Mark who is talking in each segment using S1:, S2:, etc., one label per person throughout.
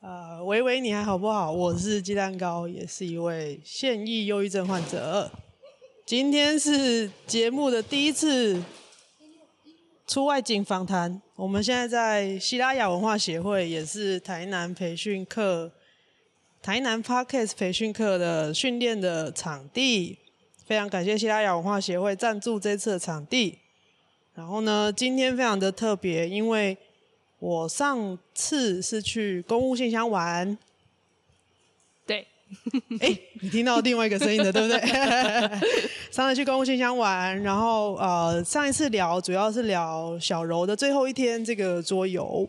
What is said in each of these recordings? S1: 呃，维维你还好不好？我是鸡蛋糕，也是一位现役忧郁症患者。今天是节目的第一次出外景访谈。我们现在在希拉雅文化协会，也是台南培训课、台南 Parkes 培训课的训练的场地。非常感谢希拉雅文化协会赞助这次的场地。然后呢，今天非常的特别，因为我上次是去公务信箱玩，
S2: 对，
S1: 哎，你听到另外一个声音了，对不对？ 上次去公务信箱玩，然后呃，上一次聊主要是聊小柔的最后一天这个桌游。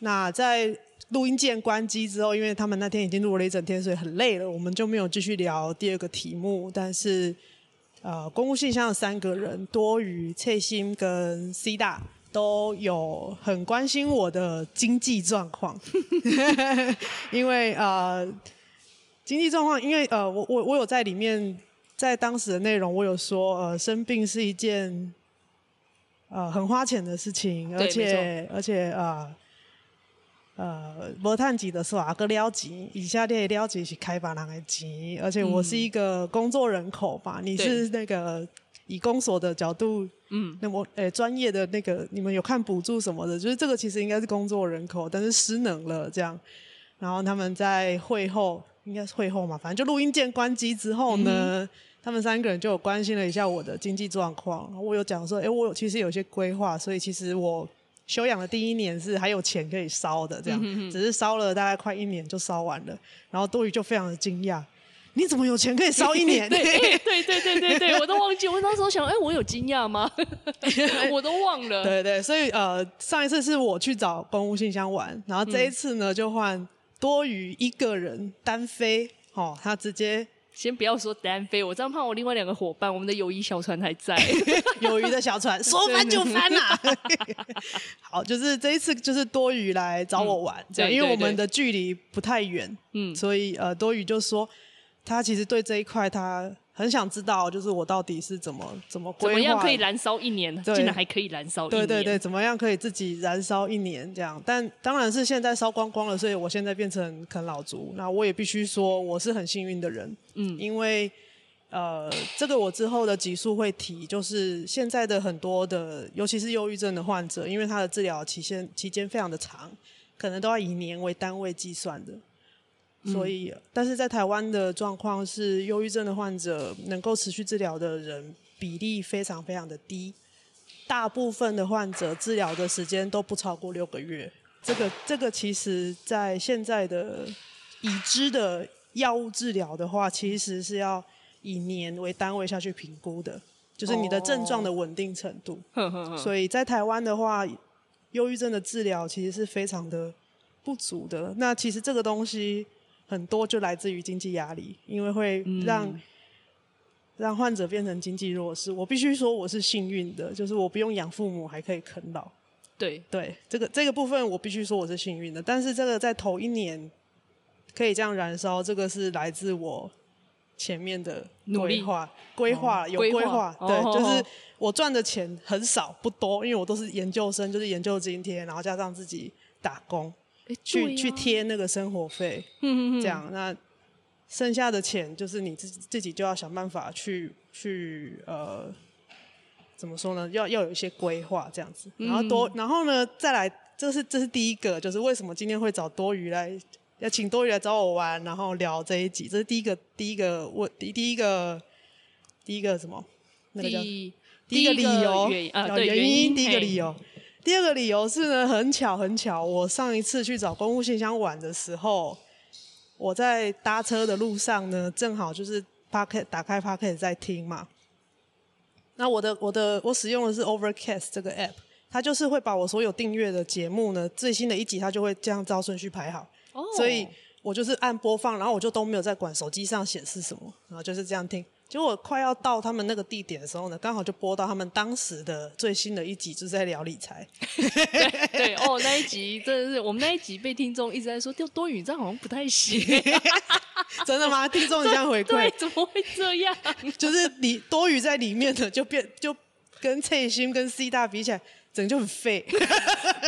S1: 那在录音键关机之后，因为他们那天已经录了一整天，所以很累了，我们就没有继续聊第二个题目。但是呃，公务信箱的三个人，多余、翠心跟 C 大。都有很关心我的经济状况，因为呃，经济状况，因为呃，我我我有在里面，在当时的内容，我有说，呃，生病是一件呃很花钱的事情，而且而且呃呃，无趁钱的是啊，个了钱，以下列了钱是开发人的钱，而且我是一个工作人口嘛，你是那个以公所的角度，嗯，那么诶专业的那个，你们有看补助什么的，就是这个其实应该是工作人口，但是失能了这样。然后他们在会后，应该是会后嘛，反正就录音键关机之后呢，他们三个人就有关心了一下我的经济状况。然后我有讲说，诶，我有其实有些规划，所以其实我休养的第一年是还有钱可以烧的，这样，只是烧了大概快一年就烧完了。然后多余就非常的惊讶，你怎么有钱可以烧一年？
S2: 对哎对对对对对，我都忘记，我那时候想，哎，我有惊 讶吗？我都忘了。
S1: 对对，所以呃，上一次是我去找公务信箱玩，然后这一次呢、就换多余一个人单飞，哦，他直接
S2: 先不要说单飞，我这样怕我另外两个伙伴，我们的友谊小船还 在。
S1: 有鱼的小船，说翻就翻啊呐、好，就是这一次就是多余来找我玩，这样，
S2: 嗯对
S1: 因为
S2: 对
S1: 我们
S2: 对
S1: 的距离不太远，
S2: 嗯
S1: 所以呃，多余就说他其实对这一块他很想知道，就是我到底是怎么怎么
S2: 怎
S1: 规划
S2: 么
S1: 的，
S2: 样可以燃烧一年？
S1: 对
S2: 竟然还可以燃烧一
S1: 对
S2: 年。
S1: 对对，怎么样可以自己燃烧一年这样？但当然是现在烧光光了，所以我现在变成啃老族。那我也必须说，我是很幸运的人，
S2: 嗯
S1: 因为呃，这个我之后的集数会提，就是现在的很多的，尤其是忧郁症的患者，因为他的治疗期限期间非常的长，可能都要以年为单位计算的。
S2: 嗯
S1: 所以，但是在台湾的状况是，忧郁症的患者能够持续治疗的人比例非常非常的低，大部分的患者治疗的时间都不超过六个月。这个这个其实，在现在的已知的药物治疗的话，其实是要以年为单位下去评估的，就是你的症状的稳定程度。
S2: 哼哼哼
S1: 所以在台湾的话，忧郁症的治疗其实是非常的不足的。那其实这个东西很多就来自于经济压力，因为会让、让患者变成经济弱势。我必须说我是幸运的，就是我不用养父母，还可以啃老。
S2: 对，
S1: 对这个这个部分，我必须说我是幸运的。但是这个在头一年可以这样燃烧，这个是来自我前面的
S2: 努力
S1: 规划，规划、有
S2: 规
S1: 规
S2: 划
S1: 划，对，
S2: 哦
S1: 就是我赚的钱很少不多，因为我都是研究生，就是研究津贴，然后加上自己打工
S2: 哎
S1: 去、
S2: 对啊
S1: 去贴那个生活费，
S2: 嗯嗯嗯
S1: 这样那。剩下的钱就是你自己自己就要想办法去去呃怎么说呢？要要有一些规划这样子，然后
S2: 嗯
S1: 多，然后呢，再来，这是这是第一个，就是为什么今天会找多余来，要请多余来找我玩，然后聊这一集，这是第一个第一个问第第一个第一个什么？那个叫
S2: 第
S1: 第一个理由
S2: 原因啊，
S1: 呃
S2: 对
S1: 原
S2: 因，
S1: 第一个
S2: 嘿
S1: 理。由。第二个理由是呢，很巧很巧，我上一次去找公务信箱玩的时候，我在搭车的路上呢，正好就是 p a r k 打开 p a r k 在听嘛。那我的我的我使用的是 Overcast 这个 app，它就是会把我所有订阅的节目呢，最新的一集它就会这样照顺序排好。
S2: 哦，
S1: 所以我就是按播放，然后我就都没有在管手机上显示什么，然后就是这样听。结果快要到他们那个地点的时候呢，刚好就播到他们当时的最新的一集，就是在聊理 财。
S2: 对哦，那一集真的是我们那一集被听众一直在说，丢多语这样好像不太行。
S1: 真的吗？听众 这样回
S2: 对
S1: 馈，，
S2: 怎么会这样？
S1: 就是你多余在里面的就变就跟蔡心跟 C 大比起来，整个就很 废。
S2: 不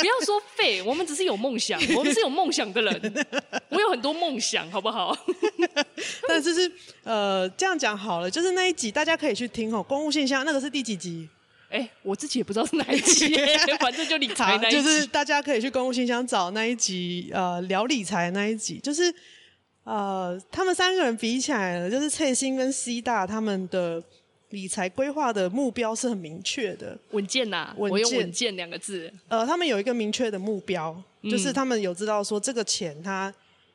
S2: 要说废，我们只是有 梦想，我们是有梦想的人，我有很多梦想，好 不好？
S1: 但就是呃，这样讲好了，就是那一集大家可以去听哦，《公务信箱》那个是第几集？
S2: 哎、我自己也不知道是哪一集， 反正就理财
S1: 好，
S2: 那一集。
S1: 就是大家可以去公务信箱找那一集，呃，聊理财那一集，就是呃，他们三个人比起来了，就是翠心跟西大他们的理财规划的目标是很明确的，
S2: 稳健呐、
S1: 稳
S2: 我用
S1: 健
S2: 稳健两个字。
S1: 呃，他们有一个明确的目标，
S2: 嗯
S1: 就是他们有知道说这个钱他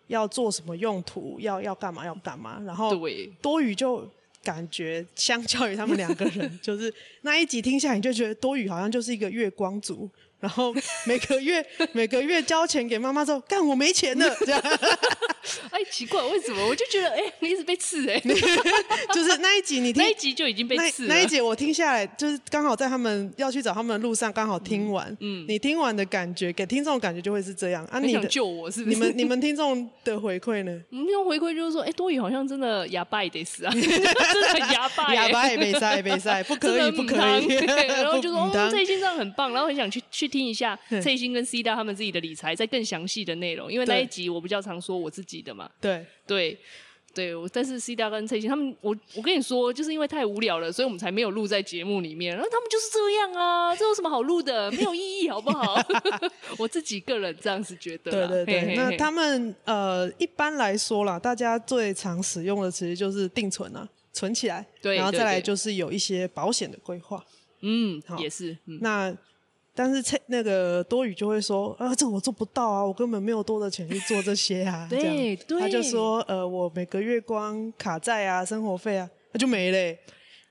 S1: 要做什么用途，要要干嘛要干嘛，然后
S2: 对，
S1: 多余就。感觉相较于他们两个 人，就是那一集听下来，你就觉得多余好像就是一个月光族，然后每个月 每个月交钱给妈妈之后，干我没钱 了，这样
S2: 哎、奇怪，为什么？我就觉得，哎、你一直被刺、哎，
S1: 就是那一集你听
S2: 那一集就已经被
S1: 那
S2: 刺了。
S1: 那一集我听下来，就是刚好在他们要去找他们的路上，刚好听完，嗯，你听完的感觉给听众的感觉就会是这样啊，
S2: 很
S1: 你
S2: 想
S1: 的
S2: 救我是不
S1: 你
S2: 是？
S1: 们你们听众的回馈呢？
S2: 我们这种回馈就是说，哎、多余好像真的哑巴也得死啊， 真的很哑巴、 哎
S1: 哑巴也被塞，被塞，不
S2: 真
S1: 可
S2: 的
S1: 以，
S2: 很
S1: 不可
S2: 当
S1: 以。
S2: 对然后就说
S1: 不
S2: 哦
S1: 不，当
S2: 蔡欣这样很棒，然后很想去去听一下
S1: 嗯
S2: 蔡欣跟 C 大他们自己的理财，再更详细的内容，因为
S1: 对
S2: 那一集我比较常说我自己的嘛，
S1: 对，
S2: 对。对，我但是 C 大跟蔡欣他们，我我跟你说，就是因为太无聊了，所以我们才没有录在节目里面。然后他们就是这样啊，这有什么好录的？没有意义，好不好？ 我自己个人这样子觉得啦。
S1: 对对
S2: 嘿
S1: 对。
S2: 嘿
S1: 那
S2: 嘿
S1: 他们呃，一般来说啦，大家最常使用的其实就是定存啊，存起来，
S2: 对
S1: 然后
S2: 对
S1: 再来
S2: 对
S1: 就是有一些保险的规划。
S2: 嗯
S1: 好
S2: 也是嗯
S1: 那但是蔡那个多余就会说，啊，这个我做不到啊，我根本没有多的钱去做这些 啊。
S2: 对
S1: 这样
S2: 对
S1: 他就说，呃，我每个月光卡债啊，生活费啊，那就没了欸、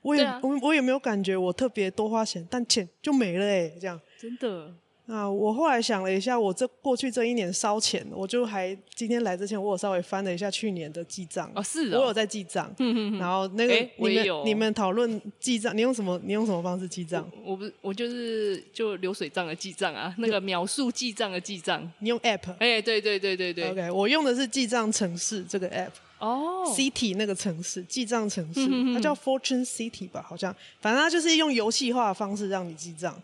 S1: 我也、
S2: 对啊
S1: 我我也没有感觉我特别多花钱，但钱就没了哎、这样。
S2: 真的
S1: 那我后来想了一下，我这过去这一年烧钱，我就还今天来之前，我有稍微翻了一下去年的记账
S2: 哦是
S1: 我有
S2: 哦，
S1: 在记账。
S2: 嗯嗯
S1: 然后那个、
S2: 诶我
S1: 你
S2: 也
S1: 们
S2: 有哦
S1: 你们讨论记账，你用什么你用什么方式记账？
S2: 我不，我就是就流水账的记账啊，那个秒数记账的记账。
S1: 你用 App？
S2: 哎、对对对对对，
S1: OK，我用的是记账城市这个 app、
S2: 哦
S1: City 那个城市记账城市，
S2: 嗯嗯嗯
S1: 它叫 Fortune City 吧，好像，反正它就是用游戏化的方式让你记账，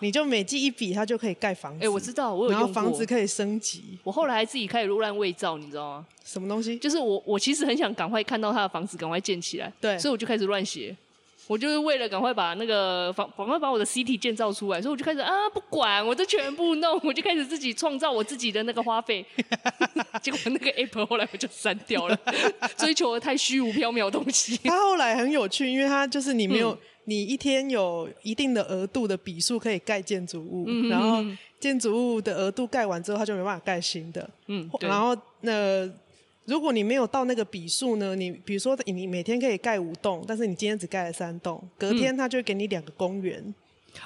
S1: 你就每记一笔，它就可以盖房
S2: 哎、
S1: 子，
S2: 我知道，我有
S1: 然后
S2: 用
S1: 房
S2: 过
S1: 子。可以升级，
S2: 我后来还自己开始乱伪造，你知道吗？
S1: 什么东西？
S2: 就是我，我其实很想赶快看到他的房子，赶快建起来。
S1: 对
S2: 所以我就开始乱写。我就是为了赶快把那个房，赶快把我的 CT 建造出来，所以我就开始啊，不管，我就全部弄，我就开始自己创造我自己的那个花 费。 结果那个 app 后来我就删掉了， 追求了太虚无缥缈的东西。
S1: 它后来很有趣，因为它就是你没
S2: 嗯
S1: 有，你一天有一定的额度的笔数可以盖建筑物，
S2: 嗯嗯嗯
S1: 然后建筑物的额度盖完之后，它就没办法盖新的。
S2: 嗯，对。
S1: 然后那、呃如果你没有到那个笔数呢，你比如说你你每天可以盖五栋，但是你今天只盖了三栋，隔天他就会给你两个公园。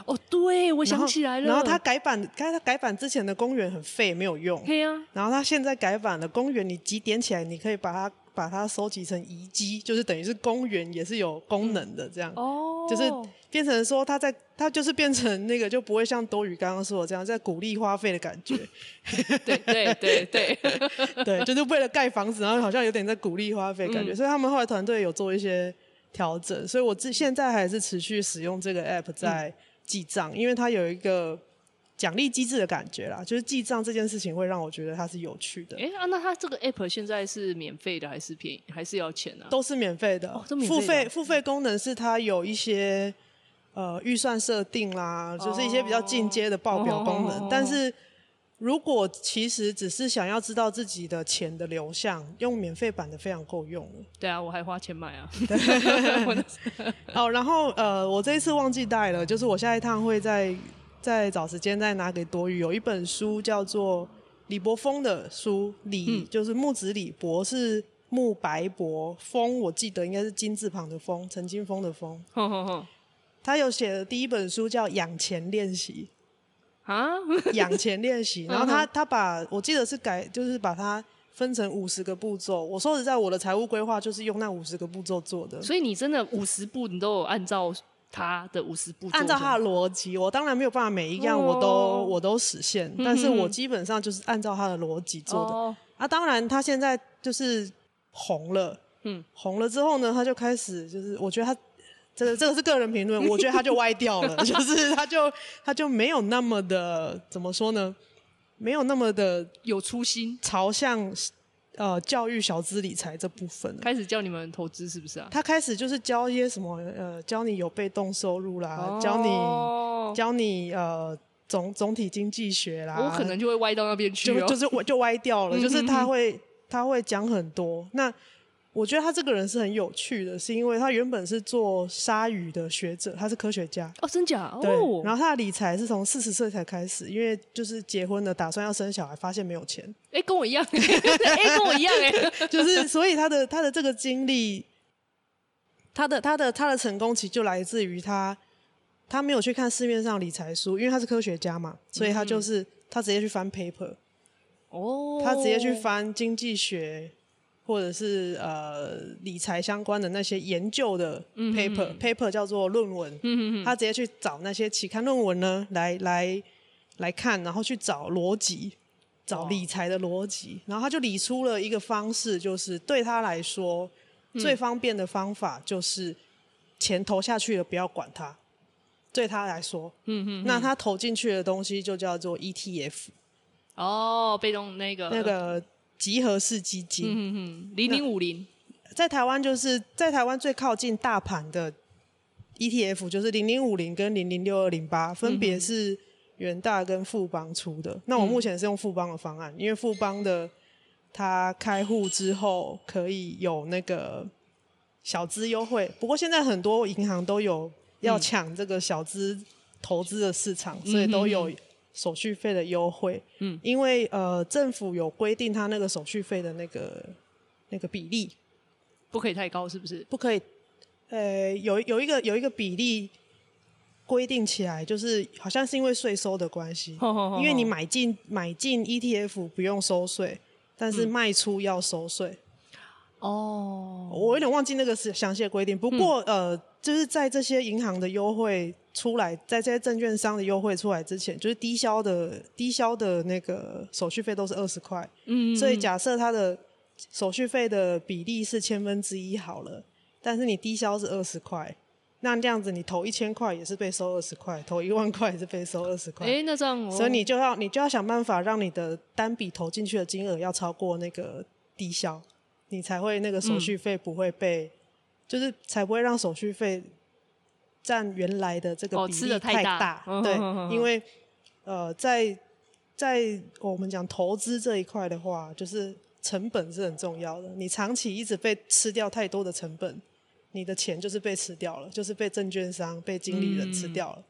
S2: 哦，对，我
S1: 我
S2: 嗯想起来了。
S1: 然后他改版，他他改版之前的公园很废，没有用。
S2: 嘿啊，
S1: 然后他现在改版了，公园你几点起来，你可以把它把它收集成遗迹，就是等于是公园也是有功能的这样。
S2: 哦，
S1: 就是变成说他在他就是变成那个就不会像多余刚刚说的这样在鼓励花费的感觉，
S2: 对对对对，
S1: 对，就是为了盖房子，然后好像有点在鼓励花费感觉，所以他们后来团队有做一些调整，所以我自现在还是持续使用这个 app 在记账，因为它有一个奖励机制的感觉啦，就是记账这件事情会让我觉得它是有趣的，
S2: 哎、啊，那它这个 app 现在是免费的还是便宜，还是要钱啊？
S1: 都是免费的，
S2: 哦都免费
S1: 付
S2: 的
S1: 费付费功能是它有一些呃预算设定啦，就是一些比较进阶的报表功能，
S2: 哦
S1: 但是。如果其实只是想要知道自己的钱的流向，用免费版的非常够用了。
S2: 对啊，我还花钱买 啊。
S1: 哦，然后呃，我这一次忘记带了，就是我下一趟会再再找时间再拿给多余。有一本书叫做李博峰的书，李、
S2: 嗯
S1: 就是木子李博是木白博，峰我记得应该是金字旁的峰，陈金峰的峰。
S2: 哼哼哼
S1: 他有写的第一本书叫《养钱练 习
S2: 啊，》，
S1: 养钱练
S2: 嗯
S1: 习。然后他他把我记得是改，就是把它分成五十个步骤。我说实在，我的财务规划就是用那五十个步骤做的。
S2: 所以你真的五十步，你都有按照它的五十步，
S1: 按照他的逻辑，我当然没有办法每一样我都、
S2: 哦
S1: 我都实现，但是我基本上就是按照他的逻辑做的。
S2: 哦，
S1: 啊，当然他现在就是红了，
S2: 嗯，
S1: 红了之后呢，他就开始就是我觉得他这个这个是个人评论，我觉得他就歪掉 了，就是他就他就没有那么的怎么说呢？没有那么的
S2: 有初心，
S1: 朝向呃教育小资理财这部分了。
S2: 开始叫你们投资是不是啊？
S1: 他开始就是教一些什么呃，教你有被动收入啦，教你
S2: 哦
S1: 教你呃总总体经济学啦，
S2: 我可能就会歪到那边去
S1: 就
S2: 哦。
S1: 就是我就歪掉了，
S2: 嗯
S1: 就是他
S2: 嗯嗯
S1: 会他会讲很多。那我觉得他这个人是很有趣的，是因为他原本是做鲨鱼的学者，他是科学家。
S2: 哦，真假？
S1: 对，
S2: 哦，
S1: 然后他的理财是从四十岁才开始，因为就是结婚了，打算要生小孩，发现没有钱，
S2: 哎、跟我一样、 欸，哎、跟我一样、欸，哎，
S1: 就是所以他的他的这个经历，他的他的他的成功其实就来自于他他没有去看市面上理财书，因为他是科学家嘛，所以
S2: 嗯
S1: 他就是、他直接去翻 paper，
S2: 哦，
S1: 他直接去翻经济学或者是呃理财相关的那些研究的
S2: 嗯
S1: paper，paper、paper 叫做论文，
S2: 嗯，嗯嗯
S1: 他直接去找那些期刊论文呢来来来看，然后去找逻辑，找
S2: 哇
S1: 理财的逻辑，然后他就理出了一个方式，就是对他来说、
S2: 嗯
S1: 最方便的方法就是钱投下去了不要管它，对他来说，
S2: 嗯嗯，
S1: 那他投进去的东西就叫做 E ETF，、
S2: 哦，被动那个
S1: 那，个集合式基金。
S2: 嗯嗯嗯，零零五零，
S1: 在台湾就是在台湾最靠近大盘的 ETF 就是零零五零跟零零六二零八，分别是元大跟富邦出的。那
S2: 嗯
S1: 我目前是用富邦的方案，因为富邦的它开户之后可以有那个小资优惠，不过现在很多银行都有要抢这个小资投资的市场，所以都有手续费的优惠。
S2: 嗯，
S1: 因为呃政府有规定它那个手续费的那个那个比例。
S2: 不可以太高，是不是？
S1: 不可以，呃，有有一个有一个比例规定起来，就是好像是因为税收的关系，
S2: 哦
S1: 因为你买进买进 ETF 不用收税，但是卖出要收税。
S2: 哦，
S1: 我有点忘记那个是详细的规定，
S2: 嗯
S1: 不过、呃，就是在这些银行的优惠出来，在这些证券商的优惠出来之前，就是低消的低消的那个手续费都是二十块，
S2: 嗯，
S1: 所以假设它的手续费的比例是千分之一好了，但是你低消是二十块，那这样子你投一千块也是被收二十块，投一万块也是被收二十块，
S2: 哎、那这样、哦，
S1: 所以你就要你就要想办法让你的单笔投进去的金额要超过那个低消，你才会那个手续费不会被，就是才不会让手续费占原来的这个
S2: 哦
S1: 比
S2: 吃
S1: 例
S2: 得太大
S1: 大，
S2: 嗯
S1: 对，
S2: 哼哼哼
S1: 因为呃在在我们讲投资这一块的话，就是成本是很重要的，你长期一直被吃掉太多的成本，你的钱就是被吃掉了，就是被证券商、被经理人
S2: 嗯
S1: 吃掉了。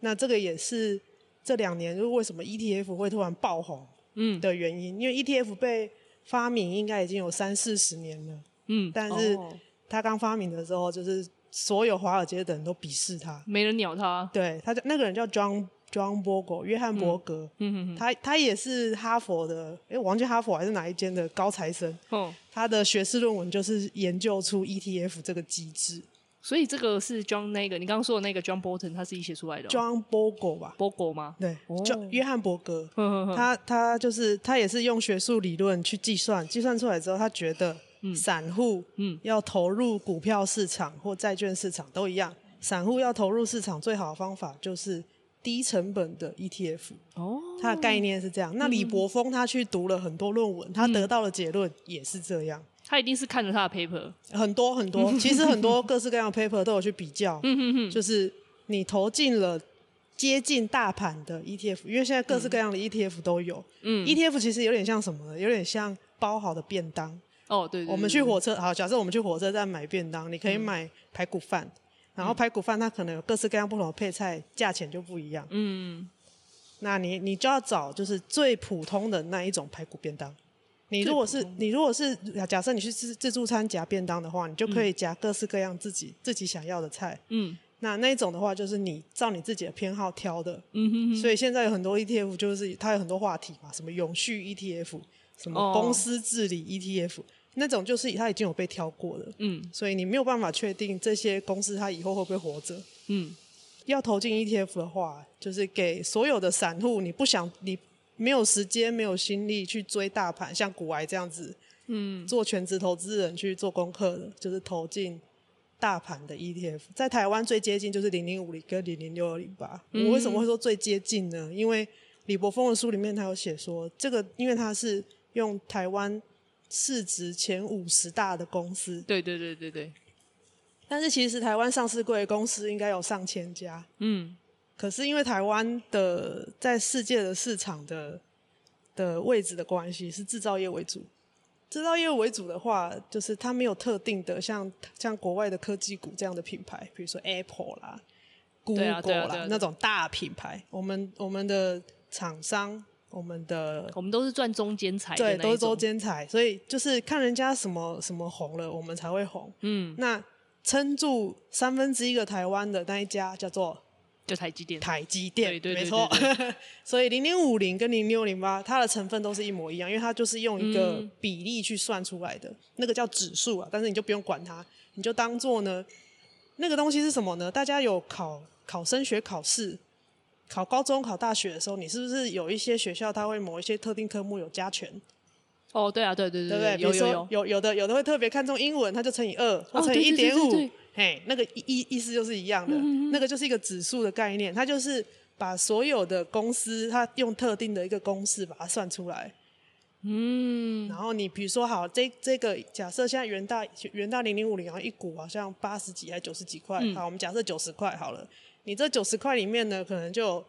S1: 那这个也是这两年就是为什么 ETF 会突然爆红
S2: 嗯
S1: 的原因，因为 ETF 被发明应该已经有三四十年了，
S2: 嗯，
S1: 但是
S2: 哦
S1: 它刚发明的时候，就是所有华尔街的人都鄙视他。
S2: 没人鸟他，
S1: 对，他叫那个人叫 John John Bogle 约翰伯格，
S2: 嗯嗯
S1: 他他也是哈佛的，哎，我忘记哈佛还是哪一间的高材生，
S2: 嗯，哦，
S1: 他的学士论文就是研究出 ETF 这个机制。
S2: 所以这个是 John 那个，你刚刚说的那个 John Bolton，他自己写出来的、哦、
S1: John Bogle 吧，
S2: ，Bogle 吗？
S1: 对，
S2: 哦
S1: 就约翰伯格，
S2: 哼嗯哼哼
S1: 他他就是他也是用学术理论去计算，计算出来之后，他觉得散户
S2: 嗯
S1: 要投入股票市场或债券市场都一样，散户要投入市场最好的方法就是低成本的 E ETF，
S2: 哦，嗯
S1: 它的概念是这样。那李博峰他去读了很多论文，他得到的结论也是这样。
S2: 他一定是看着他的 paper，
S1: 很多很 多，其实很多各式各样的 paper 都有去比较，
S2: 嗯
S1: 就是你投进了接近大盘的 ETF，因为现在各式各样的 ETF 都有，
S2: 嗯
S1: e t f 其实有点像什么呢？有点像包好的便当。
S2: 哦，对对
S1: 我们去火车，好，假设我们去火车站买便当，你可以买排骨饭，然后排骨饭它可能有各式各样不同的配菜，价钱就不一样。
S2: 嗯，
S1: 那你你就要找就是最普通的那一种排骨便当。你如果是你如果是假设你去自自助餐夹便当的话，你就可以夹各式各样自己、自己想要的菜。
S2: 嗯
S1: 那那一种的话，就是你照你自己的偏好挑的。
S2: 嗯哼哼，
S1: 所以现在有很多 ETF，就是它有很多话题嘛，什么永续 ETF，什么
S2: 哦
S1: 公司治理 ETF，、那种就是它已经有被挑过的，
S2: 嗯
S1: 所以你没有办法确定这些公司它以后会不会活着。
S2: 嗯，
S1: 要投进 ETF 的话，就是给所有的散户，你不想你没有时间、没有心力去追大盘，像股癌这样子，嗯，做全职投资人去做功课的，就是投进大盘的 ETF，在台湾最接近就是零零五零跟零零六二零八。我为什么会说最接近呢？因为李博峰的书里面他有写说，这个因为他是用台湾市值前五十大的公司，
S2: 对对对对对，
S1: 但是其实台湾上市贵的公司应该有上千家，
S2: 嗯，
S1: 可是因为台湾的在世界的市场的的位置的关系，是制造业为主。制造业为主的话，就是它没有特定的像像国外的科技股这样的品牌，比如说 Apple 啦、Google
S2: 对
S1: 啦、
S2: 啊对啊对啊对啊
S1: 那种大品牌。我们我们的厂商，我们的
S2: 我们都是赚中间财的
S1: 对
S2: 那
S1: 都
S2: 一
S1: 是周
S2: 种，
S1: 间彩，所以就是看人家什么什么红了，我们才会红。
S2: 嗯，
S1: 那撑住三分之一个台湾的那一家叫做
S2: 就台积电，
S1: 台积电，
S2: 对对对
S1: 没错。 所以零零五零跟零六零八，它的成分都是一模一样，因为它就是用一个
S2: 嗯
S1: 比例去算出来的，那个叫指数啊。但是你就不用管它，你就当做呢，那个东西是什么呢？大家有考考升学考试。考高中、考大学的时候，你是不是有一些学校它会某一些特定科目有加权，
S2: 哦，对啊，对对
S1: 对不
S2: 对，
S1: 对？
S2: 有
S1: 比如
S2: 有
S1: 说
S2: 有，
S1: 有有的有的会特别看重英文，它就乘以二或
S2: 哦
S1: 乘
S2: 对
S1: 以一
S2: 对对
S1: 点
S2: 对嗯
S1: 五
S2: 对，
S1: 嘿，那个意意意思就是一样的，那个就是一个指数的概念，它就是把所有的公司，它用特定的一个公式把它算出来。
S2: 嗯，
S1: 然后你比如说好，这这个假设现在元大元大零零五零，然后一股好像八十几还九十几块，
S2: 嗯
S1: 好，我们假设九十块好了，你这九十块里面呢，可能就有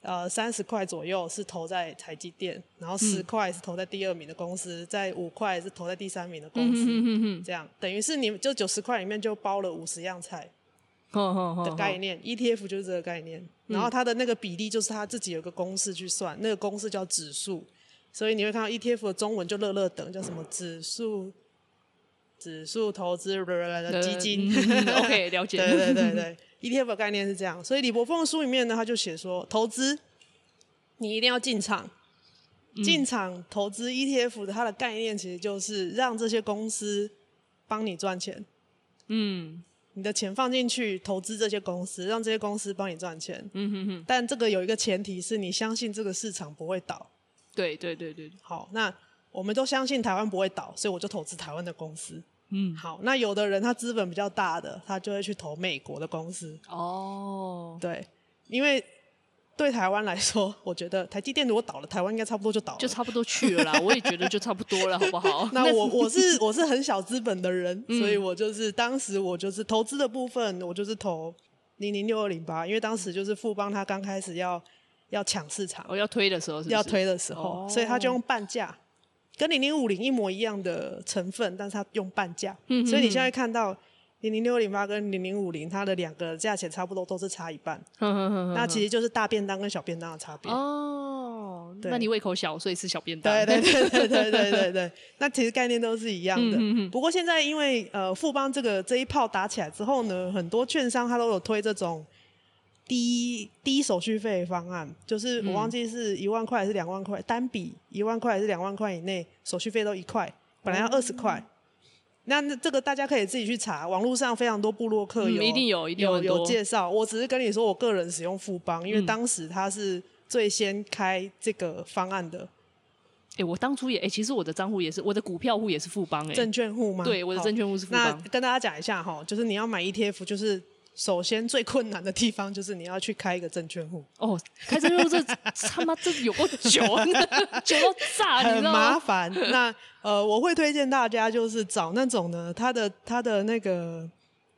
S1: 呃三十块左右是投在台积电，然后
S2: 嗯
S1: 十块是投在第二名的公司，在五块是投在第三名的公司，
S2: 嗯哼哼
S1: 这样等于是你就九十块里面就包了五十样菜
S2: 哼哼哼
S1: 的
S2: 哼
S1: 概
S2: 哼，
S1: 念、e t f 就是这个概念，
S2: 嗯
S1: 然后它的那个比例就是它自己有个公式去算，那个公式叫指数，所以你会看到 ETF 的中文就乐乐等叫什么指数。指数投资
S2: 呃
S1: 基金、
S2: 嗯嗯 嗯 OK，了解
S1: 对对对对，ETF 的概念是这样，所以李博峰的书里面呢，他就写说，投资你一定要进场，
S2: 嗯
S1: 进场投资 ETF 的它的概念其实就是让这些公司帮你赚钱，
S2: 嗯
S1: 你的钱放进去投资这些公司，让这些公司帮你赚钱。
S2: 嗯哼哼，
S1: 但这个有一个前提是你相信这个市场不会倒。
S2: 对 嗯对对对，对
S1: 好，那我们都相信台湾不会倒，所以我就投资台湾的公司。
S2: 嗯，
S1: 好，那有的人他资本比较大的，他就会去投美国的公司。
S2: 哦，
S1: 对，因为对台湾来说，我觉得台积电如果倒了，台湾应该差不多就倒了。
S2: 就差不多去 了啦，我也觉得就差不多了，嗯好不好？
S1: 那我 我是我是很小资本的人，所以我就是当时我就是投资的部分，我就是投零零六二零八，因为当时就是富邦他刚开始要要抢市场
S2: 我要推的时候是不哦是
S1: 要推的时候，
S2: 哦
S1: 所以他就用半价，跟零零五零一模一样的成分，但是他用半价，
S2: 嗯嗯
S1: 所以你现在看到。零零六零八跟零零五零，它的两个价钱差不多，都是差一半。
S2: 哼哼嗯哼哼
S1: 那其实就是大便当跟小便当的差别。
S2: 哦，
S1: 对
S2: 那你胃口小，所以吃小便当。
S1: 对对对对对对对 对，那其实概念都是一样的。
S2: 嗯嗯嗯
S1: 不过现在因为呃富邦这个这一炮打起来之后呢，很多券商它都有推这种低低手续费的方案，就是我忘记是一万块还是两万块，单笔一万块还是两万块以内，手续费都一块，本来要二十块。那那这个大家可以自己去查，网络上非常多部落客
S2: 嗯
S1: 有、
S2: 一定有一定有
S1: 有嗯
S2: 很多
S1: 介绍。我只是跟你说，我个人使用富邦，因为当时它是最先开这个方案的。
S2: 哎、我当初也哎、其实我的账户也是，我的股票户也是富邦哎、
S1: 证券户吗？
S2: 对我的
S1: 好
S2: 证券户是富
S1: 那
S2: 邦
S1: 跟大家讲一下哈，就是你要买 ETF，就是首先最困难的地方就是你要去开一个证券户，
S2: 哦，开证券户这 他妈这有够久， 久到炸，啊你
S1: 很
S2: 知道
S1: 麻
S2: 吗？
S1: 烦。那呃，我会推荐大家就是找那种呢，它的它的那个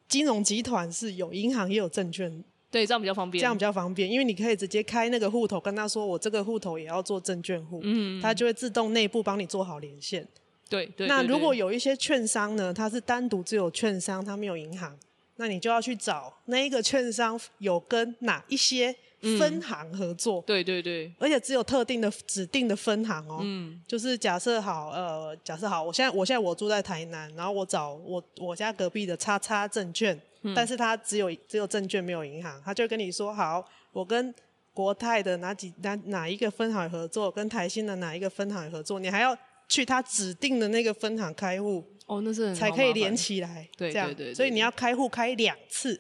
S1: 金融集团是有银行也有证券，
S2: 对，这样比较方
S1: 这
S2: 便。
S1: 样比较方便，因为你可以直接开那个户头，跟他说我这个户头也要做证券户，
S2: 嗯，
S1: 它就会自动内部帮你做好连线。
S2: 对对。
S1: 那
S2: 对
S1: 如果
S2: 对
S1: 有一些券商呢，它是单独只有券商，它没有银行，那你就要去找那一个券商有跟哪一些
S2: 嗯
S1: 分行合作，
S2: 对对对，
S1: 而且只有特定的指定的分行哦。
S2: 嗯
S1: 就是假设好，呃，假设好，我现在我现在我住在台南，然后我找我我家隔壁的叉叉证券，
S2: 嗯
S1: 但是它只有只有证券没有银行，他就跟你说好，我跟国泰的哪几哪哪一个分行合作，跟台新的哪一个分行合作，你还要去他指定的那个分行开户，
S2: 哦，那是很
S1: 才
S2: 好
S1: 可以
S2: 麻烦
S1: 连起来，
S2: 对
S1: 这样，
S2: 对对对
S1: 所以你要开户开两次，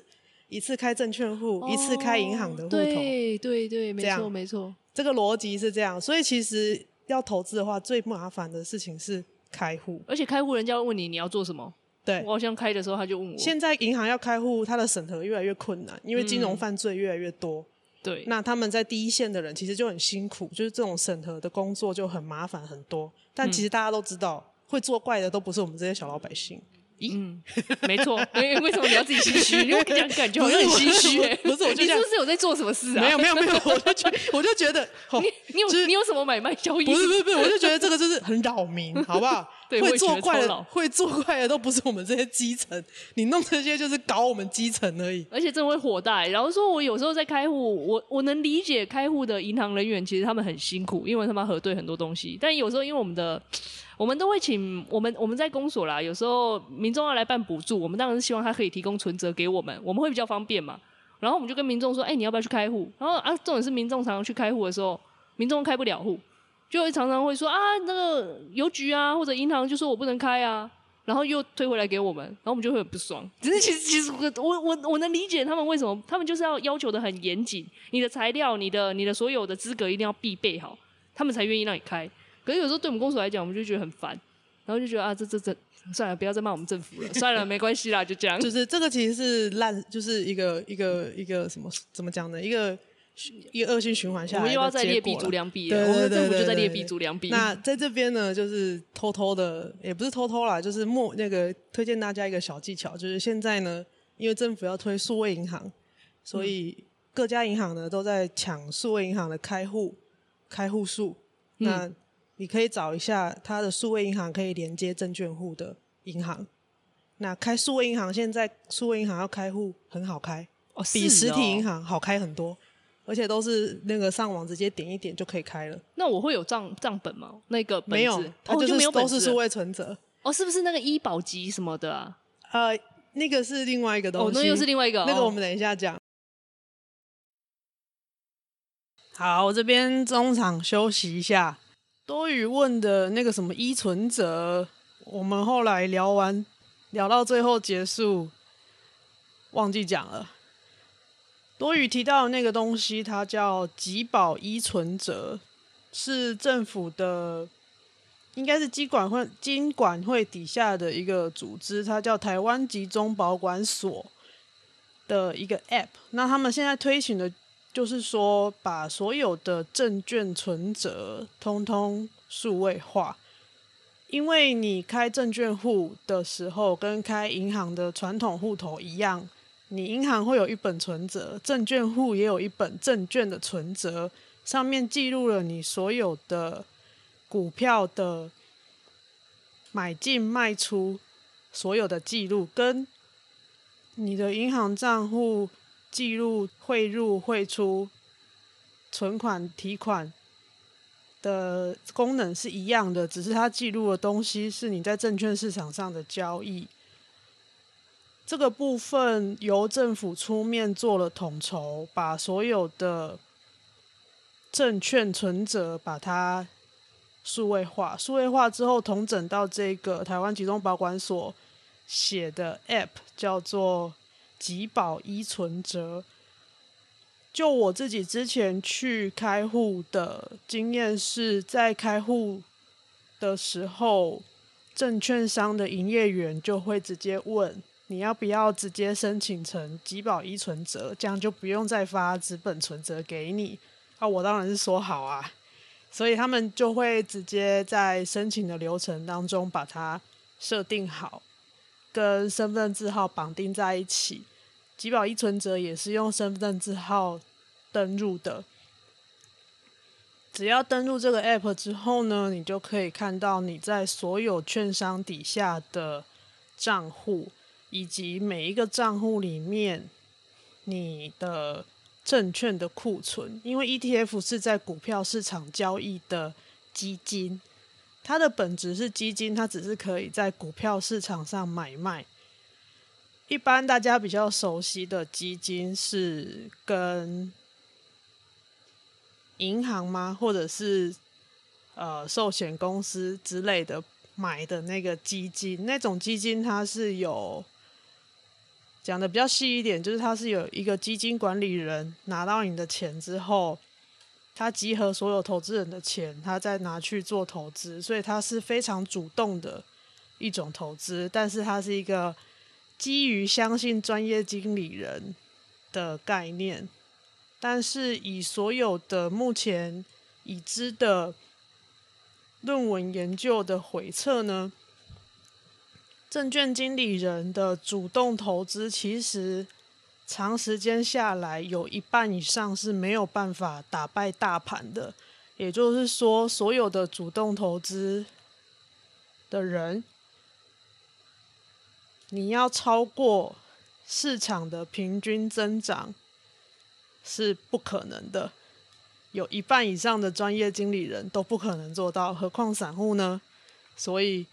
S1: 一次开证券户，一次开银行的户头，
S2: 哦对对对，没
S1: 这样
S2: 错没错。
S1: 这个逻辑是这样，所以其实要投资的话，最麻烦的事情是开户。
S2: 而且开户人家会问你你要做什么，
S1: 对
S2: 我，好像开的时候他就问我，
S1: 现在银行要开户，它的审核越来越困难，因为金
S2: 嗯
S1: 融犯罪越来越多。
S2: 对，
S1: 那他们在第一线的人其实就很辛苦，就是这种审核的工作就很麻烦很多。但其实大家都知道，会作怪的都不是我们这些小老百姓，
S2: 嗯，没错。哎，为什么你要自己 心虚？因为我这样感觉好像很心虚哎。
S1: 不是我不是我就这
S2: 你是
S1: 样
S2: 不是有在做什么事啊？
S1: 没有没有没有，我就觉我就觉 得，哦、
S2: 你有
S1: 就是
S2: 你有什么买卖交 易？
S1: 不是不是 不是，我就觉得这个就是很扰民，好不好？
S2: 对我
S1: 会
S2: 也觉得
S1: 作怪
S2: 超扰
S1: 的会作怪的都不是我们这些基层，你弄这些就是搞我们基层而已。
S2: 而且真的会火大欸。然后说我有时候在开户，我我能理解开户的银行人员其实他们很辛苦，因为他们要核对很多东西。但有时候因为我们的，我们都会请我们我们在公所啦，有时候民众要来办补助，我们当然是希望他可以提供存折给我们，我们会比较方便嘛。然后我们就跟民众说，哎、你要不要去开户？然后啊，重点是民众常常去开户的时候，民众开不了户，就会常常会说啊，那个邮局啊或者银行就说我不能开啊，然后又推回来给我们，然后我们就会很不爽。只是其实其实我我我我能理解他们为什么，他们就是要要求的很严谨，你的材料、你的你的所有的资格一定要必备好，他们才愿意让你开。可是有时候对我们公所来讲，我们就觉得很烦，然后就觉得啊，这这这算了，不要再骂我们政府了，算了，没关系啦，就这样。
S1: 就是这个其实是烂，就是一个一个一个什么怎么讲呢？一个一个恶性循环下
S2: 我
S1: 来的结
S2: 们又
S1: 果啦，
S2: 要再劣币逐良币
S1: 对
S2: 了，
S1: 对
S2: 我们的政府
S1: 对
S2: 就
S1: 对
S2: 在
S1: 对
S2: 劣
S1: 对
S2: 币逐良币。
S1: 那在这边呢，就是偷偷的，也不是偷偷啦，就是默那个推荐大家一个小技巧，就是现在呢，因为政府要推数位银行，所以嗯各家银行呢都在抢数位银行的开户开户数。那你可以找一下它的数位银行可以连接证券户的银行。那开数位银行，现在数位银行要开户很好开，
S2: 哦
S1: 比实体银
S2: 行，
S1: 行好开很多，而且都是那个上网直接点一点就可以开了。
S2: 那我会有账账本吗？那个本子
S1: 没有，它
S2: 哦，
S1: 就、
S2: 就是没有本
S1: 都
S2: 子
S1: 是
S2: 了
S1: 数位存折。
S2: 哦，是不是那个医保级什么的啊？
S1: 呃，那个是另外一个东西，
S2: 哦，那又是另外一个。
S1: 那个
S2: 哦
S1: 我们等一下讲。好，这边中场休息一下。多余问的那个什么依存者，我们后来聊完，聊到最后结束，忘记讲了。多余提到的那个东西，它叫集保依存者，是政府的，应该是机管会金管会底下的一个组织，它叫台湾集中保管所。的一个 App。那他们现在推行的就是说，把所有的证券存折通通数位化。因为你开证券户的时候，跟开银行的传统户头一样，你银行会有一本存折，证券户也有一本证券的存折，上面记录了你所有的股票的买进卖出所有的记录，跟你的银行账户记录汇入、汇出、存款、提款的功能是一样的，只是它记录的东西是你在证券市场上的交易。这个部分由政府出面做了统筹，把所有的证券存折把它数位化，数位化之后统整到这个台湾集中保管所写的 App 叫做“集保依存折”。就我自己之前去开户的经验是，在开户的时候，证券商的营业员就会直接问你要不要直接申请成集保依存折，这样就不用再发纸本存折给你。啊，我当然是说好啊，所以他们就会直接在申请的流程当中把它设定好。跟身份证字号绑定在一起。集保依存折也是用身份证字号登入的。只要登入这个 app 之后呢，你就可以看到你在所有券商底下的账户，以及每一个账户里面你的证券的库存。因为 ETF 是在股票市场交易的基金，它的本质是基金，它只是可以在股票市场上买卖。一般大家比较熟悉的基金是跟银行吗，或者是呃寿险公司之类的买的那个基金，那种基金它是有讲的比较细一点，就是它是有一个基金管理人拿到你的钱之后，他集合所有投资人的钱，他再拿去做投资，所以他是非常主动的一种投资，但是它是一个基于相信专业经理人的概念。但是以所有的目前已知的论文研究的回测呢，证券经理人的主动投资其实长时间下来有一半以上是没有办法打败大盘的。也就是说，所有的主动投资的人，你要超过市场的平均增长是不可能的。有一半以上的专业经理人都不可能做到，何况散户呢？所以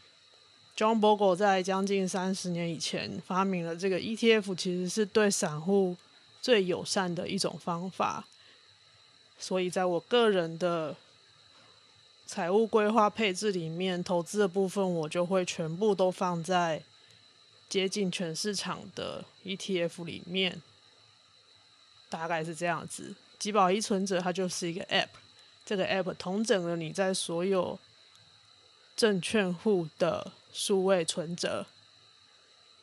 S1: ，John Bogle 在将近三十年以前发明了这个 ETF，其实是对散户最友善的一种方法。所以在我个人的财务规划配置里面，投资的部分我就会全部都放在接近全市场的 ETF 里面，大概是这样子。集保依存者它就是一个 App，这个 App 统整了你在所有证券户的数位存折。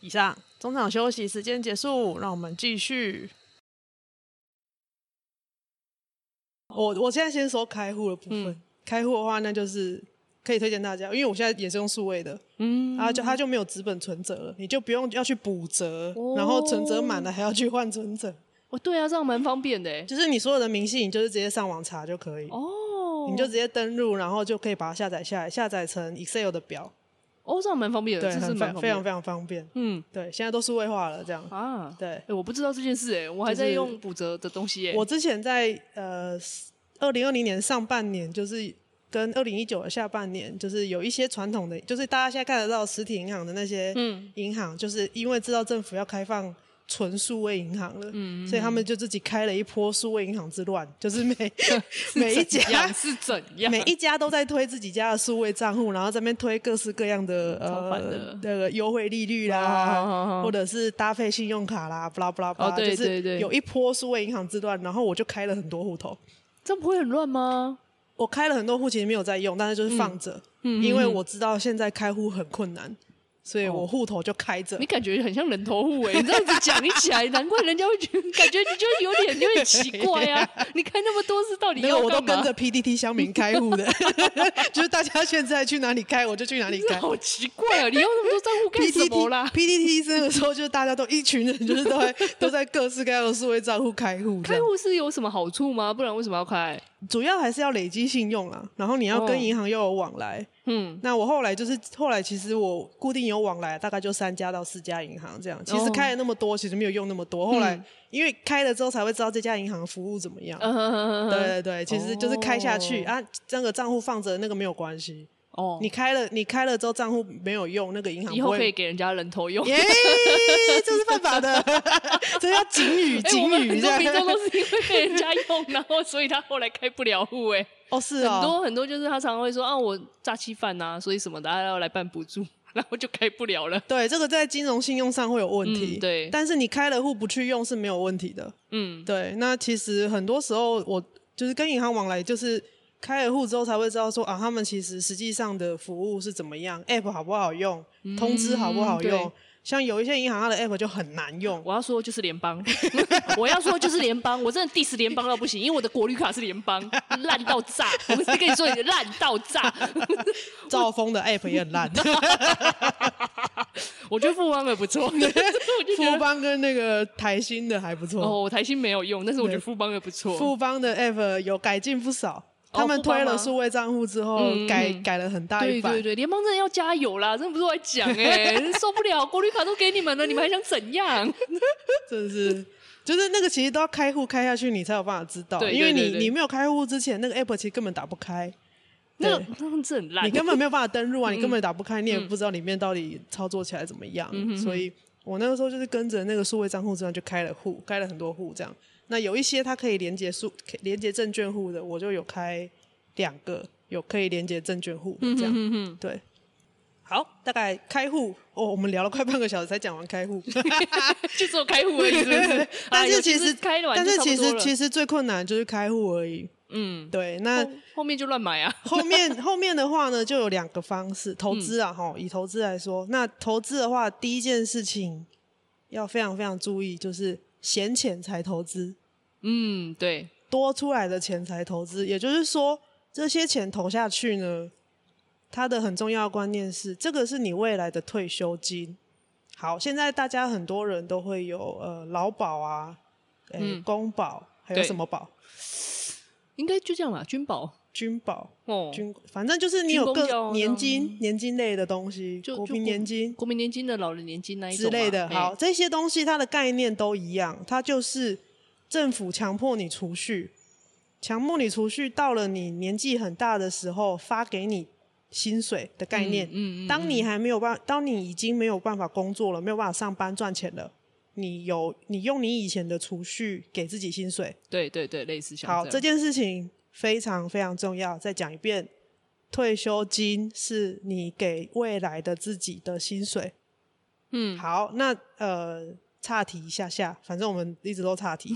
S1: 以上中场休息时间结束，让我们继续。我我现在先说开户的部分，
S2: 嗯
S1: 开户的话，那就是可以推荐大家，因为我现在也是用数位的，
S2: 嗯，
S1: 然后就它就没有资本存折了，你就不用要去补折，
S2: 哦
S1: 然后存折满了还要去换存折，
S2: 哦，对啊，这样蛮方便的欸。
S1: 就是你所有的明细，你就是直接上网查就可以，
S2: 哦，
S1: 你就直接登录，然后就可以把它下载下来，下载成 Excel 的表，
S2: 哦，这样蛮方便的，
S1: 对，
S2: 这是
S1: 很
S2: 蛮
S1: 方非常
S2: 方
S1: 非常方便。
S2: 便的。嗯
S1: 对，现在都数位化了，这样。
S2: 啊，
S1: 对，
S2: 哎，我不知道这件事哎，我还
S1: 就是
S2: 在用补折的东西哎。
S1: 我之前在呃二零二零年上半年，就是跟二零一九的下半年，就是有一些传统的，就是大家现在看得到实体银行的那些
S2: 嗯
S1: 银行，就是因为知道政府要开放纯数位银行了，
S2: 嗯
S1: 所以他们就自己开了一波数位银行之乱，就是 每每一
S2: 怎样
S1: 家。
S2: 是怎样？
S1: 每一家都在推自己家的数位账户，然后这边推各式各样的
S2: 嗯超烦的
S1: 呃那个优惠利率啦，
S2: 啊
S1: 或者是搭配信用卡啦，巴拉巴拉巴
S2: 哦
S1: 拉，
S2: 对
S1: 就
S2: 对对
S1: 是有一波数位银行之乱，然后我就开了很多户头，
S2: 这样不会很乱吗？
S1: 我开了很多户，其实没有在用，但是就是放着，
S2: 嗯，
S1: 因为我知道现在开户很困难，所以我户头就开着。
S2: 你感觉很像人头 户哎，你这样子讲一起来，难怪人家会觉得 感觉你就有点有点奇怪啊。 你开那么多次，到底
S1: 没有，
S2: 要
S1: 我都
S2: 干
S1: 跟
S2: 嘛？
S1: 着 PDT 乡民开户的， 就是大家现在去哪里开，我就去哪里
S2: 这
S1: 开。
S2: 好奇怪啊！你用那么多账户干什
S1: PTT
S2: 么啦？
S1: PDT 那个时候就是大家都一群人，就是都 在都在各式各样的数位账户开户这
S2: 开
S1: 样，
S2: 户是有什么好处吗？不然为什么要开？
S1: 主要还是要累积信用啊，然后你要
S2: 哦
S1: 跟银行又有往来，
S2: 嗯，
S1: 那我后来就是后来，其实我固定有往来，大概就三家到四家银行这样。其实开了那么多，其实没有用那么多。后来、
S2: 嗯
S1: 因为开了之后才会知道这家银行服务怎么样。
S2: 呃，
S1: 对对对，其实就是开下去、
S2: 哦
S1: 啊，那个账户放着那个没有关系。
S2: 哦，
S1: 你开了，你开了之后账户没有用，那个银行
S2: 以
S1: 不
S2: 后
S1: 会
S2: 可以。给人家人头用。
S1: 耶，这是犯法的， 这叫警语，
S2: 哎，我
S1: 警
S2: 们
S1: 语
S2: 很
S1: 这
S2: 多民众
S1: 样。
S2: 都是因为被人家用， 然后所以他后来开不了户。哎，
S1: 哦，是
S2: 很
S1: 哦，
S2: 多很多就是他常常会说啊，我诈欺犯呐，所以什么的，他啊要来办补助， 然后就开不了了。
S1: 对，这个在金融信用上会有问题。
S2: 嗯对
S1: 但是你开了户不去用是没有问题的。
S2: 嗯，
S1: 对，那其实很多时候我就是跟银行往来，就是开了户之后才会知道说啊，他们其实实际上的服务是怎么样，app 好不好用，通知好不好用。
S2: 嗯对
S1: 像有一些银行它的 app 就很难用，
S2: 我要说就是联邦， 我要说就是联邦，我真的 diss 联邦到不行，因为我的国旅卡是联邦，烂到炸。我跟你说，你烂到炸。
S1: 兆丰的 app 也很烂，
S2: 我觉得富邦的 不错，所以 我就觉
S1: 富
S2: 得
S1: 邦跟那个台新的还不错，
S2: 哦，台新没有用，但是我觉得
S1: 对
S2: 富邦的不错。
S1: 富邦的 app 有改进不少。
S2: 哦
S1: 他们
S2: 富邦
S1: 推了
S2: 吗
S1: 数位账户之后，
S2: 嗯嗯
S1: 改
S2: 嗯
S1: 改了很大一
S2: 对
S1: 版。
S2: 对对，联邦真的要加油啦！真的不是我在讲哎、 受不了，国旅卡都给你们了，你们还想怎样？
S1: 真的是，就是那个其实都要开户开下去，你才有办法知道，
S2: 对
S1: 因为
S2: 对对
S1: 你
S2: 对
S1: 你没有开户之前，那个 app 其实根本打不开，
S2: 那
S1: 对
S2: 那这很烂
S1: 你。根本没有办法登录啊，
S2: 嗯
S1: 你根本打不开，你也不知道里面到底操作起来怎么样，
S2: 嗯
S1: 所以我那个时候就是跟着那个数位账户这样就开了户，开了很多户这样。那有一些它可以连接数可以连接证券户的，我就有开两个，有可以连接证券户的这样。
S2: 嗯哼，
S1: 对，好，大概开户哦，我们聊了快半个小时才讲完开 户。
S2: 就只有开户而已，是不是？
S1: 但
S2: 哎呦
S1: 是其
S2: 就是
S1: 实，
S2: 开完
S1: 但
S2: 就是差
S1: 其
S2: 不多
S1: 实呃
S2: 了，
S1: 其实最困难的就是开户而已。
S2: 嗯，
S1: 对，那
S2: 后后面就乱买啊，
S1: 后面后面的话呢，就有两个方式投资
S2: 嗯
S1: 啊，哈、以投资来说，那投资的话，第一件事情要非常非常注意，就是闲钱才投资，
S2: 嗯，对，
S1: 多出来的钱才投资。也就是说，这些钱投下去呢，它的很重要的观念是，这个是你未来的退休金。好，现在大家很多人都会有呃劳保啊，诶、
S2: 嗯
S1: 公保，还有
S2: 对
S1: 什么保？
S2: 应该就这样吧，君宝
S1: 军保。
S2: 哦，
S1: 军，反正就是你有
S2: 军工教
S1: 各
S2: 那
S1: 年
S2: 种
S1: 金、年金类的东西，
S2: 就
S1: 国
S2: 就
S1: 民年金
S2: 国民年金的老人年金那一种
S1: 之
S2: 嘛
S1: 类的。
S2: 嘿
S1: 好，这些东西它的概念都一样，它就是政府强迫你储蓄，强迫你储蓄，到了你年纪很大的时候发给你薪水的概念。
S2: 嗯嗯，嗯
S1: 当你还没有办，当你已经没有办法工作了，没有办法上班赚钱了。你有你用你以前的储蓄给自己薪水，
S2: 对对对，类似像
S1: 好，这
S2: 这样
S1: 件事情非常非常重要。再讲一遍，退休金是你给未来的自己的薪水。
S2: 嗯，
S1: 好，那呃，岔题一下下，反正我们一直都岔题，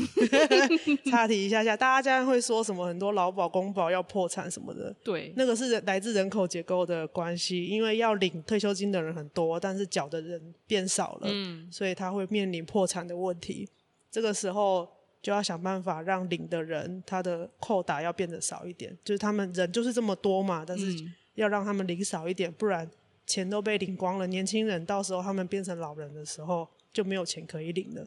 S1: 岔题一下下。大家会说什么很多劳保、公保要破产什么的，
S2: 对，
S1: 那个是来自人口结构的关系，因为要领退休金的人很多，但是缴的人变少了，
S2: 嗯
S1: 所以他会面临破产的问题。这个时候就要想办法让领的人他的扣打要变得少一点，就是他们人就是这么多嘛，但是
S2: 嗯
S1: 要让他们领少一点，不然钱都被领光了，年轻人到时候他们变成老人的时候就没有钱可以领了。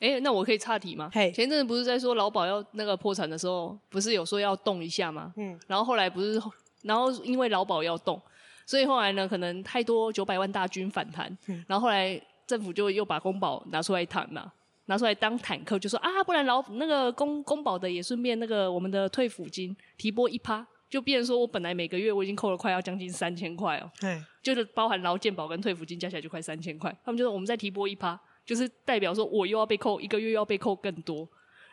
S2: 哎，那我可以岔题吗？
S1: 嘿
S2: 前阵子不是在说劳保要那个破产的时候，不是有说要动一下吗？
S1: 嗯，
S2: 然后后来不是，然后因为劳保要动，所以后来呢，可能太多九百万大军反弹，
S1: 嗯
S2: 然后后来政府就又把公保拿出来谈嘛、拿出来当坦克，就说啊，不然劳那个公公保的也顺便那个我们的退抚金提拨一趴，就变成说我本来每个月我已经扣了快要将近三千块哦，
S1: 哎，
S2: 就是包含劳健保跟退抚金加起来就快三千块，他们就说我们再提拨一趴，就是代表说我又要被扣一个月又要被扣更多。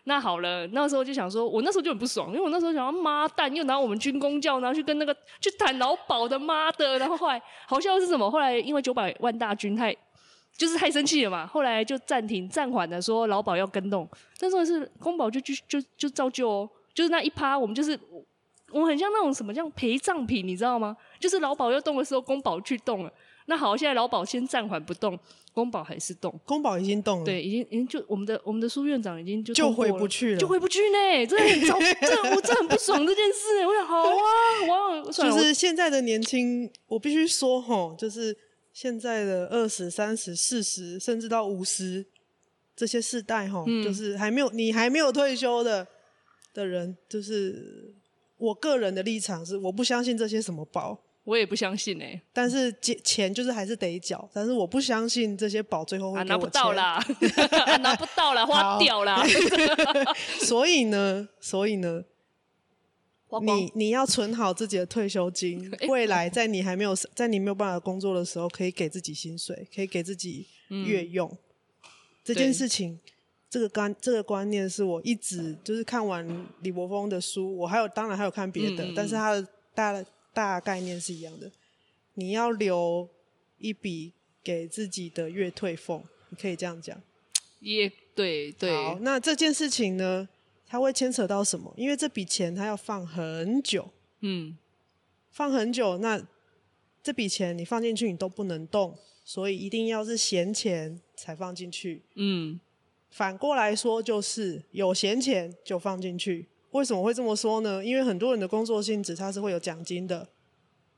S2: 那好了，那时候就想说，我那时候就很不爽，因为我那时候想说，妈蛋，又拿我们军工教，然后去跟那个去谈劳保的，妈的！然后后来好笑的是什么？后来因为九百万大军太就是太生气了嘛，后来就暂停暂缓的说劳保要跟动，但是是公保就就就就照旧哦，就是那一趴我们就是我很像那种什么像陪葬品，你知道吗？就是劳保要动的时候，公保去动了。那好，现在劳保先暂缓不动，公保还是动。
S1: 公保已经动了，
S2: 对，已经已经就我们的我们的苏院长已经就
S1: 嗯就
S2: 通过
S1: 回不去了
S2: 就回不去呢，真的很 糟，这我真的很不爽这件事。我想好啊，我要算了，
S1: 就是现在的年轻，我必须说吼，就是现在的二十三十四十，甚至到五十这些世代吼，
S2: 嗯
S1: 就是还没有你还没有退休的的人，就是我个人的立场是，我不相信这些什么保，
S2: 我我也不相信呢、
S1: 但是钱钱就是还是得缴，但是我不相信这些保最后会
S2: 啊
S1: 给
S2: 拿
S1: 我
S2: 不
S1: 钱。
S2: 到啦， 啊拿不到啦，花
S1: 好
S2: 掉 啦，
S1: 所以呢，所以 呢，
S2: 花光。哎
S1: 你你要存好自己的退休 金，未来在你还没有在你没有办法工作的时候，可以给自己薪水，可以给自己月用。这件
S2: 嗯对
S1: 事情，这个观这个观念是我一直就是看完李博峰的书，我还有当然还有看别的，
S2: 嗯嗯嗯
S1: 但是他的大大概念是一样的。你要留一笔给自己的月退俸，你可以这样讲。
S2: 也对对，
S1: 好，那这件事情呢，它会牵扯到什么？因为这笔钱它要放很久。
S2: 嗯
S1: 放很久，那这笔钱你放进去你都不能动，所以一定要是闲钱才放进去。
S2: 嗯，
S1: 反过来说，就是有闲钱就放进去。为什么会这么说呢？因为很多人的工作性质它是会有奖金的，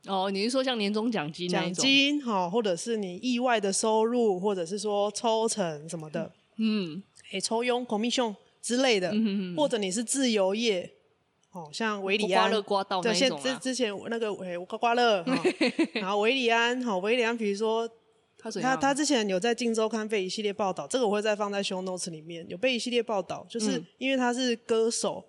S2: 哦，你是说像年终奖金那
S1: 奖
S2: 一种？啊
S1: 金哈，或者是你意外的收入，或者是说抽成什么的，
S2: 嗯
S1: 诶、抽佣 commission 之类的，
S2: 嗯嗯嗯
S1: 或者你是自由业，哦，像维里
S2: 刮
S1: 安
S2: 乐刮到那
S1: 对，
S2: 哦一
S1: 现
S2: 种啊
S1: 之
S2: 啦，
S1: 之前那个诶刮刮 乐，哈然后维里安哈，维里安比如说
S2: 他怎
S1: 他
S2: 样啊
S1: 他之前有在《镜周刊》被一系列报道，这个我会再放在 show notes 里面，有被一系列报道，就是
S2: 嗯
S1: 因为他是歌手，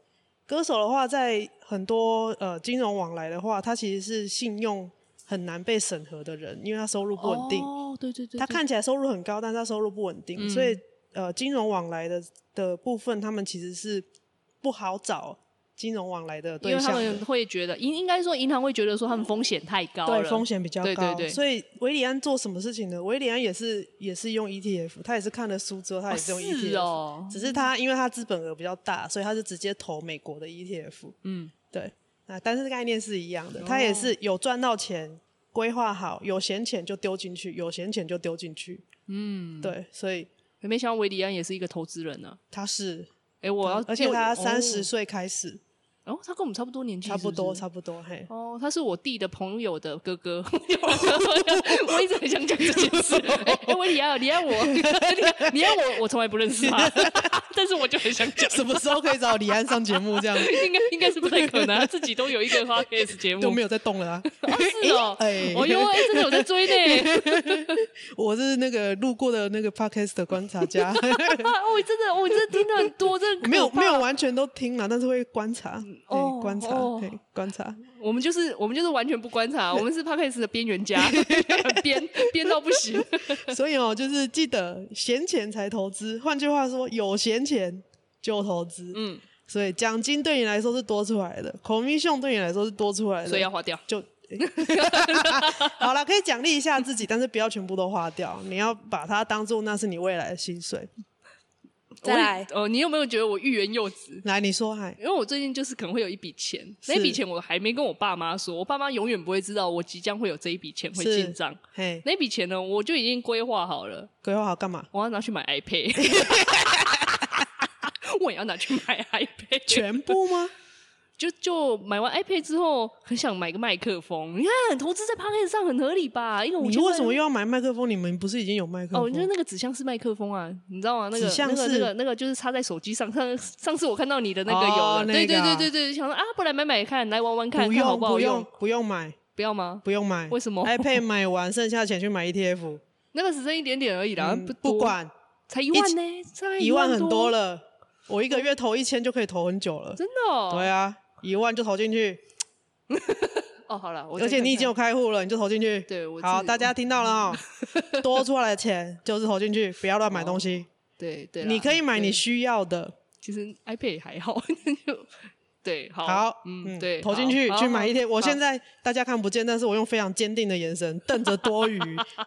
S1: 歌手的话，在很多呃金融往来的话，他其实是信用很难被审核的人，因为他收入不稳定，
S2: 哦，对对对，
S1: 他
S2: 对
S1: 看起来收入很高，但是他收入不稳定，
S2: 嗯
S1: 所以呃金融往来的的部分，他们其实是不好找金融往来的
S2: 因
S1: 对
S2: 为他
S1: 象的。
S2: 们会觉得，应应该说银行会觉得说他们风险太高了，
S1: 对，风险比较高。
S2: 对对对
S1: 所以维里安做什么事情呢？维里安也是也是用 ETF，他也是看了书之后，他也是用 ETF，、
S2: 是哦，
S1: 只是他因为他资本额比较大，所以他是直接投美国的 ETF。
S2: 嗯，哦
S1: 对，啊，但是概念是一样的，他也是有赚到钱，规划好，有闲钱就丢进去，有闲钱就丢进去。嗯，对，所以
S2: 没想到维里安也是一个投资人呢、
S1: 他是，
S2: 哎，我要，
S1: 而且他三十
S2: 哦
S1: 岁开始，
S2: 哦，他跟我们差不多年纪，
S1: 差不多，
S2: 是
S1: 差不多，嘿
S2: 是。哦，他是我弟的朋友的哥哥， 我一直很想讲这件事。哎、哎，维里安，你安我， 你安我，我从来不认识 他，但是我就很想讲，
S1: 什么时候可以找李安上节目？这 样
S2: 应该应该是不太可能，他自己都有一个 podcast 节目，
S1: 都没有在动了啊！
S2: 哦是哦，
S1: 哎
S2: 哦哟，哎，真的有在追呢，
S1: 我是那个路过的那个 podcast 的观察 家，
S2: 啊，我真的，我真的听的很多，真的
S1: 没有
S2: 可怕
S1: 没有，完全都听了，但是会观察，
S2: 哦
S1: 对，观察
S2: 哦，
S1: 对，观察。
S2: 我们就是我们就是完全不观察，我们是 podcast 的边缘家， 编编到不行，
S1: 所以哦，就是记得闲钱才投资，换句话说，有闲钱就投资。
S2: 嗯，
S1: 所以奖金对你来说是多出来的，commission 对你来说是多出来的，
S2: 所以要花掉。
S1: 就。诶 好了，可以奖励一下自己，但是不要全部都花掉。你要把它当做那是你未来的薪水。
S3: 再来
S2: 我呃，你有没有觉得我欲言又止？
S1: 来，你说，嗨，
S2: 因为我最近就是可能会有一笔钱，
S1: 是
S2: 那笔钱我还没跟我爸妈说，我爸妈永远不会知道我即将会有这一笔钱会
S1: 是
S2: 进账。
S1: 嘿，
S2: 那笔钱呢，我就已经规划好了，
S1: 规划好干嘛？
S2: 我要拿去买 iPad，我也要拿去买 iPad，
S1: 全部吗？
S2: 就就买完 iPad 之后，很想买个麦克风。你看，投资在 p o c k e t 上很合理吧？因为我
S1: 你为什么又要买麦克风？你们不是已经有麦克
S2: 哦，
S1: 风？
S2: 就是那个指向式麦克风啊，你知道吗？那
S1: 嗯
S2: 个
S1: 指向
S2: 那个
S1: 式
S2: 那个那个就是插在手机上。上上次我看到你的那个有了，
S1: 哦
S2: 对
S1: 那个
S2: 对
S1: 啊
S2: 对对对，想说啊，不然买买看，来玩玩看，
S1: 不
S2: 看好
S1: 用，
S2: 不好
S1: 不
S2: 用？
S1: 用，哎不用买，
S2: 不要吗？
S1: 不用买。
S2: 为什么
S1: iPad 买完，剩下钱去买 E ETF。
S2: 那个只剩一点点而已啦，
S1: 嗯
S2: 不
S1: 不
S2: 多
S1: 管，
S2: 才一万呢，才
S1: 一万很多
S2: 了，
S1: 了，我一个月投一千就可以投很久了。
S2: 真的、哦。
S1: 对啊，一万就投进去，
S2: 哦，好了，我再
S1: 而且你已经有
S2: 看
S1: 开户了，你就投进去。
S2: 对我
S1: 好，
S2: 自
S1: 大家听到了 哦，多出来的钱就是投进去，不要乱买东西。
S2: 看对哦对啦，
S1: 你可以买你
S2: 对
S1: 需要的。
S2: 其实 iPad 也还好， 就对，好，
S1: 好，
S2: 嗯，对，
S1: 投进去
S2: 好
S1: 去买一天。
S2: 好
S1: 我
S2: 好
S1: 现在大家看不见，但是我用非常坚定的眼神瞪着多 余，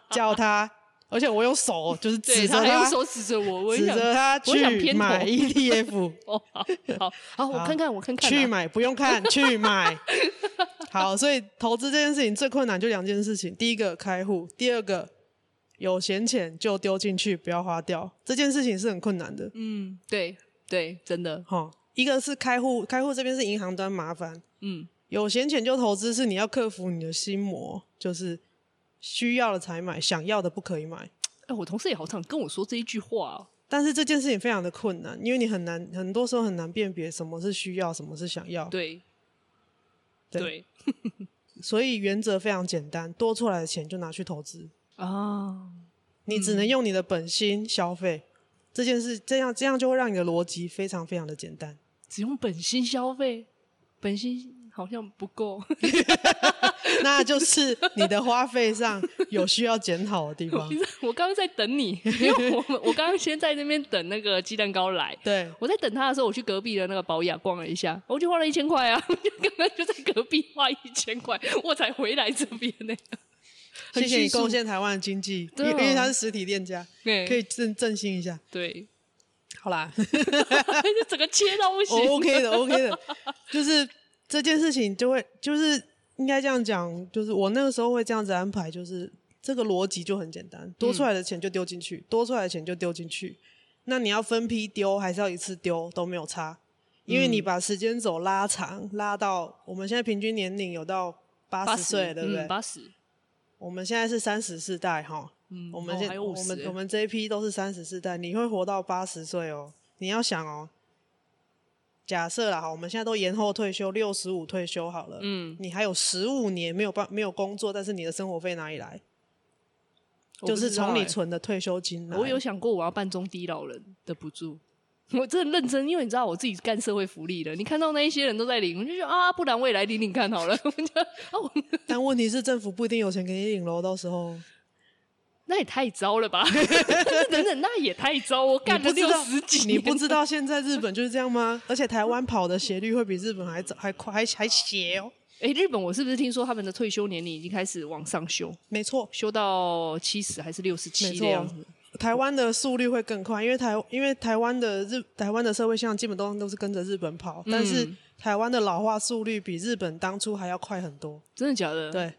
S1: 叫他，而且我用手就是
S2: 对
S1: 指
S2: 他
S1: 着
S2: 还用
S1: 他，
S2: 手指着我，我很
S1: 指
S2: 想
S1: 着他
S2: 我想
S1: 去
S2: 偏
S1: 买
S2: 头
S1: ETF。
S2: 哦，好好好，我
S1: 好
S2: 看看，我看 看啊，
S1: 去买，不用看，去 买。好，所以投资这件事情最困难就两件事情：第一个开户，第二个有闲钱就丢进去，不要花掉。这件事情是很困难的。
S2: 嗯，对对，真的，
S1: 哈，一个是开户，开户这边是银行端麻烦，
S2: 嗯，
S1: 有闲钱就投资是你要克服你的心魔，就是需要了才买，想要的不可以买。
S2: 哎，我同事也好常跟我说这一句话哦，
S1: 但是这件事情非常的困难，因为你很难，很多时候很难辨别什么是需要，什么是想要。
S2: 对
S1: 对
S2: 对
S1: 所以原则非常简单，多出来的钱就拿去投
S2: 嗯
S1: 资。
S2: 啊，
S1: 你只能用你的本心消费、这件事，这样这样就会让你的逻辑非常非常的简单。
S2: 只用本心消费，本心好像不够，
S1: 那就是你的花费上有需要检讨的地 方。
S2: 我刚刚在等你， 因为我们我刚刚先在那边等那个鸡蛋糕来。
S1: 对，
S2: 我在等他的时候，我去隔壁的那个保雅逛了一下，我就花了一千块啊， 我就刚刚就在隔壁花一千块，我才回来这边呢、很
S1: 谢谢你
S2: 迅速
S1: 贡献台湾的经济，因
S2: 对
S1: 为
S2: 啊
S1: 因为他是实体店家，
S2: 对
S1: 可以振振兴一下。
S2: 对，
S1: 好啦，
S2: 就整个切到不行。
S1: 我 OK 的，OK 的，就是这件事情就会，就是应该这样讲，就是我那个时候会这样子安排，就是这个逻辑就很简单，
S2: 嗯
S1: 多出来的钱就丢进去，多出来的钱就丢进去。那你要分批丢，还是要一次丢都没有差，因
S2: 嗯
S1: 为你把时间轴拉长，拉到我们现在平均年龄有到八十岁，对不对？
S2: 八十，
S1: 我们现在是三十世代哈，
S2: 嗯，
S1: 我们
S2: 哦
S1: 现、
S2: 还有
S1: 我
S2: 五十
S1: 们我们这一批都是三十世代，你会活到八十岁哦。你要想哦，假设啦，好，我们现在都延后退休，六十五退休好了，
S2: 嗯，
S1: 你还有十五年没有办没有工作，但是你的生活费哪里来？
S2: 我不
S1: 就是
S2: 知道
S1: 从你
S2: 欸
S1: 存的退休金来。
S2: 我有想过我要办中低老人的补助， 我真的认真，因为你知道我自己干社会福利的，你看到那一些人都在领，我就觉得啊，不然 我也来领领看好了。我就啊，我
S1: 但问题是政府不一定有钱给你领喽，到时候
S2: 那也太糟了吧！等等，那也太糟，我 干了
S1: 你
S2: 六
S1: 不知道
S2: 十几
S1: 你
S2: 年，
S1: 不知道现在日本就是这样吗？而且台湾跑的斜率会比日本还早，还快，还还斜哦。
S2: 哎、日本我是不是听说他们的退休年龄已经开始往上修，
S1: 没错，
S2: 修到七十还是六十
S1: 没
S2: 七的
S1: 错
S2: 样子？
S1: 台湾的速率会更快，因为台因为台湾的日台湾的社会现象基本都都是跟着日本
S2: 嗯
S1: 跑，但是台湾的老化速率比日本当初还要快很多。
S2: 真的假的？，
S1: 对，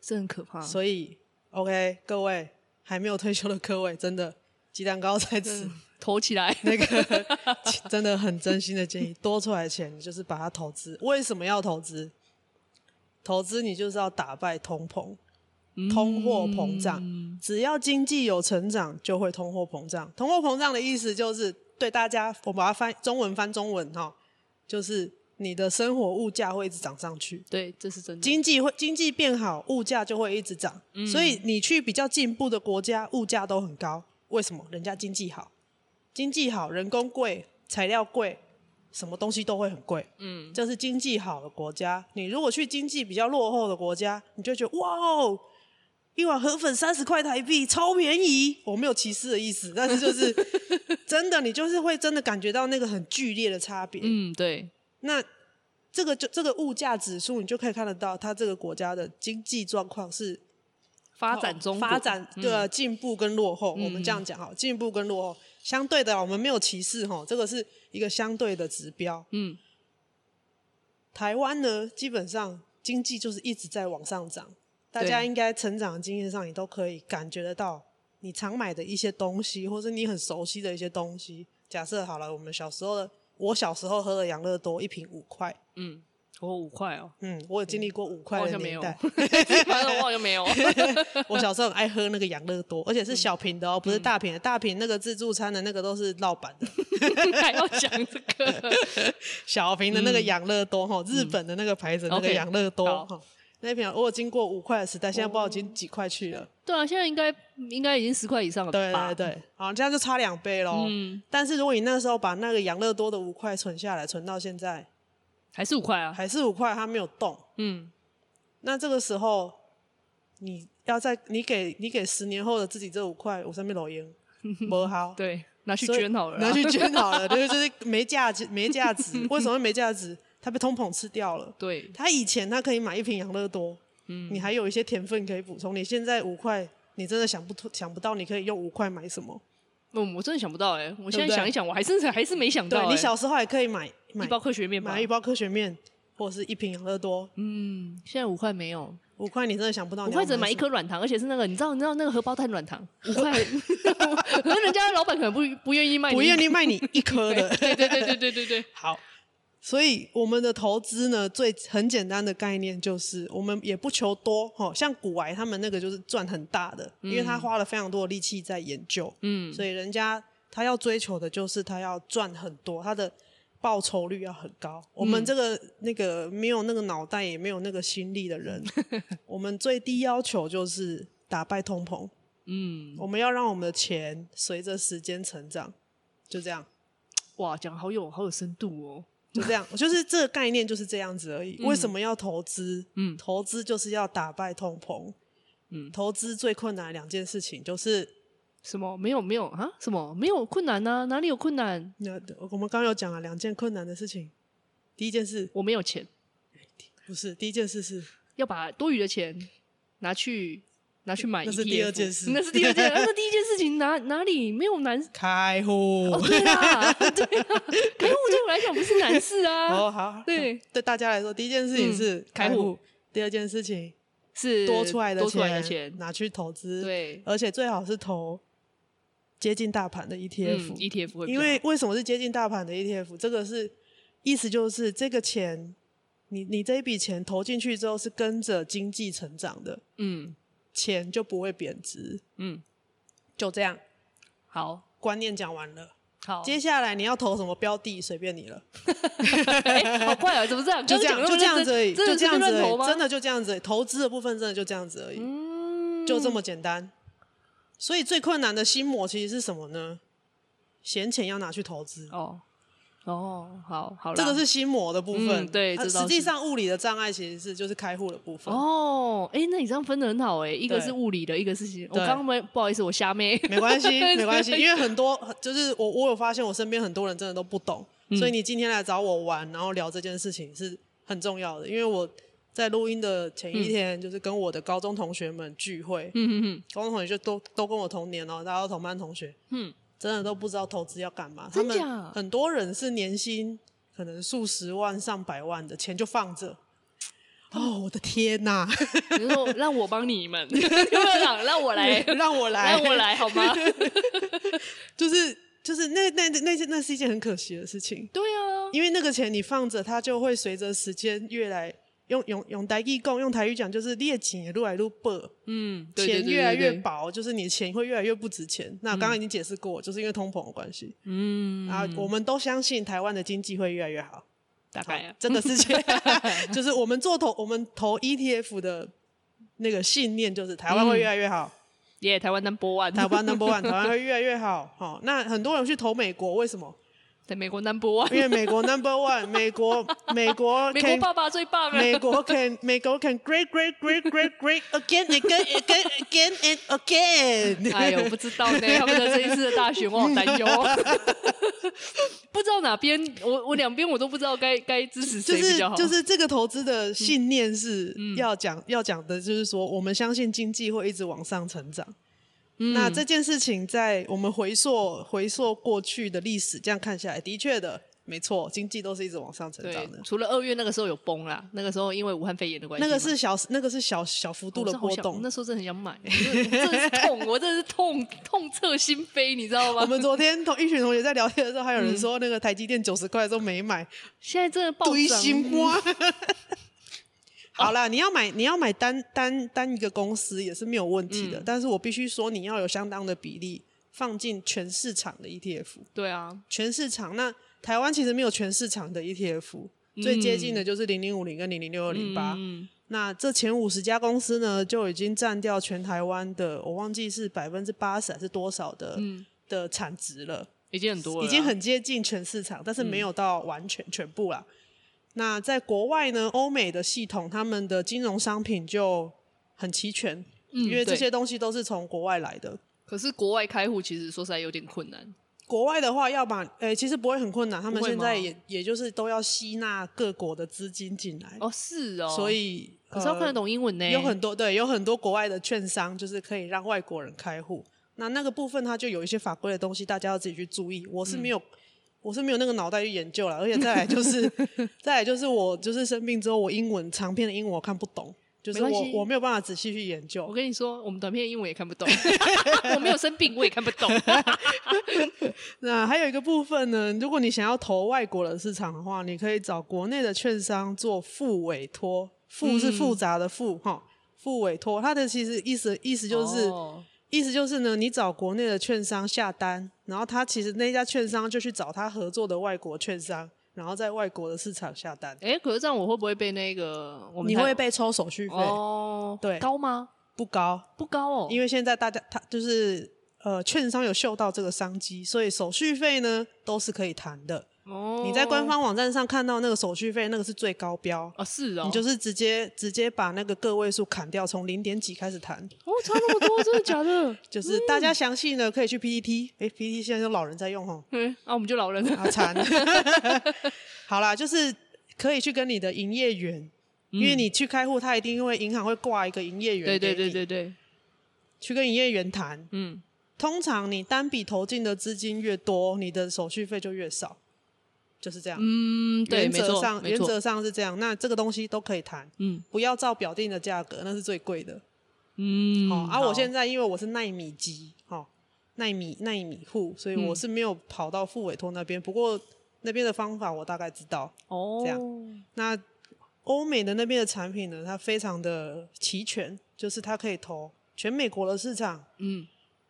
S2: 这很可怕。
S1: 所以 OK，各位还没有退休的各位，真的鸡蛋糕在
S2: 嗯
S1: 此，
S2: 投起来，
S1: 那个真的很真心的建议，多出来的钱你就是把它投资。为什么要投资？投资你就是要打败通膨，
S2: 嗯
S1: 通货膨胀。只要经济有成长，就会通货膨胀。通货膨胀的意思就是，对大家，我把它翻中文翻中文哈，就是你的生活物价会一直涨上去。
S2: 对，这是真的。嗯
S1: 经济会经济变好，物价就会一直涨。所以你去比较进步的国家，物价都很高。为什么？人家经济好，经济好，人工贵，材料贵，什么东西都会很贵。嗯，这是经济好的国家。你如果去经济比较落后的国家，你就觉得哇哦。一碗河粉三十块台币，超便宜。我没有歧视的意思，但是就是 真的，你就是会真的感觉到那个很剧烈的差别。
S2: 嗯，对，
S1: 那这个就这个物价指数，你就可以看得到它这个国家的经济状况是
S2: 发展中国
S1: 哦
S2: 嗯
S1: 发展对啊进、步跟落后。我们这样讲哈，进步跟落后相对的，我们没有歧视哈，这个是一个相对的指标。
S2: 嗯，
S1: 台湾呢，基本上经济就是一直在往上涨，大家
S2: 对
S1: 应该成长的经验上，你都可以感觉得到。你常买的一些东西，或是你很熟悉的一些东西，假设好了，我们小时候的，我小时候喝的养乐多一瓶五块，
S2: 嗯，我五块 哦，
S1: 嗯，我有经历过五
S2: 我
S1: 块
S2: 好
S1: 的
S2: 像没
S1: 年
S2: 有，
S1: 代。
S2: 反正我好像没有。
S1: 我小时候很爱喝那个养乐多，而且
S2: 嗯
S1: 是小瓶的哦，不是大瓶的。大瓶那个自助餐的那个都是盗版 的，
S2: 还要讲这个，
S1: 小瓶的那个养乐多哈，日本的那个牌子那个
S2: 嗯 OK，
S1: 养乐多
S2: 好哦
S1: 哈，那瓶我有经过五块的时代，现在不知道已经几块去了。
S2: 对啊，现在应该应该已经十块以上了
S1: 对
S2: 吧？
S1: 对对，好，这样就差两倍喽。
S2: 嗯，
S1: 但是如果你那个时候把那个养乐多的五块存下来，存到现在
S2: 还是五块啊？
S1: 还是五块，它没有动。
S2: 嗯，
S1: 那这个时候你要在你给你给十年后的自己这五块，我上面 老烟，不好。
S2: 对，拿去
S1: 所以
S2: 捐好了啊，
S1: 拿去捐好 了，对，就是没价值，没价值。为什么会没价值？它被通膨吃掉了。
S2: 对，
S1: 它以前它可以买一瓶养乐多，嗯，你还有一些甜分可以补充。你现在五块，你真的想不出想不到你可以用五块买什么？
S2: 嗯，我真的想不到哎、我
S1: 对
S2: 现在
S1: 不对
S2: 想一想，我还真是还是没想到、
S1: 对
S2: 欸。
S1: 你小时候还可以买
S2: 一
S1: 买
S2: 包科学面包
S1: 买，一包科学面，或者是一瓶养乐多，
S2: 嗯，现在五块没有，
S1: 五块你真的想不到
S2: 五
S1: 你
S2: 块
S1: 要
S2: 只能买一
S1: 什么。
S2: 颗软糖，而且是那个你知道你知道那个荷包蛋软糖，五块， 可是人家老板可能不不愿意卖，
S1: 不愿。意卖你一颗 的，
S2: 对对对对对对对，
S1: 好，所以我们的投资呢，最很简单的概念就是，我们也不求多哈、哦。像古玩他们那个就是赚很大的，因为他花了非常多的力气在研究，
S2: 嗯，
S1: 所以人家他要追求的就是他要赚很多，他的报酬率要很高。
S2: 嗯
S1: 我们这个、那个没有那个脑袋也没有那个心力的 人，我们最低要求就是打败通膨，
S2: 嗯，
S1: 我们要让我们的钱随着时间成长，就这样。
S2: 哇，讲好有好有深度哦，
S1: 就这样，就是这个概念就是这样子而已。为什么要投资？
S2: 嗯
S1: 投资就是要打败通膨。
S2: 嗯
S1: 投资最困难的两件事情就是，
S2: 什么没有没有啊？什么没有困难呢、哪里有困难？
S1: 那我们刚刚有讲了两件困难的事情。第一件事
S2: 我没有钱，
S1: 不是，第一件事是
S2: 要把多余的钱拿去拿去买
S1: 那
S2: ETF，
S1: 是第二件事
S2: 那是第 二件，那是第一件事情，哪哪里没有难？
S1: 开户。
S2: 哦，对啦，对啦，开户对我来讲不是难事啊，
S1: 哦，好，
S2: 对，
S1: 对大家来说，第一件事情是
S2: 嗯开户
S1: 第二件事情
S2: 是
S1: 多出来的
S2: 多出来的钱，
S1: 拿去投资，，
S2: 对，
S1: 而且最好是投接近大盘的 E ETF。
S2: 嗯，ETF 会比较
S1: 因
S2: 好，
S1: 为为什么是接近大盘的 ETF？这个是意思就是这个钱，你你这一笔钱投进去之后是跟着经济成长的，
S2: 嗯
S1: 钱就不会贬值。
S2: 嗯，
S1: 就这样，
S2: 好
S1: 观念讲完了，
S2: 好，
S1: 接下来你要投什么标的随便你了，
S2: 哎好快啊，怎么这 样？
S1: 就这样
S2: 刚
S1: 就这
S2: 刚讲
S1: 样
S2: 那么认
S1: 子而已，
S2: 真
S1: 就
S2: 真的
S1: 这样
S2: 是
S1: 子
S2: 乱
S1: 而
S2: 投
S1: 已，
S2: 吗？嗯
S1: 真的就这样子而已，投资的部分真的就这样子而已，就这么简单。所以最困难的心魔其实是什么呢？闲钱要拿去投资，
S2: 哦哦，好好啦，
S1: 这个是心魔的部分。
S2: 嗯对
S1: 啊
S2: 这倒
S1: 实际
S2: 是
S1: 上物理的障碍其实是就是开户的部分。
S2: 哦，哎，那你这样分的很好哎，一个
S1: 对
S2: 是物理的，一个是心我
S1: 对
S2: 刚刚没不好意思，我瞎妹，
S1: 没关系，没关系，因为很多就是我，我有发现我身边很多人真的都不懂，
S2: 嗯
S1: 所以你今天来找我玩，然后聊这件事情是很重要的。因为我在录音的前一天，就是跟我的高中同学们聚会，
S2: 嗯嗯
S1: 高中同学就都都跟我同年哦，大家都同班同学，
S2: 嗯
S1: 真的都不知道投资要干嘛。他
S2: 真假
S1: 们很多人是年薪可能数十万、上百万的钱就放着。哦，我的天呐！
S2: 嗯，你说让我帮你们，有 没有让让我来，
S1: 让我嗯来，
S2: 让我来好吗？
S1: 就是就是那那那那那是一件很可惜的事情，
S2: 对啊，
S1: 因为那个钱你放着，它就会随着时间越来用用用台语讲，用台语讲就是列钱越来越薄，
S2: 嗯，对对
S1: 钱
S2: 对
S1: 越来
S2: 对
S1: 越
S2: 对
S1: 薄，就是你的钱会越来越不值钱。那刚刚已经解释过，就是因为通膨的关系，
S2: 嗯，
S1: 啊，我们都相信台湾的经济会越来越好。
S2: 大概啊，
S1: 真的是 这样，就是我们做投我们投 ETF 的那个信念就是台
S2: 嗯
S1: 湾会越来越好。
S2: 耶，台湾 number one，
S1: 台湾 number one，台湾会越来越好。好、那很多人去投美国，为什么？
S2: 在美国 number one，
S1: 因为美国 number one，美国美国
S2: 美国
S1: can
S2: 爸爸最棒啊，
S1: 美国 can 美国 can great great great great great again again again again and again。
S2: 哎呦，不知道呢，他们的这一次的大选，我好担忧，哦 不知道哪边，我我两边我都不知道该该支 持
S1: 就
S2: 谁比
S1: 是
S2: 较好，嗯
S1: 就是这个投资的信念是要讲、要讲的，就是说我们相信经济会一直往上成长。
S2: 嗯
S1: 那这件事情在我们回溯回溯过去的历史，这样看下来，的确的没错，经济都是一直往上成
S2: 对
S1: 长的，。
S2: 除了二月那个时候有崩啦，那个时候因为武汉肺炎的关系
S1: 那
S2: 嘛，
S1: 个是小那个是小小幅度
S2: 我
S1: 的
S2: 真的好
S1: 波
S2: 想
S1: 动。
S2: 那时候真的很想买，我真的我真的是痛，我真的是痛痛彻心扉，你知道
S1: 我
S2: 吗？
S1: 们昨天同一群同学在聊天的时候，还有人说那个台积电九十块都没买，
S2: 现在真的嗯暴
S1: 堆
S2: 涨，
S1: 心瓜。好啦，你要买你要买单单单一个公司也是没有问题
S2: 嗯
S1: 的，但是我必须说你要有相当的比例放进全市场的 ETF，
S2: 对啊，
S1: 全市场那台湾其实没有全市场的 ETF，、最接近的就是零零五零跟零零六二零八。
S2: 嗯，
S1: 那这前五十家公司呢，就已经占掉全台湾的，我忘记是百分之八十还是多少的、
S2: 嗯
S1: 的产值了。
S2: 已经很多了，
S1: 已经。很接近全市场，但是
S2: 嗯
S1: 没有到完全、全部啦。那在国外呢，欧美的系统，他们的金融商品就很齐全，因为这
S2: 嗯对
S1: 些东西都是从国外来的。
S2: 可是国外开户其实说实在有点困难，
S1: 国外的话，要把呃、其实不会很困难，他们
S2: 不会
S1: 现在
S2: 吗
S1: 也也就是都要吸纳各国的资金进来，
S2: 哦，是哦，
S1: 所以
S2: 可是要
S1: 呃
S2: 看得懂英文呢，
S1: 有很多对，有很多国外的券商就是可以让外国人开户。那那个部分，它就有一些法规的东西，大家要自己去注意。我
S2: 嗯
S1: 是没有，我是没有那个脑袋去研究了。而且再来就是， 再来就是我就是生病之后，我英文长篇的英文我看不懂，就是
S2: 没关
S1: 我
S2: 系
S1: 我没有办法仔细去研究
S2: 我。跟你说，我们短片的英文也看 不懂，我没有生病，我也看不懂。
S1: 那还有一个部分呢，如果你想要投外国的市场的话，你可以找国内的券商做副委托，副
S2: 嗯
S1: 是复杂的副哈、副委托，它的其实意思意思 就是。
S2: 哦
S1: 意思就是呢，你找国内的券商下单，然后他其实那家券商就去找他合作的外国券商，然后在外国的市场下单，
S2: 哎、可是这样我会不会被那个我们
S1: 你
S2: 台
S1: 会被抽手续费，
S2: 哦？
S1: 对
S2: 高吗？
S1: 不高，
S2: 不高哦，
S1: 因为现在大家他就是呃券商有嗅到这个商机，所以手续费呢都是可以谈的。
S2: 哦，
S1: 你在官方网站上看到那个手续费，那个是最高标。
S2: 哦是哦，
S1: 你就是直接直接把那个个位数砍掉，从零点几开始谈，
S2: 哦差那么多，真的 假的？
S1: 就是大家详细呢可以去 PPT，哎、p p t 现在有老人在用哦吼，
S2: 嗯，啊我们就老 人了，
S1: 啊，惨。好啦，就是可以去跟你的营业员，因为你去开户，他一定会银行会挂一个营业员，
S2: 嗯对对对，对对，
S1: 去跟营业员谈。
S2: 嗯，
S1: 通常你单笔投进的资金越多，你的手续费就越少，就是这样。
S2: 嗯，对，
S1: 原
S2: 没
S1: 则
S2: 错
S1: 上，
S2: 没
S1: 原
S2: 错，
S1: 则上是这样。那这个东西都可以谈，
S2: 嗯
S1: 不要照表定的价格，那是最贵的。
S2: 嗯，
S1: 哦，啊，我现
S2: 在
S1: 在因为我是奈米机，哦，奈米奈米户，所
S2: 嗯
S1: 以我是没有跑到副委托那边。不过那边的方法我大概知道。
S2: 哦
S1: 这那欧美的那边的产品呢，它非常的齐全，就是它可以投全美国的市场、
S2: 嗯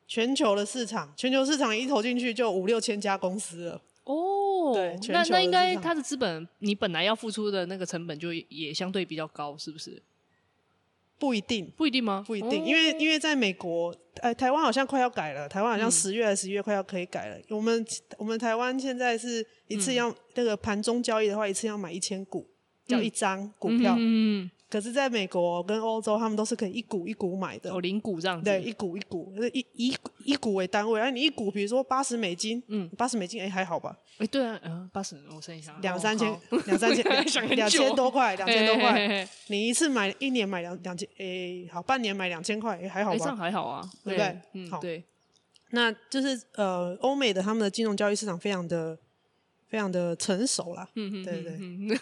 S1: 全球的市场，全球市场一投进去就五六千家公司了。
S2: 哦，
S1: 对全
S2: 那
S1: 球
S2: 那
S1: 的
S2: 应
S1: 市
S2: 该
S1: 场
S2: 它的资本，你本来要付出的那个成本就也相对比较高，是不是？
S1: 不一定，
S2: 不一定吗？哦
S1: 不一定，因为因为在美国，呃，台湾好像快要改了，台湾
S2: 嗯
S1: 好像十月还是十一月快要可以改了。我们我们台湾现在是一
S2: 嗯
S1: 次要、那个盘中交易的话，一次要买一千股，叫一张股票。
S2: 嗯，
S1: 可是，在美国跟欧洲，他们都是可以一股一股买的，
S2: 有哦零股这样子，
S1: 对，一股一股，就是一一一股为单位。然后啊你一股，比如说八十美金，
S2: 嗯
S1: 嗯，八十美金，哎、还好吧，
S2: 哎，对啊，嗯，八十，我算一下，
S1: 两
S2: 哦
S1: 三千
S2: 好，
S1: 两三千
S2: 想很
S1: 两，
S2: 久
S1: 两千多块，两千多
S2: 嘿嘿
S1: 块。
S2: 嘿嘿
S1: 你一次买一年买两两千，哎，好，半年买两千块，哎还好
S2: 哎，
S1: 吧？
S2: 这样还好啊，
S1: 对不对
S2: 嗯，
S1: 好
S2: 对，
S1: 那就是呃，欧美的他们的金融交易市场非常的非常的成熟啦。
S2: 嗯嗯，
S1: 对对
S2: 嗯嗯，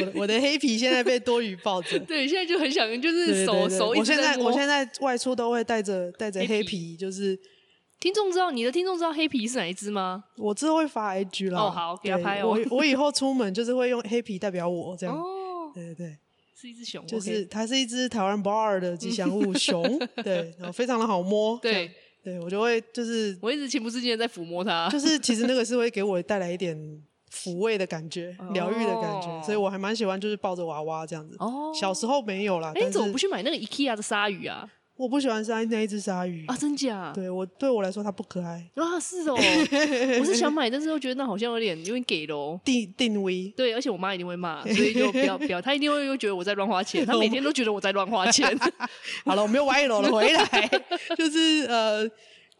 S1: 我的我的黑皮现在被多语抱着
S2: 对，现在就很想，就
S1: 对
S2: 是
S1: 对
S2: 手
S1: 对
S2: 手一
S1: 我
S2: 直
S1: 现在
S2: 摸
S1: 我现在外出都会带着带着
S2: 黑
S1: 黑
S2: 皮
S1: 皮，就是
S2: 听众知道你的听众知道黑皮是哪一只吗？
S1: 我之后会发 IG 啦。
S2: 哦好给他
S1: 对
S2: 拍哦
S1: 我我以后出 门就是会用黑皮代表我这样。
S2: 哦，
S1: 对对对，
S2: 是一只熊，
S1: 就是、
S2: OK
S1: 它是一只台湾 bar 的吉祥物 熊，对，然后非常的好摸。这样
S2: 对，
S1: 对我就会就是
S2: 我一直情不自禁的在抚摸它，
S1: 就是其实那个是会给我带来一点抚慰的感觉
S2: 哦、
S1: 疗愈的感觉，所以我还蛮喜欢就是抱着娃娃这样子。
S2: 哦
S1: 小时候没有啦，
S2: 哎，
S1: 但
S2: 你怎么
S1: 是
S2: 不去买那个 IKEA 的鲨鱼啊？
S1: 我不喜欢鲨那一只鲨鱼
S2: 啊，。真假？
S1: 对我对我来说它不可爱，
S2: 啊，是哦，我是想买，但是又觉得那好像有点有点给喽。
S1: 定定位。
S2: 对，而且我妈一定会骂，所以就不要不要，她一定会又觉得我在乱花钱，她每天都觉得我在乱花钱。
S1: 好了，我们又歪楼了，回来就是呃。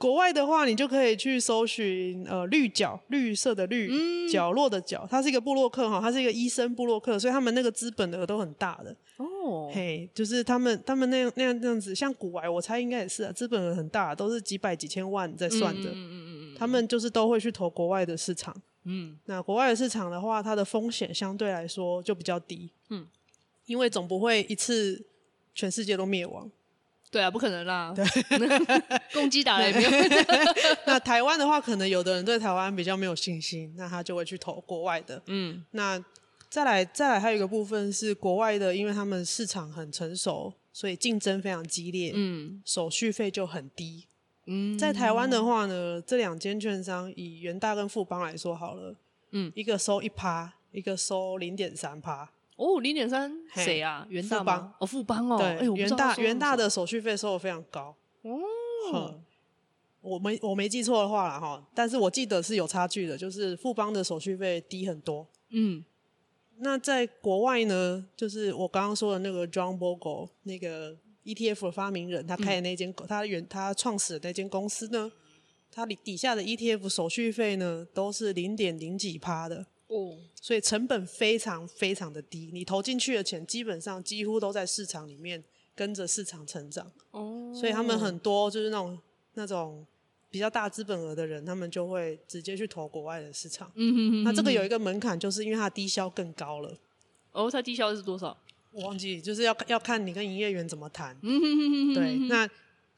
S1: 国外的话，你就可以去搜寻呃绿角，绿色的绿，角落的角，它是一个布洛克哈，它是一个医生布洛克，所以他们那个资本额都很大的。
S2: 哦，
S1: 嘿，就是他们他们那样那样那样子，像古玩，我猜应该也是啊，资本额很大，都是几百几千万在算的。
S2: 嗯嗯嗯
S1: 他们就是都会去投国外的市场。
S2: 嗯
S1: 那国外的市场的话，它的风险相对来说就比较低。
S2: 嗯，
S1: 因为总不会一次全世界都灭亡。
S2: 对啊，不可能啦，公鸡打来没有？
S1: 那台湾的话，可能有的人对台湾比较没有信心，那他就会去投国外的。
S2: 嗯
S1: 那再来再来还有一个部分是国外的，因为他们市场很成熟，所以竞争非常激烈，
S2: 嗯
S1: 手续费就很低。
S2: 嗯，
S1: 在台湾的话呢，这两间券商以元大跟富邦来说好了，
S2: 嗯
S1: 一个收一趴，一个收零点三趴。
S2: 哦，零点三
S1: 嘿
S2: 谁啊？元大
S1: 富
S2: 吗
S1: 邦？
S2: 哦，富邦哦，哎，
S1: 对，
S2: 我不知
S1: 元
S2: 道
S1: 大
S2: 他说
S1: 元大
S2: 什么
S1: 的手续费收的非常高。
S2: 哦
S1: 哼，我没我没记错的话啦哈，但是我记得是有差距的，就是富邦的手续费低很多。
S2: 嗯
S1: 那在国外呢，就是我刚刚说的那个 John Bogle 那个 ETF 的发明人，他
S2: 嗯
S1: 开的那间、他原他创始的那间公司呢，它底底下的 ETF 手续费呢都是零点零几趴的，
S2: 哦，
S1: 所以成本非常非常的低，你投进去的钱基本上几乎都在市场里面跟着市场成长，
S2: 哦，
S1: 所以他们很多就是那种那种比较大资本额的人，他们就会直接去投国外的市场。
S2: 嗯哼哼，
S1: 那这个
S2: 哼
S1: 有一个门槛，就是因为它低消更高了。
S2: 哦，它低消是多少？
S1: 我忘记，就是要要看你跟营业员怎么谈。
S2: 嗯哼哼哼，
S1: 对，那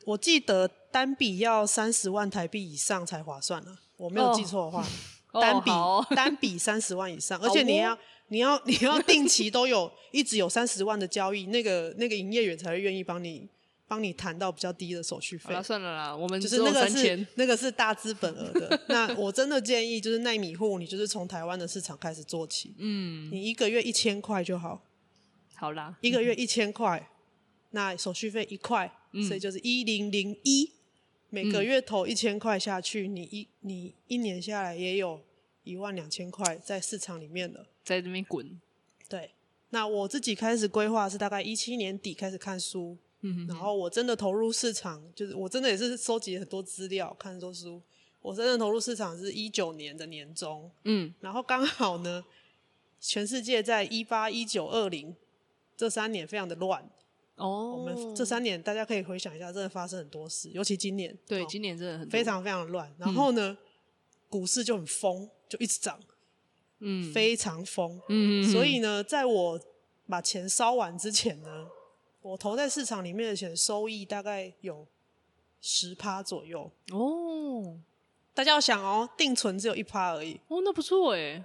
S1: 我记得单笔要三十万台币以上才划算了、我没有记错的话，
S2: 哦
S1: 单笔、
S2: 好 哦
S1: 单笔三十万以 上，而
S2: 哦
S1: 且你要、你要你要定期都有一直有三十万的交易，那个那个营业员才会愿意帮你帮你谈到比较低的手续
S2: 好
S1: 费
S2: 了，。算了啦，我们
S1: 就是
S2: 只有
S1: 那个
S2: 三千
S1: 是那个是大资本额的，那我真的建议就是奈米户，你就是从台湾的市场开始做起，
S2: 嗯，
S1: 你一个月一千块就好，
S2: 好啦，
S1: 一个月一千块，那手续费一块，所以就是一零零一，每个月投一千块下去，你一你一年下来也有一万两千块在市场里面了。
S2: 在那边滚，
S1: 对，那我自己开始规划是大概一七年底开始看书，
S2: 嗯
S1: 然后我真的投入市场，就是我真的也是收集很多资料，看很多书。我真的投入市场是一九年的年中，
S2: 嗯，
S1: 然后刚好呢，全世界在一八、一九、二零这三年非常的乱，
S2: 哦，
S1: 我们这三年大家可以回想一下，真的发生很多事，尤其今年，
S2: 对
S1: 哦
S2: 今年真嗯的很多
S1: 非，常非常的乱。然后呢，股市就很疯，就一直涨，
S2: 嗯
S1: 非常疯。
S2: 嗯，
S1: 所以呢，在我把钱烧完之前呢，我投在市场里面的钱收益大概有十趴左右。
S2: 哦
S1: 大家要想哦，定存只有一趴而已。
S2: 哦，那不错哎，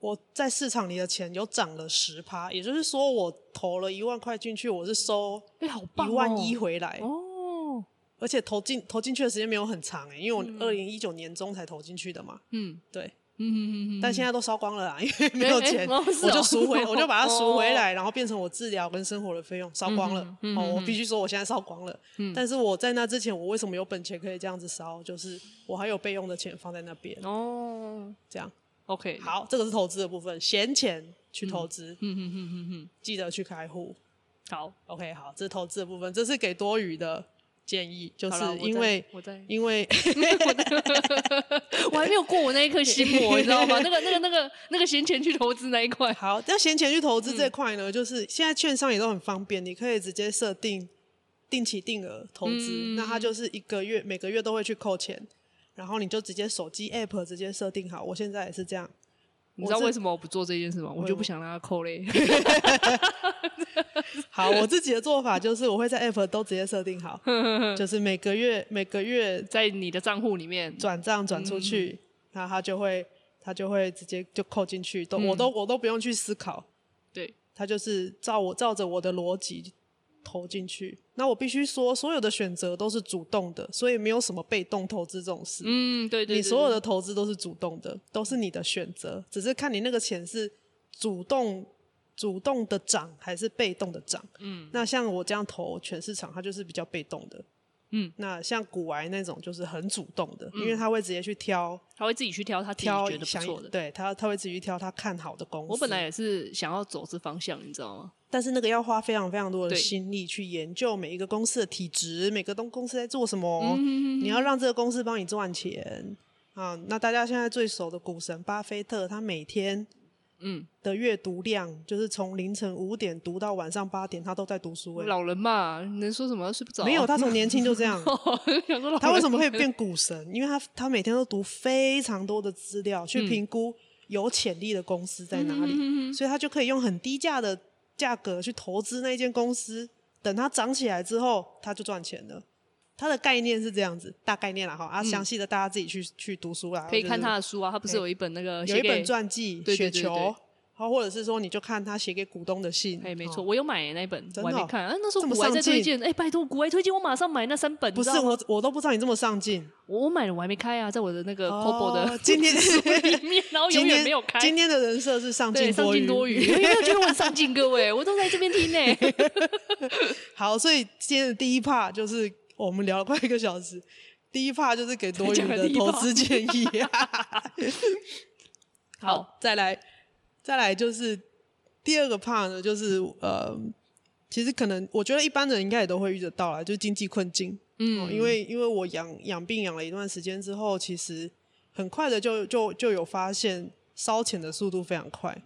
S1: 我在市场里的钱有涨了十趴，也就是说，我投了一万块进去，我是收
S2: 哎，好
S1: 一
S2: 棒哦，
S1: 万一回来。
S2: 哦，
S1: 欸而且投进投进去的时间没有很长哎、因为我二零一九年中才投进去的嘛，
S2: 嗯，
S1: 对，
S2: 嗯嗯嗯嗯，
S1: 但现在都烧光了啦，啊因为没有
S2: 哎
S1: 钱，
S2: 哦是
S1: 我就
S2: 哦
S1: 赎 回，我就把它赎回来，然后变成我治疗跟生活的费用，烧光了。
S2: 嗯哼嗯嗯
S1: 哦
S2: 哼，
S1: 我必须说我现在烧光了。但是我在那之前，我为什么有本钱可以这样子烧？就是我还有备用的钱放在那边，
S2: 哦
S1: 这样
S2: ，OK，，
S1: 好，这个是投资的部分，闲钱去投资，
S2: 嗯嗯嗯嗯嗯，
S1: 记得去开户。
S2: 好，
S1: OK，好，这是投资的部分，这是给多余的建议，就
S2: 好啦
S1: 是因为
S2: 我在。
S1: 因为
S2: 我还没有过我那一颗心魔，你知道吗？那个、那个、那个、那个闲钱去投资那一块，
S1: 好，那闲钱去投
S2: 嗯
S1: 资这块呢，就是现在券商也都很方便，你可以直接设定定期定额投资，
S2: 嗯
S1: 那它就是一个月每个月都会去扣钱，然后你就直接手机 app 直接设定好。我现在也是这样，
S2: 你知道
S1: 我是
S2: 为什么我不做这件事吗？我就不想让他扣嘞。
S1: 好，我自己的做法就是我会在 app 都直接设定 好，就是每个月每个月
S2: 在你的账户里面，
S1: 转账转出
S2: 嗯
S1: 去，然后它就会它就会直接就扣进去，都、我
S2: 嗯
S1: 都我都不用去思考，
S2: 对，
S1: 它就是照我照着我的逻辑投进去。那我必须说，所有的选择都是主动的，所以没有什么被动投资这种事。
S2: 嗯，对对对，
S1: 你所有
S2: 的
S1: 的投资都是主动的，都是你的选择，只是看你那个钱是主动主动的涨还是被动的涨。嗯，那像我这样投全市场，它就是比较被动的。
S2: 嗯，
S1: 那像股癌那种就是很主动的，因为他会直接去挑
S2: 他会自己去挑他自己
S1: 挑
S2: 觉得不
S1: 想
S2: 错的。
S1: 对他他会自己去挑他看好的公司。
S2: 我本来也是想要走这方向，你知道吗？
S1: 但是那个要花非常非常多的
S2: 对
S1: 心力去研究每一个公司的体质，每个东公司在做什
S2: 嗯
S1: 么，你要让这个公司帮你赚钱啊。那大家现在最熟的股神巴菲特，他每天
S2: 嗯，
S1: 的阅读量就是从凌晨五点读到晚上八点，他都在读书、欸。
S2: 老人嘛，能说什么？睡不着。啊
S1: 没有，他从年轻就这样。
S2: 想说老 人
S1: 他为什么会变股神？因为他他每天都读非常多的资料
S2: 嗯
S1: 去评估有潜力的公司在哪里，所以他就可以用很低价的价格去投资那间公司。等它涨起来之后，他就赚钱了。他的概念是这样子，大概念了哈啊，详细的大家自己去去读书啦。
S2: 嗯可以看
S1: 就是
S2: 他的书啊？他不是有一本那个
S1: 有
S2: 写
S1: 一
S2: 给
S1: 本传记《
S2: 对对
S1: 雪
S2: 对
S1: 球
S2: 对》，
S1: 好，或者是说你就看他写给股东的信。
S2: 哎，没
S1: 哦
S2: 错，我有买那一本，
S1: 真
S2: 我
S1: 的哦
S2: 还没看。啊，那时
S1: 这
S2: 候
S1: 么
S2: 古玩在
S1: 上进
S2: 推荐，哎，拜托古玩推荐，我马上买那三本。
S1: 不
S2: 你知
S1: 是
S2: 道吗
S1: 我，我都不知道你这么上进。
S2: 我我买了，我哎还没开啊，在我的那个 c o b o
S1: 哦
S2: 的
S1: 今 天
S2: 里面，然后
S1: 今
S2: 永远
S1: 天
S2: 没有开。
S1: 今天的人设是上
S2: 对，
S1: 进
S2: 上进多余， 有没有觉得我很上进？各位，我都在这边听呢。
S1: 好，所以今天的第一 part 就是我们聊了快一个小时，第一 part 就是给多余
S2: 讲了
S1: 的
S2: 第一
S1: 投
S2: part
S1: 资建议、啊
S2: 好，
S1: 再来，再来就是第二个 part 呢，就是呃，其实可能我觉得一般人应该也都会遇得到啦，就是经济困境。
S2: 嗯
S1: 哦因为因为我养养病养了一段时间之后，其实很快的就就就有发现烧钱的速度非常快，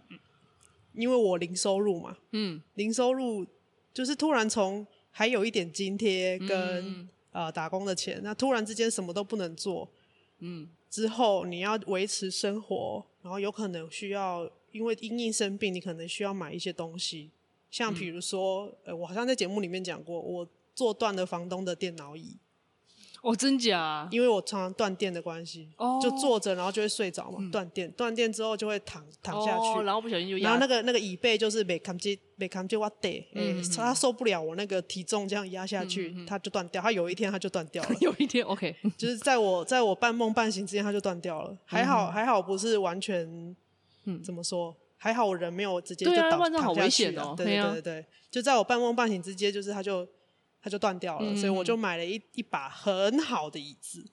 S1: 因为我零收入嘛，
S2: 嗯，
S1: 零收入就是突然从还有一点津贴跟、呃打工的钱，那突然之间什么都不能做，
S2: 嗯，
S1: 之后你要维持生活，然后有可能需要因为因应生病，你可能需要买一些东西，像比如说，呃，我好像在节目里面讲过，我做断了房东的电脑椅，
S2: 哦，真假？
S1: 因为我常常断电的关系，嗯
S2: 哦
S1: 就坐着然后就会睡着嘛，断电，断电之后就会躺躺下去，
S2: 哦，然后不小心就
S1: 然
S2: 压，
S1: 后那个那个椅背就是没扛住，没扛住我得，哎、他受不了我那个体重这样压下去，他就断掉。他有一天他就断掉了
S2: 有一天 OK，
S1: 就是在我在我半梦半醒之间他就断掉了。还好、还好不是完全，
S2: 嗯
S1: 怎么说？还好我人没有直接就
S2: 对啊
S1: 倒、
S2: 不然这样好
S1: 躺下
S2: 危
S1: 去
S2: 险
S1: 了。
S2: 哦
S1: 对
S2: 对
S1: 对
S2: 啊
S1: 对对对，就在我半梦半醒之间，就是他就他就断掉了，
S2: 嗯
S1: 所以我就买了一一把很好的椅子。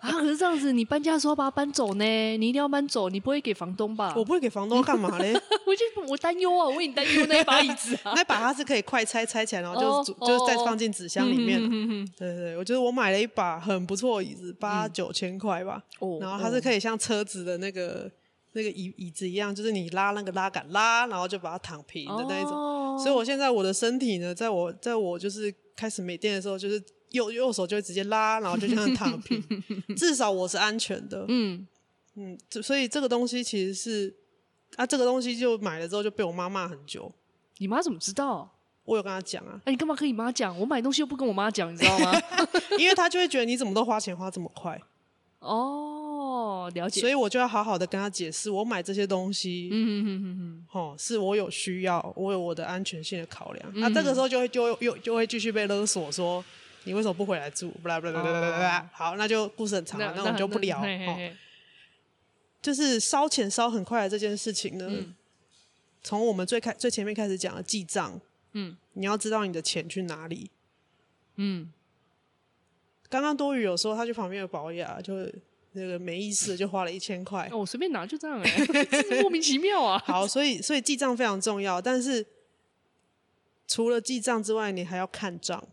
S2: 啊，可是这样子，你搬家的时候要把它搬走呢，你一定要搬走，你不会给房东吧？
S1: 我不会给房东干嘛嘞？
S2: 我就我担忧啊，我为你担忧那一把椅子 啊。
S1: 那把它是可以快拆拆起来，然后就、
S2: 哦
S1: 组
S2: 哦
S1: 就是再放进纸箱里面了。
S2: 嗯 嗯，
S1: 对对对，我觉得我买了一把很不错的椅子，八九千块吧。
S2: 哦
S1: 然后它是可以像车子的那个那个椅椅子一样，就是你拉那个拉杆拉，然后就把它躺平的那一种。
S2: 哦
S1: 所以我现在我的身体呢，在我在我就是开始没电的时候，就是右右手就会直接拉，然后就这样躺 平。至少我是安全的。
S2: 嗯，
S1: 嗯，这所以这个东西其实是啊，这个东西就买了之后就被我妈骂很久。
S2: 你妈怎么知道？
S1: 我有跟她讲啊，
S2: 哎，你干嘛跟你妈讲？我买东西又不跟我妈讲，你知道吗？
S1: 因为她就会觉得你怎么都花钱花这么快。
S2: 哦，了解。
S1: 所
S2: 以，
S1: 以我就要好好的跟他解释，我买这些东西，
S2: 嗯嗯嗯嗯
S1: 哦、是我有需要，我有我的安全性的考量。那、这个时候就会就会又就会继续被勒索说。你为什么不回来住？不啦不啦不啦不啦不啦！好，那就故事很长
S2: 嗯，
S1: 了，那我们就不聊。
S2: 嘿嘿
S1: 哦，
S2: 嘿
S1: 就是烧钱烧很快的这件事情呢，从、我们最开最前面开始讲的记账，
S2: 嗯
S1: 你要知道你的钱去哪里。
S2: 嗯，
S1: 刚刚多余有说他去旁边的保雅，就那个没意思就花了一千块。
S2: 哦我随便拿就这 样哎、真是莫名其妙 啊。
S1: 好，所以所以记账非常重要，但是除了记账之外，你还要看账。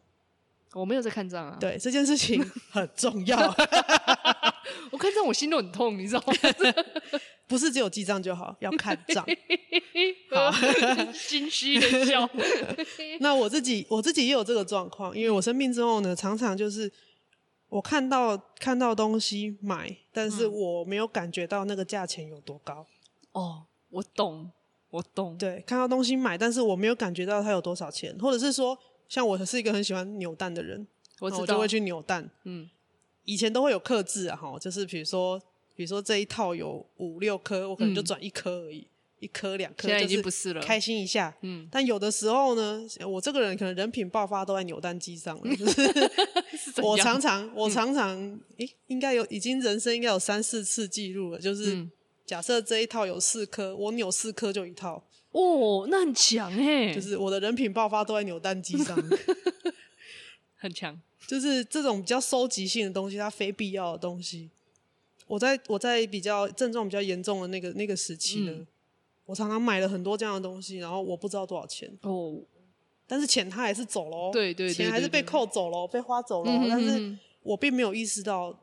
S2: 我没有在看账啊，
S1: 对，这件事情很重要，
S2: 我看账我心都很痛，你知道 吗？
S1: 不是只有记账就好，要看账。好，
S2: 呃心虚的 笑。
S1: 那我自己我自己也有这个状况，因为我生病之后呢，常常就是我看到看到东西买，但是我没有感觉到那个价钱有多高。
S2: 哦，我懂，我懂。
S1: 对，看到东西买，但是我没有感觉到它有多少钱，或者是说，像我是一个很喜欢扭蛋的人，
S2: 我
S1: 那
S2: 知
S1: 我就
S2: 道
S1: 会。去扭蛋。
S2: 嗯，
S1: 以前都会有克制啊，哈，就是比如说，比如说这一套有五六颗，我可能就
S2: 嗯
S1: 转一颗而已，一颗两颗，
S2: 现在已经不
S1: 是
S2: 是了。
S1: 开心一下。
S2: 嗯，
S1: 但有的时候呢，我这个人可能人品爆发都在扭蛋机上 了，就是
S2: 是怎
S1: 我
S2: 样嗯
S1: 常常我常常诶、应该有已经人生应该有三四次记录了，就是、
S2: 嗯
S1: 假设这一套有四颗，我扭四颗就一套，
S2: 哦，那很强哎、
S1: 就是我的人品爆发都在扭蛋机上，
S2: 很强。
S1: 就是这种比较收集性的东西，它非必要的东西。我在我在比较症状比较严重的那个那个时期呢，
S2: 嗯
S1: 我常常买了很多这样的东西，然后我不知道多少钱，
S2: 哦，
S1: 但是钱它还是走喽，
S2: 对对对
S1: 钱还是
S2: 对对
S1: 被扣走喽，被花走喽，哦
S2: 嗯哼
S1: 但
S2: 哼
S1: 是
S2: 哼
S1: 我并没有意识到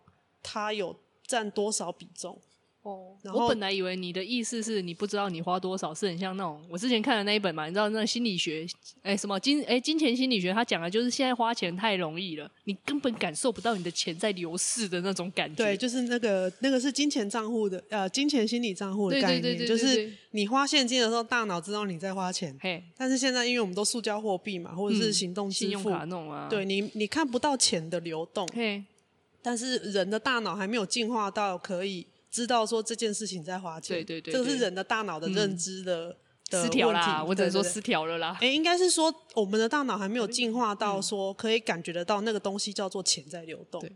S1: 它有占多少比重。
S2: 哦，
S1: 然后
S2: 我本来以为你的意思是你不知道你花多少，是很像那种我之前看的那一本嘛，你知道那心理学，哎、什么金哎、金钱心理学，它讲的就是现在花钱太容易了，你根本感受不到你的钱在流逝的那种感觉。
S1: 对，就是那个那个是金钱账户的呃，金钱心理账户的
S2: 对对
S1: 概念，
S2: 对对对
S1: 就是
S2: 对
S1: 你花现金的时候，大脑知道你在花钱，
S2: 嘿，
S1: 但是现在因为我们都塑胶货币嘛，或者是
S2: 嗯
S1: 行动支
S2: 信用
S1: 付，
S2: 卡那种啊，
S1: 对，你你看不到钱的流动，
S2: 嘿，
S1: 但是人的大脑还没有进化到可以知道说这件事情在花钱，
S2: 对对对
S1: 这个是
S2: 对嗯
S1: 人的大脑的认知的、的
S2: 失调
S1: 问
S2: 啦，
S1: 题
S2: 我只能说。
S1: 对对
S2: 失调了啦。
S1: 对哎，应该是说我们的大脑还没有进化到说可以感觉得到那个东西叫做钱在流动
S2: 嗯对，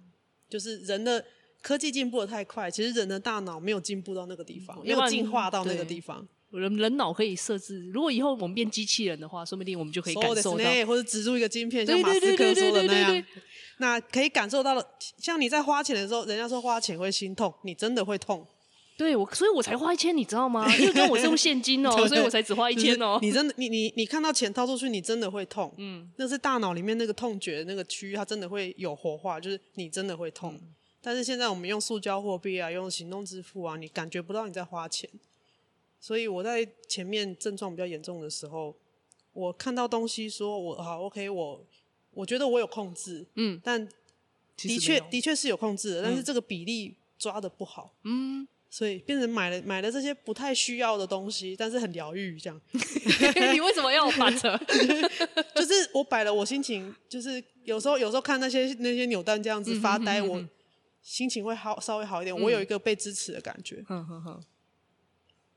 S1: 就是人的科技进步的太快，其实人的大脑没有进步到那个地方，没
S2: 嗯要不
S1: 有
S2: 然
S1: 进化到那个
S2: 对
S1: 地方。
S2: 人人脑可以设置，如果以后我们变机器人的话，说不定我们就可以感
S1: そうです
S2: 受到。
S1: ね或者植入一个晶片，像
S2: 对
S1: 马
S2: 对
S1: 斯
S2: 对
S1: 克
S2: 对
S1: 说
S2: 对
S1: 的
S2: 对
S1: 那
S2: 对
S1: 样
S2: 对，，
S1: 那可以感受到了。像你在花钱的时候，人家说花钱会心痛，你真的会痛。
S2: 对我，所以我才花一千，你知 道吗？因为跟我是用现金哦、
S1: 对
S2: 所以我才只花一千哦、
S1: 就是你真的，你你你看到钱掏出去，你真的会痛。
S2: 嗯，
S1: 那是大脑里面那个痛觉的那个区域，它真的会有活化，就是你真的会痛。
S2: 嗯
S1: 但是现在我们用塑胶货币啊，用行动支付啊，你感觉不到你在花钱。所以我在前面症状比较严重的时候，我看到东西说我好 OK，我我觉得我有控制，
S2: 嗯，
S1: 但
S2: 其
S1: 的
S2: 实没
S1: 确
S2: 有
S1: 的确是有控制的，但是这个比例抓的不好，
S2: 嗯，
S1: 所以变成买了买了这些不太需要的东西，但是很疗愈，这样
S2: 你为什么要我把 扯？
S1: 就是我摆了，我心情就是有时候有时候看那些那些扭蛋这样子发呆，
S2: 嗯哼嗯哼嗯
S1: 我心情会好稍微好一点，我有一个被支持的感觉，
S2: 哼哼哼，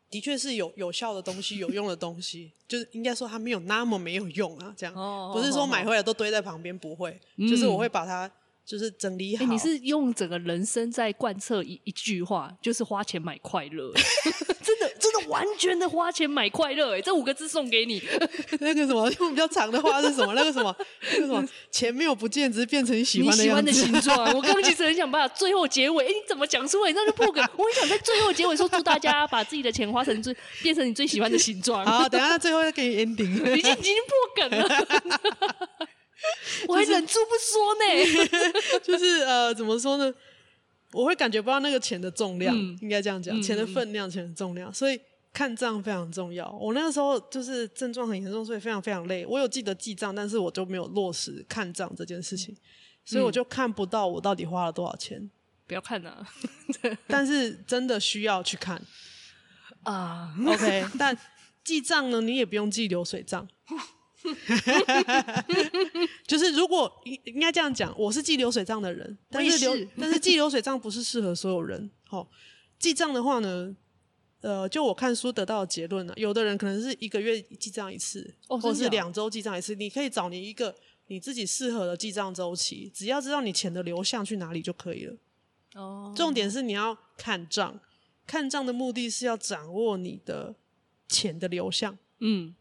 S1: 的确是有有效的东西，有用的东西，就是应该说它没有那么没有用啊，这样
S2: 哦
S1: 不是说买
S2: 哦
S1: 回来都堆在旁边不会，就是我会把它就是整理好。
S2: 哎、你是用整个人生在贯彻一一句话，就是花钱买快 乐，真的真的完全的花钱买快乐，哎，这五个字送给你，
S1: 那个什么用比较长的话是什么？那个什么，那个什 么，钱没有不见，只是变成你喜
S2: 你
S1: 欢的
S2: 喜欢
S1: 样
S2: 的
S1: 子。
S2: 形状。我刚刚其实很想把最后结尾，哎、你怎么讲出来？那就破梗。我很想在最后结尾说，祝大家把自己的钱花成最变成你最喜欢的形状。
S1: 好，等一下最后再给你 ending。
S2: 已经已经破梗 了， 我还忍住不说 呢。
S1: 就是呃，怎么说呢？我会感觉不到那个钱的重量，
S2: 嗯
S1: 应该这样讲，
S2: 嗯
S1: 钱的分量、钱的重量，所以看账非常重要。我那个时候就是症状很严重，所以非常非常累。我有记得记账，但是我就没有落实看账这件事情，
S2: 嗯
S1: 所以我就看不到我到底花了多少钱。
S2: 不要看啊呐
S1: 但是真的需要去看
S2: 啊！
S1: ，OK？但 记账呢，你也不用记流水账。就是如果应应该这样讲，我是记流水账的人，但是
S2: 我
S1: 流
S2: 也是
S1: 但是记流水账不是适合所有人。好、记账的话呢，呃，就我看书得到的结论呢、啊有的人可能是一个月记账一次，
S2: 哦
S1: 或
S2: 真的
S1: 是
S2: 假的
S1: 两周记账一次。你可以找你一个你自己适合的记账周期，只要知道你钱的流向去哪里就可以了。
S2: 哦，
S1: 重点是你要看账，看账的目的是要掌握你的钱的流向。
S2: 嗯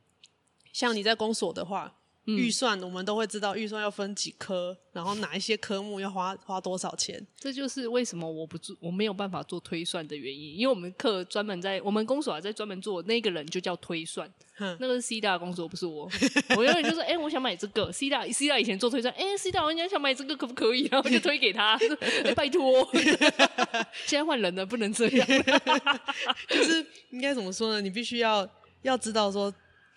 S1: 像你在公所的话，
S2: 嗯
S1: 预算我们都会知道预算要分几科，然后哪一些科目要花花多少钱。
S2: 这就是为什么我不做，我没有办法做推算的原因，因为我们课专门在我们公所啊，在专门做那个人就叫推算，
S1: 哼
S2: 那个是 C 大的工作，不是我。我永远就说，哎、我想买这个。C 大 C 大以前做推算，哎、c 大人家想买这个可不可以？然后我就推给他，说哎拜托。 现在换人了，不能这样。
S1: 就是应该怎么说呢？你必须要要知道说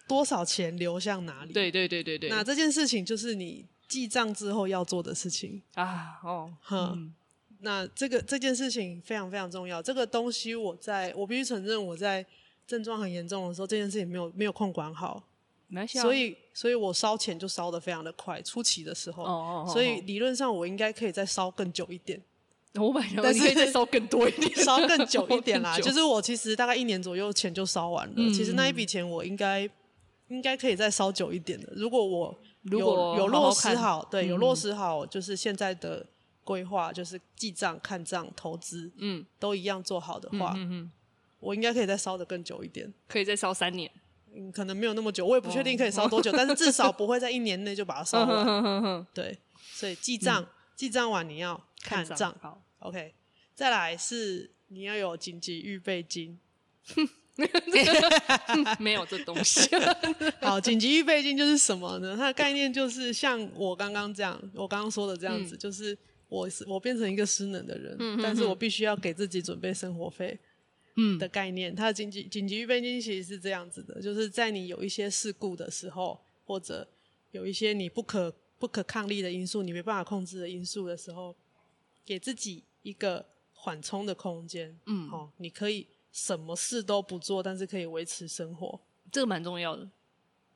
S1: 多少钱流向哪里。，
S2: 对对对对对，
S1: 那这件事情就是你记账之后要做的事情。
S2: 啊哦，
S1: 哼
S2: 嗯
S1: 那这个这件事情非常非常重要。这个东西我在我必须承认，我在症状很严重的时候，这件事情没有没有控管好，
S2: 没关系啊
S1: 所以所以我烧钱就烧的非常的快，初期的时候。
S2: 哦哦，哦
S1: 所以理论上我应该可以再烧更久一点，
S2: 哦我本来想说
S1: 但
S2: 你
S1: 是
S2: 可以再烧更多一点，
S1: 烧 更久一点啦。
S2: 更久
S1: 就是我其实大概一年左右钱就烧完了，
S2: 嗯
S1: 其实那一笔钱我应该应该可以再烧久一点的。如果我
S2: 如果
S1: 有有
S2: 好好
S1: 落实
S2: 看
S1: 好，对，有
S2: 嗯
S1: 落实好，就是现在的规划，就是记账、看账、投资
S2: 嗯
S1: 都一样做好的
S2: 嗯
S1: 话，
S2: 嗯嗯，
S1: 我应该可以再烧的更久一点。
S2: 可以再烧三年。
S1: 嗯，可能没有那么久，我也不确定可以烧 多久，但是至少不会在一年内就把它烧
S2: 嗯哼
S1: 完。
S2: 嗯哼哼哼
S1: 对，所以记账，记账完你要看账。
S2: 好，
S1: OK，再来是你要有紧急预备金。
S2: 没有这东西。
S1: 好，紧急预备金就是什么呢？它的概念就是像我刚刚这样，我刚刚说的这样子，就是我是我变成一个失能的人，
S2: 嗯哼
S1: 但是我必须要给自己准备生活费
S2: 嗯
S1: 的概念。它的紧急紧急预备金其实是这样子的，就是在你有一些事故的时候，或者有一些你不可不可抗力的因素，你没办法控制的因素的时候，给自己一个缓冲的空间。
S2: 嗯，
S1: 哦，你可以什么事都不做，但是可以维持生活。
S2: 这个蛮重要的，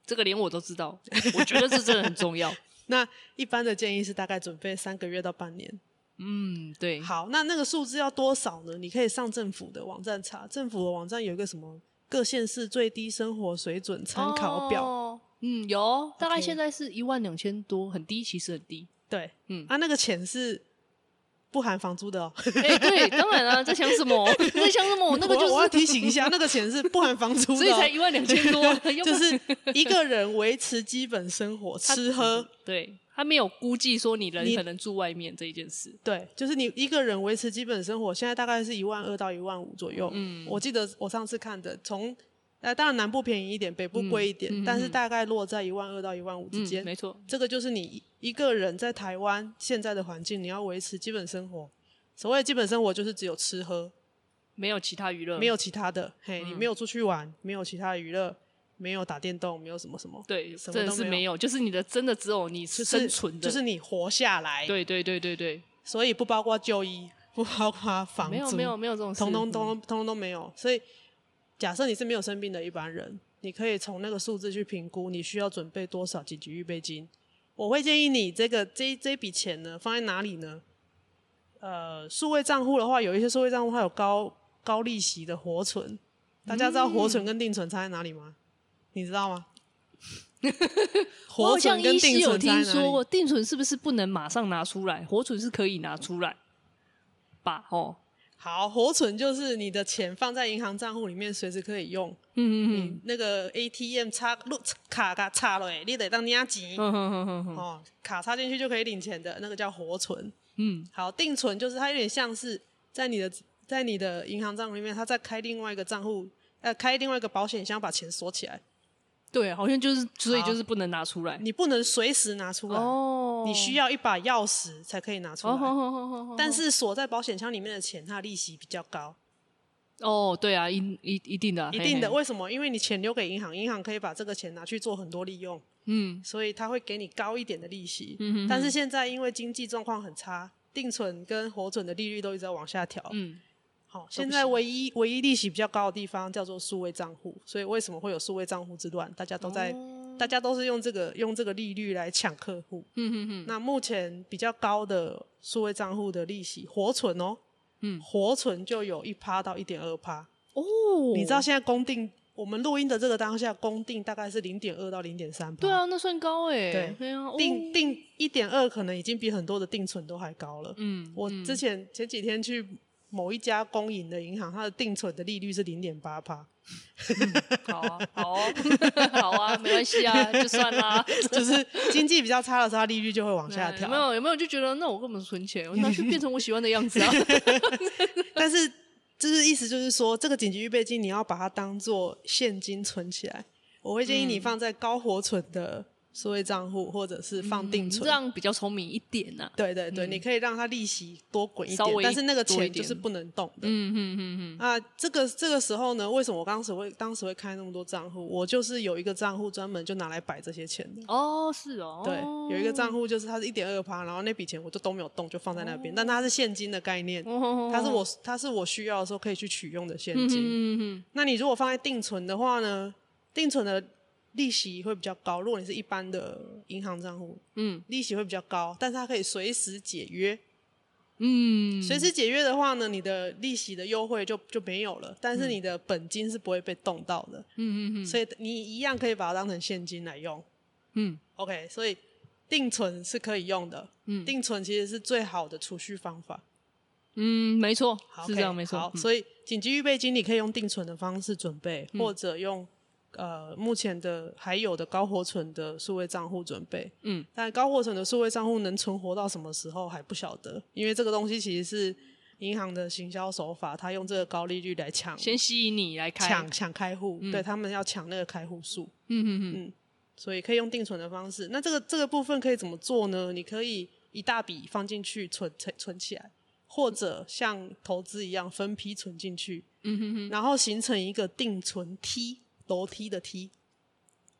S2: 这个连我都知道，我觉得这真的很重要。
S1: 那一般的建议是大概准备三个月到半年。
S2: 嗯，对，
S1: 好，那那个数字要多少呢？你可以上政府的网站查，政府的网站有一个什么各县市最低生活水准参考表。
S2: 哦嗯，有，大概
S1: OK
S2: 现在是一万两千多，很低，其实很低。
S1: 对，
S2: 嗯
S1: 啊，那个钱是不含房租的哦。
S2: 哎，对，当然啊，在想什么？ 在想什哦么？那个就
S1: 我我要提
S2: 是，
S1: 醒一下，那个钱是不含房租的哦、
S2: 所以才一万两千 多，啊 要
S1: 就
S2: 不然
S1: 是一个人维持基本生活，吃
S2: 嗯
S1: 喝，
S2: 对他没有估计说你人
S1: 你
S2: 可能住外面这一件事。
S1: 对，就是你一个人维持基本生活，现在大概是一万二到一万五左右。
S2: 嗯
S1: 我记得我上次看的，从呃，当然南部便宜一点，北部贵一点，
S2: 嗯嗯
S1: 但是大概落在一万二到一万五之
S2: 嗯，
S1: 间。
S2: 没错，
S1: 这个就是你一个人在台湾现在的环境，你要维持基本生活。所谓的基本生活，就是只有吃喝，
S2: 没有其他娱乐，
S1: 没有其他的。嘿，
S2: 嗯
S1: 你没有出去玩，没有其他的娱乐，没有打电动，没有什么什么，
S2: 对，
S1: 什么
S2: 真的
S1: 都
S2: 是
S1: 没有
S2: 没有，就是你的真的只有你
S1: 就是
S2: 生存的，
S1: 就是你活下来。，
S2: 对对对对对，
S1: 所以不包括就医，不包括房租，
S2: 没有没有没有这种事，
S1: 通通
S2: 嗯
S1: 通通通通都没有。所以，假设你是没有生病的一般人，你可以从那个数字去评估你需要准备多少紧急预备金。我会建议你这个这这笔钱呢放在哪里呢？呃，数位账户的话，有一些数位账户它有高高利息的活存，大家知道活
S2: 嗯
S1: 存跟定存差在哪里吗？你知道 吗？
S2: 我好
S1: 活
S2: 像
S1: 存跟
S2: 医师
S1: 定
S2: 有
S1: 存
S2: 听
S1: 差在哪
S2: 说
S1: 里？
S2: 过，定存是不是不能马上拿出来？活存是可以拿出来吧？哦，
S1: 好，活存就是你的钱放在银行账户里面，随时可以用。
S2: 嗯嗯
S1: 那个 ATM 插入卡卡插了，你得当压
S2: 嗯
S1: 钱、
S2: 嗯嗯嗯嗯
S1: 哦，卡插进去就可以领钱的，那个叫活存。
S2: 嗯，
S1: 好，定存就是它有点像是在你的在你的银行账户里面，它再开另外一个账户，呃，开另外一个保险箱把钱锁起来，
S2: 对，好像就是所以
S1: 好
S2: 就是不能拿出来
S1: 你不能随时拿出来，
S2: 哦，
S1: 你需要一把钥匙才可以拿出来。
S2: 哦，好好好好好
S1: 但是锁在保险箱里面的钱，它的利息比较高，
S2: 哦，对啊，一一一定的啊，
S1: 一定的。
S2: 嘿嘿
S1: 为什么？因为你钱留给银行，银行可以把这个钱拿去做很多利用。
S2: 嗯
S1: 所以他会给你高一点的利息。
S2: 嗯哼哼
S1: 但是现在因为经济状况很差，定存跟活准的利率都一直在往下调。
S2: 嗯，
S1: 好、现在唯一唯一利息比较高的地方叫做数位账户，所以为什么会有数位账户之乱？大家都在、
S2: 哦
S1: 大家都是用这个用这个利率来抢客户。
S2: 嗯嗯嗯
S1: 那目前比较高的数位账户的利息，活存哦，
S2: 嗯
S1: 活存就有一趴到一点二趴。
S2: 哦，
S1: 你知道现在公定我们录音的这个当下，公定大概是零点二到零点三趴。
S2: 对啊，那算高哎，
S1: 对
S2: 对啊，哦
S1: 定 定一点二可能已经比很多的定存都还高了。
S2: 嗯，
S1: 我之前前几天去某一家公营的银行，它的定存的利率是零点八 趴，
S2: 好啊，好 哦，好啊，没关系啊，就算 啦。
S1: 就是经济比较差的时候，它利率就会往下
S2: 有
S1: 调
S2: 没。有有没有就觉得那我根本存钱，我拿去变成我喜欢的样子啊？
S1: 但是就是意思就是说，这个紧急预备金你要把它当做现金存起来，我会建
S2: 嗯
S1: 议你放在高活存的所谓账户，或者是放定
S2: 这
S1: 存。
S2: 样比较聪明一点呐、啊。
S1: 对对对，你可以让它利息多滚一
S2: 稍
S1: 点，
S2: 微
S1: 但是那个
S2: 多一
S1: 钱就
S2: 点
S1: 是不能动的。
S2: 嗯嗯嗯嗯，
S1: 啊，这个这个时候呢，为什么我当时会当时会开那么多账户？我就是有一个账户专门就拿来摆这些钱的。
S2: 哦，是哦，
S1: 对，有一个账户就是它是一点二趴，然后那笔钱我就都没有动，就放在那边。但它是现金的概念，
S2: 哦，
S1: 它是我它是我需要的时候可以去取用的现
S2: 嗯
S1: 金。
S2: 嗯嗯
S1: 那你如果放在定存的话呢，定存的利息会比较高。如果你是一般的银行账户，
S2: 嗯
S1: 利息会比较高，但是它可以随时解约。
S2: 嗯，
S1: 随时解约的话呢，你的利息的优惠就就没有了，但是你的本金是不会被动到的，
S2: 嗯嗯嗯
S1: 所以你一样可以把它当成现金来用。
S2: 嗯
S1: OK，所以定存是可以用的，
S2: 嗯
S1: 定存其实是最好的储蓄方法。
S2: 嗯，没错，
S1: 好
S2: 是
S1: OK，
S2: 这样没错嗯
S1: 好，。所以紧急预备金你可以用定存的方式准备，
S2: 嗯
S1: 或者用呃目前的还有的高活存的数位账户准备。
S2: 嗯，
S1: 但高活存的数位账户能存活到什么时候还不晓得，因为这个东西其实是银行的行销手法，他用这个高利率来抢
S2: 先吸引你来开，嗯
S1: 抢抢开户，对他们要抢那个开户数。
S2: 嗯嗯嗯
S1: 所以可以用定存的方式。那这个这个部分可以怎么做呢？你可以一大笔放进去存存存起来，或者像投资一样分批存进去，
S2: 嗯哼哼，
S1: 然后形成一个定存梯，楼梯的梯。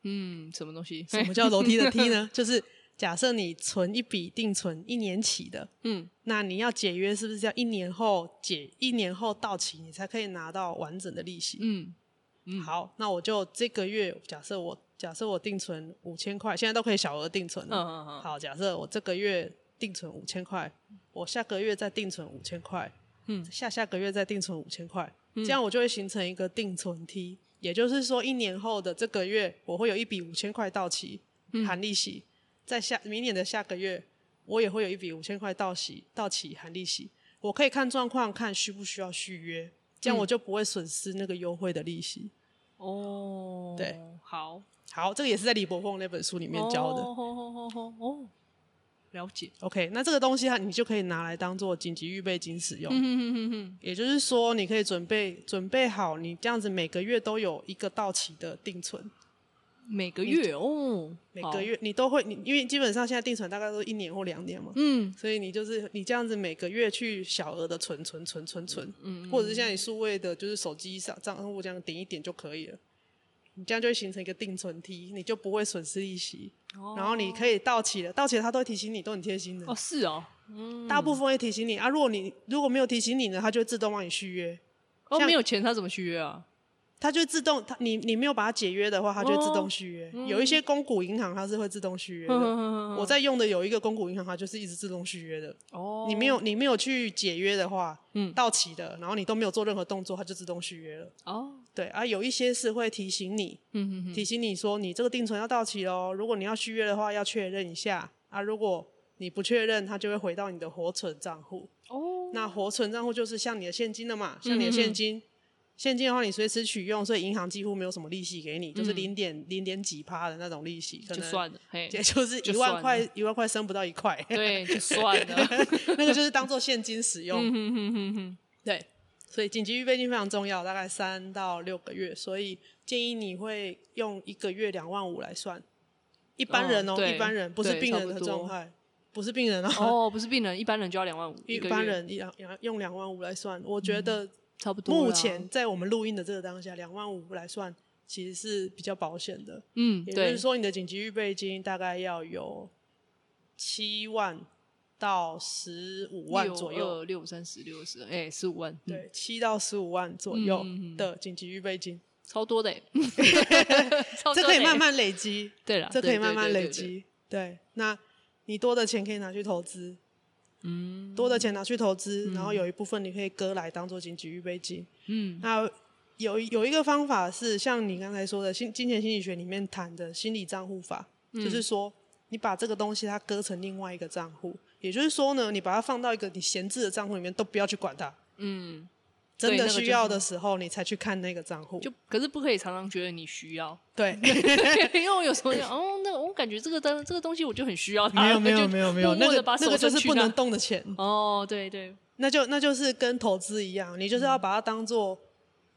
S2: 嗯，什么东西？
S1: 什么叫楼梯的梯 呢？就是假设你存一笔定存一年起的，
S2: 嗯
S1: 那你要解约是不是要一年后解一年后到期，你才可以拿到完整的利息？
S2: 嗯嗯
S1: 好，那我就这个月假设我假设我定存五千块，现在都可以小额定存
S2: 嗯
S1: 了。
S2: 嗯嗯，
S1: 好，假设我这个月定存五千块，我下个月再定存五千块，
S2: 嗯
S1: 下下个月再定存五千块，这样我就会形成一个定存梯。也就是说，一年后的这个月，我会有一笔五千块到期，
S2: 嗯
S1: 含利息；在下明年的下个月，我也会有一笔五千块到期，到期含利息。我可以看状况，看需不需要续约，这
S2: 嗯
S1: 样我就不会损失那个优惠的利息。
S2: 哦，，好，
S1: 好，这个也是在李伯凤那本书里面教的。
S2: 哦哦哦哦，了解，
S1: OK，那这个东西它你就可以拿来当做紧急预备金使用。
S2: 嗯嗯嗯嗯
S1: 也就是说，你可以准备准备好，你这样子每个月都有一个到期的定存，
S2: 嗯，每个月哦，
S1: 每个，月你都会，你因为基本上现在定存大概都是一年或两年嘛，
S2: 嗯
S1: 所以你就是你这样子每个月去小额的存存存存存，
S2: 嗯，
S1: 或者是像你数位的，就是手机上账户这样点一点就可以了。你这样就会形成一个定存梯，你就不会损失利息，然后你可以到期了，到期了它都会提醒你，都很贴心的。
S2: 哦是哦，
S1: 大部分会提醒你啊。如果你如果没有提醒你呢，它就会自动帮你续约，
S2: 哦没有钱他怎么续约啊？
S1: 它就会自动它你你没有把它解约的话，它就会自动续约。
S2: 嗯
S1: 有一些公股银行它是会自动续约的。我
S2: 我
S1: 在用的有一个公股银行，它就是一直自动续约的。
S2: 哦，
S1: 你没有你没有去解约的话，
S2: 嗯
S1: 到期的，然后你都没有做任何动作，它就自动续约了。
S2: 哦，
S1: 对啊，有一些是会提醒你，
S2: 嗯嗯
S1: 提醒你说你这个定存要到期喽，如果你要续约的话，要确认一下啊。如果你不确认，它就会回到你的活存账户。
S2: 哦，
S1: 那活存账户就是像你的现金的嘛，
S2: 嗯
S1: 像你的现金，现金的话你随时取用，所以银行几乎没有什么利息给你，就是零点零点几趴的那种利息，可
S2: 嗯就
S1: 能
S2: 算了，嘿，
S1: 也就是
S2: 就
S1: 一万
S2: 算
S1: 块
S2: 了，
S1: 一万块升不到一 块，
S2: 对，就算了，
S1: 那个就是当做现金使用。
S2: 嗯嗯嗯嗯，
S1: 对，所以紧急预备金非常重要，大概三到六个月，所以建议你会用一个月两万五来算，一般人哦，
S2: 哦对
S1: 一般人不是
S2: 对
S1: 病
S2: 差
S1: 人
S2: 不
S1: 的
S2: 多
S1: 状态，不是病人哦，
S2: 哦，不是病人，一般人就要两万五，
S1: 一
S2: 个
S1: 般
S2: 月嗯
S1: 人一两两用两万五来算，我觉得。
S2: 差不多啦，
S1: 目前在我们录音的这个当下，两万五来算，其实是比较保险的。
S2: 嗯，
S1: 也就
S2: 对
S1: 是，说，你的紧急预备金大概要有七万到十五万左右，
S2: 六六三十六二十，哎，十五万，嗯，
S1: 对，七到十五万左右
S2: 嗯嗯嗯
S1: 的紧急预备金，
S2: 超多的欸，超多的欸
S1: 这可以慢，慢累积，
S2: 对了，
S1: 这 可以
S2: 对
S1: 慢慢累，
S2: 对对对对
S1: 积。对，那你多的钱可以拿去投资，
S2: 嗯
S1: 多的钱拿去投资，然后有一部分你可以割来当做紧急预备金。
S2: 嗯
S1: 那有有一个方法是像你刚才说的心金钱心理学里面谈的心理账户法，就是说你把这个东西它割成另外一个账户，也就是说呢，你把它放到一个你闲置的账户里面，都不要去管它，
S2: 嗯嗯，
S1: 真
S2: 对
S1: 的
S2: 那个
S1: 需
S2: 就
S1: 要的时候你才去看那个账户
S2: 就。可是不可以常常觉得你需要，
S1: 对，
S2: 因为我有时候就哦，那我感觉这个东这个东西我就很需要 它，
S1: 没有没
S2: 我
S1: 有
S2: 就
S1: 没有没有，
S2: 默
S1: 那
S2: 默
S1: 个
S2: 的把
S1: 那
S2: 手
S1: 个就
S2: 伸
S1: 是
S2: 去
S1: 不
S2: 那
S1: 能。动的钱，
S2: 哦，对对，
S1: 那就那就是跟投资一样，你就是要把它当做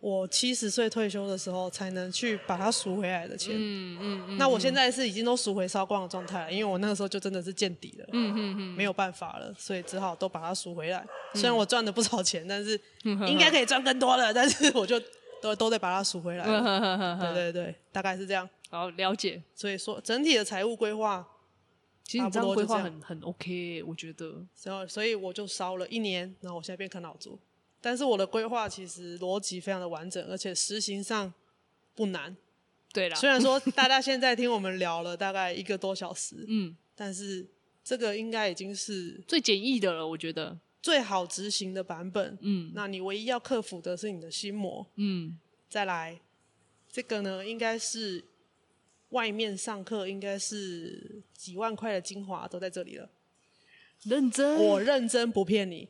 S1: 我七十岁退休的时候才能去把它赎回来的钱。
S2: 嗯嗯嗯，
S1: 那我现在是已经都赎回烧光的状态了，因为我那个时候就真的是见底了，
S2: 嗯嗯嗯
S1: 没有办法了，所以只好都把它赎回来。
S2: 嗯
S1: 虽然我赚了不少钱，但是应该可以赚更多了，但是我就都都得把它赎回来了。
S2: 嗯，
S1: 对对对，大概是这样。
S2: 好了解。
S1: 所以说整体的财务规划，
S2: 其实你
S1: 差
S2: 这
S1: 不多
S2: 样规
S1: 就这
S2: 划
S1: 样
S2: 很很 OK，我觉得。
S1: 然后所以我就烧了一年，然后我现在变啃老族。但是我的规划其实逻辑非常的完整，而且实行上不难。
S2: 对啊啦，
S1: 虽然说大家现在听我们聊了大概一个多小时，
S2: 嗯，
S1: 但是这个应该已经是
S2: 最简易的了，我觉得。
S1: 最好执行的版本。
S2: 嗯
S1: 那你唯一要克服的是你的心魔。
S2: 嗯
S1: 再来，这个呢应该是外面上课应该是几万块的精华都在这里了。
S2: 认真。
S1: 我认真不骗你，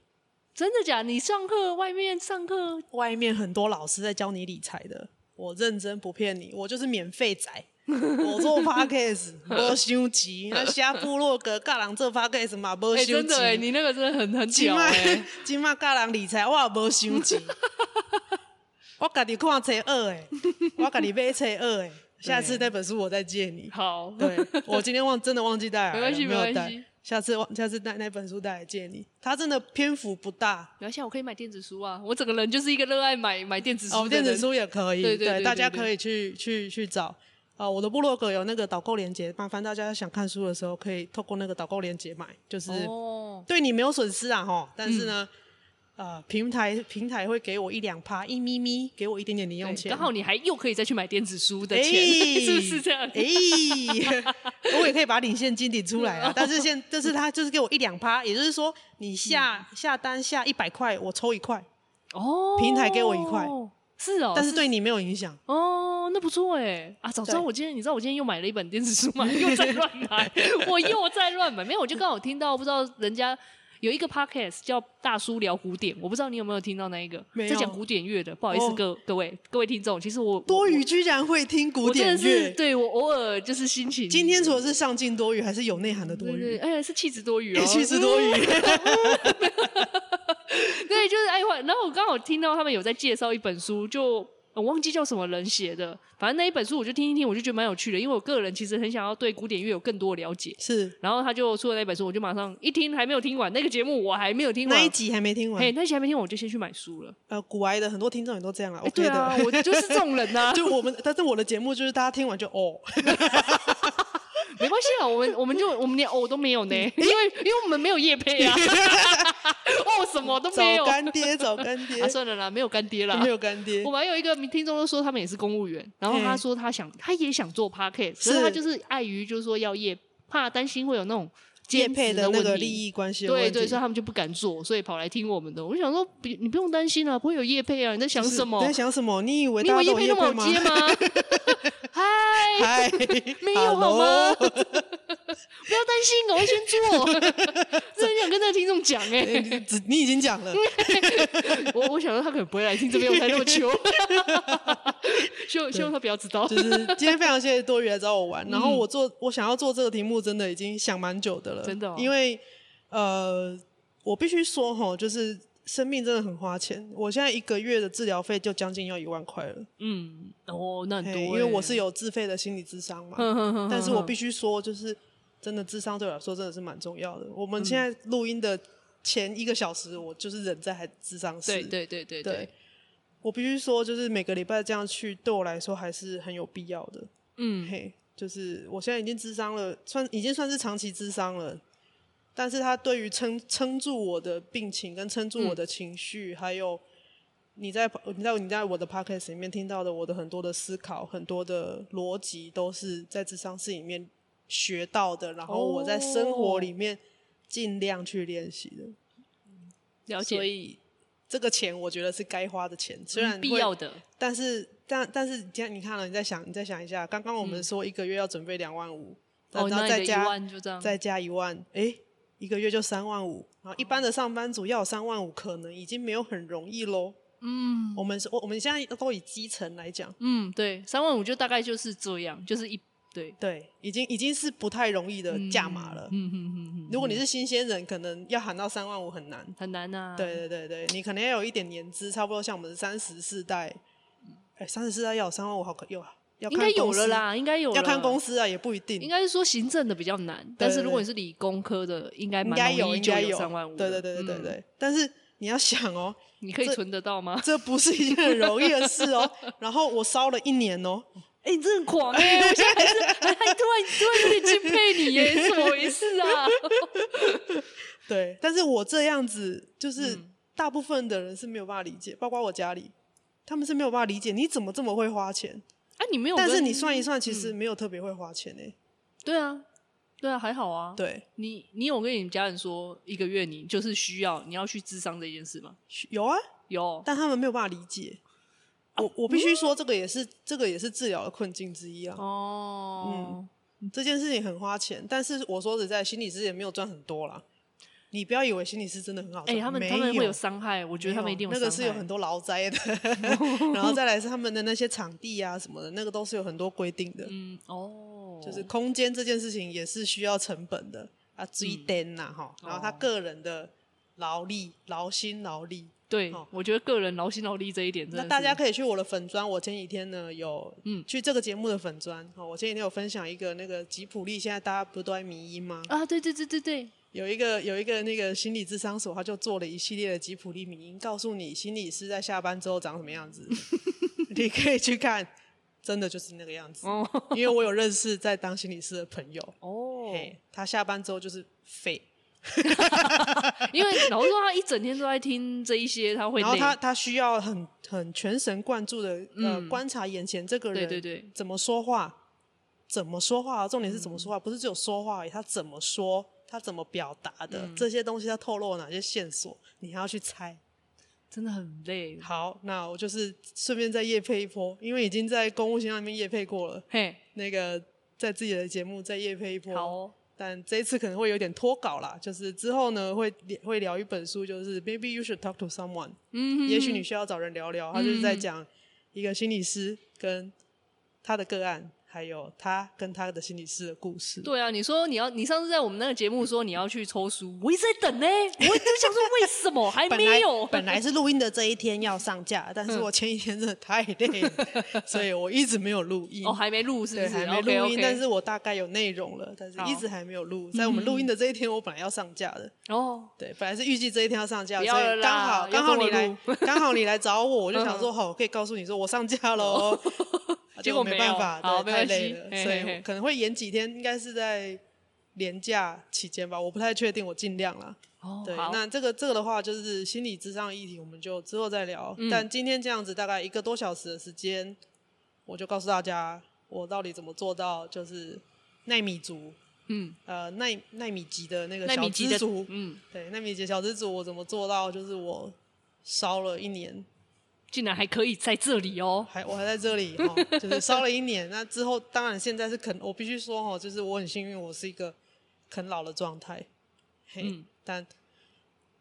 S2: 真的假？你上课外面上课，
S1: 外面很多老师在教你理财的，我认真不骗你，我就是免费仔。我做 podcast 没休息，那虾部落格尬郎这 podcast 嘛没
S2: 哎、
S1: 休
S2: 真的哎、
S1: 息。
S2: 你那个真的很很
S1: 今
S2: 屌
S1: 麦
S2: 哎、
S1: 今麦尬郎理财我也没休 息，我家己看册二哎，我家己买册二哎，下次那本书我再借你。
S2: 好，
S1: 对，我今天忘真的忘记带来了，
S2: 没关系
S1: 没有
S2: 没关
S1: 带
S2: 系。
S1: 下次忘下次带那本书带来借你，它真的篇幅不大，
S2: 没关系，我可以买电子书啊，我整个人就是一个热 爱买买电子书的
S1: 哦，
S2: 人。
S1: 电子书也可以，
S2: 对对对
S1: 大家
S2: 对
S1: 可以去去去找。呃，我的部落格有那个导购链接，麻烦大家想看书的时候可以透过那个导购链接买，就是、
S2: 哦，
S1: 对你没有损失啊吼，但是呢，
S2: 嗯
S1: 呃，平台平台会给我一两趴一咪咪，给我一点点零用
S2: 对
S1: 钱，
S2: 刚好你还又可以再去买电子书的
S1: 哎
S2: 钱， 是不是这样？
S1: 哎、 我也可以把领现金领出
S2: 哦
S1: 来啊，但是现就是他就是给我一两趴，也就是说你下、下单下一百块，我抽一块，
S2: 嗯哦，
S1: 平台给我一块，
S2: 是哦，
S1: 但是对你没有影响。
S2: 哦，那不错哎啊！早知道
S1: 对
S2: 我今天，你知道我今天又买了一本电子书嘛， 又在乱买，我又在乱买。没有，我就刚好听到，不知道人家有一个 podcast 叫《大叔聊古典》，我不知道你有没有听到那一个
S1: 没有
S2: 在讲古典乐的。不好意思，
S1: 哦
S2: 各各位各位听众，其实我
S1: 多
S2: 余
S1: 余居然会听古典
S2: 我真的是
S1: 乐。
S2: 对我偶尔就是心情
S1: 今天除了是上进多余，还是有内涵的多
S2: 对对，
S1: 余，
S2: 哎，是气质多余哦，
S1: 气质多余。
S2: 对，就是爱幻。然后我刚好听到他们有在介绍一本书，就我忘记叫什么人写的，反正那一本书我就听一听，我就觉得蛮有趣的，因为我个人其实很想要对古典乐有更多的了解。
S1: 是
S2: 然后他就出了那本书，我就马上一听还没有听完那个节目，我还没有听完
S1: 那一，集还没听
S2: 嘿，
S1: 完。
S2: 那一集还没听完，我就先去买书 了。
S1: 呃，古癌的很多听众也都这样了
S2: 哎，
S1: ，OK
S2: 对啊，我
S1: 的。
S2: 就是这种人呐、
S1: 就我们，但是我的节目就是大家听完就 哦，
S2: 没关系啊，我们我们就我们连偶都没有呢，
S1: 嗯
S2: 因为因为我们没有叶配啊， 哦，什么都
S1: 找
S2: 没有。
S1: 干爹，找干爹
S2: 啊，，算了啦，没有干爹啦
S1: 没。有干爹
S2: 我。们还有一个听众都说他们也是公务员，然后他
S1: 嗯
S2: 说他想他也想做 podcast，可
S1: 是
S2: 是他就是碍于就是说要业，怕担心会有那种
S1: 叶
S2: 兼
S1: 配
S2: 职
S1: 的那
S2: 问
S1: 个
S2: 题
S1: 利益关系的
S2: 对
S1: 问
S2: 对，
S1: 题，
S2: 所以他们就不敢做，所以跑来听我们的。我就想说，不你不用担心啊，不会有叶配啊，你在想
S1: 就是
S2: 什么
S1: 你在？想什么？你以为
S2: 你以
S1: 大
S2: 为
S1: 家
S2: 叶
S1: 都
S2: 配
S1: 有
S2: 那么
S1: 叶
S2: 好
S1: 吗？
S2: 接吗？嗨，
S1: 嗨，
S2: 没有好
S1: Hello
S2: 吗？ 不要担心，赶快先做。真的很想跟那个听众讲哎、
S1: 你只 你已经讲 了，哎
S2: 我我想说他可能不会来听这边，我才那 么求，希望希望他不要知道。
S1: 就是今天非常谢谢多余来找我玩，然后我做我想要做这个题目，真的已经想蛮久的了，
S2: 嗯真的哦
S1: 因为呃，我必须说哈，就是生命真的很花钱，我现在一个月的治疗费就将近要一万块了，
S2: 嗯，哦，那很多、
S1: 嘿
S2: 欸，
S1: 因为我是有自费的心理智商嘛，
S2: 哼，哼哼
S1: 但是我必
S2: 须
S1: 须说，就是真的智商对我来说真的是蛮重要的。我
S2: 嗯
S1: 们现在录音的前一个小时，我就是人在还智商室，
S2: 对对对对
S1: 对，我必须说，就是每个礼拜这样去，对我来说还是很有必要的。
S2: 嗯，
S1: 嘿，就是我现在已经智商了，算已经算是长期智商了。但是他对于撑撑住我的病情，跟撑
S2: 嗯
S1: 住我的情绪，还有你在你在你在我的 podcast 里面听到的我的很多的思考，很多的逻辑，都是在智商室里面学到的，然后我在生
S2: 哦
S1: 活里面尽量去练习的。
S2: 了解，
S1: 所以这个钱，我觉得是该花的钱，虽然
S2: 嗯必
S1: 会
S2: 要的，
S1: 但是，但但是，这样你看了，你再想，你再想一下，刚刚我们说一个月要准备两万五、
S2: 哦，
S1: 然
S2: 那
S1: 后
S2: 你
S1: 再
S2: 的一
S1: 加、
S2: 万就这样，
S1: 再加一万，哎、一个月就三万五，然后一般的上班族要有三万五，可能已经没有很容易喽。
S2: 嗯
S1: 我们是，我我们现在都以基层来讲，
S2: 嗯，对，三万五就大概就是这样，就是一对
S1: 对，已经已经是不太容易的价码了。
S2: 嗯嗯嗯嗯嗯，
S1: 如果你是新鲜人，可能要喊到三万五很难。
S2: 很难啊。
S1: 对对对对，你可能要有一点年资，差不多像我们三十四代，哎，三十四代要有三万五，好可有啊？要
S2: 应
S1: 看
S2: 该有
S1: 公司
S2: 了，啦，应该有了。
S1: 要看公司啊，也不一
S2: 应
S1: 定。
S2: 该是说行政的比较难，但是如果
S1: 对
S2: 你是理工科的，应该
S1: 应
S2: 蛮
S1: 该
S2: 容
S1: 有，
S2: 易
S1: 应
S2: 就
S1: 该有
S2: 三万五。
S1: 对对对对对
S2: 嗯
S1: 对，，但是你要想哦，
S2: 你可以
S1: 这
S2: 存得 到吗？
S1: 这不是一件很容易的事 哦。然后我烧了一年哦，
S2: 哎、你真的很狂
S1: 欸
S2: 哎、我现在还是 还还突然突然有点敬佩你耶、怎么回事 啊？
S1: 对，但是我这样子就是
S2: 嗯
S1: 大部分的人是没有办法理解，包括我家里，他们是没有办法理解你怎么这么会花钱。
S2: 啊，你没有跟，嗯
S1: 但是你算一算，其实没有特别会花钱诶。
S2: 对啊，对啊，还好啊。
S1: 对，
S2: 你你有跟你家人说一个月你就是需要你要去智商这件事吗？
S1: 有啊，
S2: 有，
S1: 但他们没有办法理解。
S2: 哦
S1: 我我必须说，这个也是这个也是治疗的困境之一啊。嗯
S2: 哦，
S1: 这件事情很花钱，但是我说实在，心理师也没有赚很多啦。你不要以为心理师真的很好
S2: 哎、
S1: 赚，
S2: 他们
S1: 没
S2: 他们会
S1: 有
S2: 有伤害，我觉得他们一定
S1: 那个是有
S2: 伤害
S1: 很多劳灾 的，然后再来是他们的那些场地啊什么的，那个都是有很多规定的，
S2: 嗯哦，
S1: 就是空间这件事情也是需要成本的啊，追
S2: 嗯
S1: 单呐哈，然后他
S2: 哦
S1: 个人的劳力、劳心、劳力。
S2: 对，
S1: 哦
S2: 我觉得个人劳心劳力这一点真的
S1: 那
S2: 是，
S1: 大家可以去我的粉砖，我前几天呢有
S2: 嗯
S1: 去这个节目的粉砖，哦，我前几天有分享一个那个吉普力，现在大家不都在迷音吗？
S2: 啊，对对对对 对，
S1: 有一个有一个那个心理智商所，他就做了一系列的吉普力迷音，告诉你心理师在下班之后长什么样 子，你可以去看，真的就是那个样子。
S2: 哦
S1: 因为我有认识在当心理师的朋友，
S2: 哦，
S1: 嘿，他下班之后就是废，
S2: 因为老实说，他一整天都在听这一些，他会
S1: 然后
S2: 累。
S1: 他他需要很很全神贯注的呃、
S2: 嗯
S1: 观察眼前这个
S2: 对
S1: 人
S2: 对对，
S1: 怎么说话，怎么说话，重点是怎么说
S2: 嗯
S1: 话，不是只有说话而已，他怎么说，他怎么表达的、
S2: 嗯
S1: 这些东西，他透露了哪些线索，你还要去猜。
S2: 真的很累。
S1: 好，那我就是顺便再夜配一波，因为已经在公务形象里面夜配过了，
S2: 嘿，
S1: 那个在自己的节目再夜配一波。
S2: 好、哦，
S1: 但这一次可能会有点脱稿啦，就是之后呢会会聊一本书，就是 Maybe You Should Talk to Someone，、
S2: 嗯，
S1: 也许你需要找人聊聊。他就是在讲一个心理师跟他的个案，还有他跟他的心理师的故事。
S2: 对啊，你说你要，你上次在我们那个节目说你要去抽书，我一直在等呢、我一直想说为什么还
S1: 本
S2: 没
S1: 来
S2: 有？
S1: 本来是录音的这一天要上架，但是我前一天真的太累 了，所以我一直没有录音。
S2: 哦还没录是
S1: 对，
S2: 不是
S1: 还没录
S2: o
S1: 音
S2: k o k
S1: 但是我大概有内容了，但是
S2: 好嗯
S1: 一直还没有录。在我们录音的这一天，我本来要上架的，
S2: 哦，
S1: 对，本来是预计这一天要上架，
S2: 不
S1: 所
S2: 要了
S1: 以刚
S2: 啦
S1: 好
S2: 要
S1: 刚好
S2: 跟我
S1: 你来
S2: 录，嗯
S1: 刚好你来找我，我就想说，好，我可以告诉你说我上架喽。啊
S2: 哦 结果
S1: 没
S2: 没
S1: 办
S2: 有
S1: 法，
S2: 好
S1: 对，
S2: 没
S1: 太
S2: 关
S1: 累
S2: 系
S1: 了，
S2: 嘿
S1: 所
S2: 嘿
S1: 以
S2: 嘿
S1: 我可能会延几天，应该是在年假期间吧，我不太确定，我尽量啦。
S2: 哦
S1: 对，
S2: 好，
S1: 那这个这个的话，就是心理智商议题，我们就之后再聊。
S2: 嗯
S1: 但今天这样子，大概一个多小时的时间，我就告诉大家我到底怎么做到，就是奈米族，
S2: 嗯，
S1: 呃，奈奈米级的那个
S2: 那
S1: 小
S2: 米级
S1: 资
S2: 的
S1: 族，
S2: 嗯，
S1: 对，奈米级小资族，我怎么做到？就是我烧了一年，
S2: 竟然还可以在这里哦，
S1: 还我还在这里哦，就是烧了一年。那之后，当然现在是啃，我必须说哦，就是我很幸运，我是一个啃老的状态。嘿，
S2: 嗯
S1: 但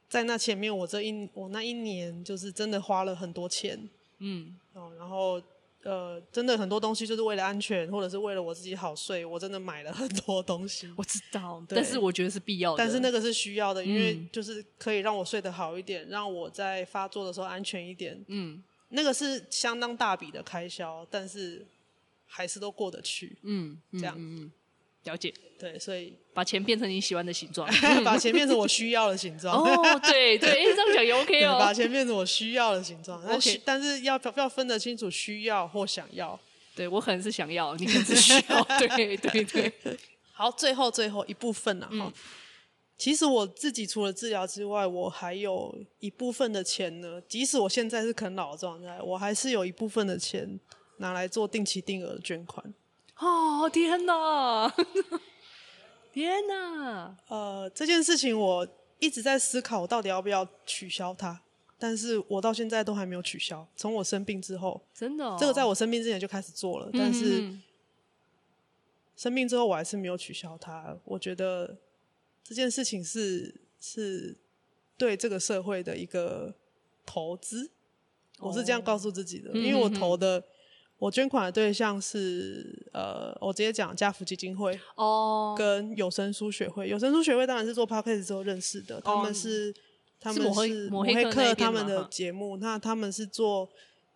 S1: 在那前面，我这一我那一年就是真的花了很多钱
S2: 嗯，
S1: 哦，然后呃，真的很多东西就是为了安全，或者是为了我自己好睡，我真的买了很多东西。
S2: 我知道，
S1: 对
S2: 但是我觉得是必要的，
S1: 但是那个是需要的，因为
S2: 嗯
S1: 就是可以让我睡得好一点，让我在发作的时候安全一点。
S2: 嗯
S1: 那个是相当大笔的开销，但是还是都过得去。
S2: 嗯，嗯
S1: 这样
S2: 嗯嗯，了解，
S1: 对，所以
S2: 把钱变成你喜欢的 形状。
S1: 把钱变成我需要的形状，
S2: 哦，对对，哎，这样讲也 OK
S1: 对，把
S2: 哦。
S1: 钱变成我需要的形状。但
S2: OK
S1: 是但是要要分得清楚需要或想要。
S2: 对我可能是想要，你可能是需 要，对对对，
S1: 好，最后最后一部分
S2: 嗯
S1: 了、啊、哈。其实我自己除了治疗之外，我还有一部分的钱呢。即使我现在是啃老的状态，我还是有一部分的钱拿来做定期定额的捐款。
S2: 哦，天 哪，天哪，
S1: 呃，这件事情我一直在思考，我到底要不要取消它，但是我到现在都还没有取消。从我生病之后，
S2: 真的哦、
S1: 这个在我生病之前就开始做了，
S2: 嗯，
S1: 但是
S2: 嗯
S1: 生病之后我还是没有取消它。我觉得这件事情是是对这个社会的一个投资，我是这样告诉自己的，因为我投的。我捐款的对象是呃，我直接讲家福基金会
S2: 哦，
S1: 跟有声书学会。有声书学会当然是做 podcast 之后认识的，他们是他们
S2: 哦抹黑
S1: 是
S2: 抹
S1: 抹
S2: 黑
S1: 黑
S2: 客那一
S1: 客
S2: 边
S1: 他
S2: 嘛
S1: 们的
S2: 哈
S1: 节目，那他们是做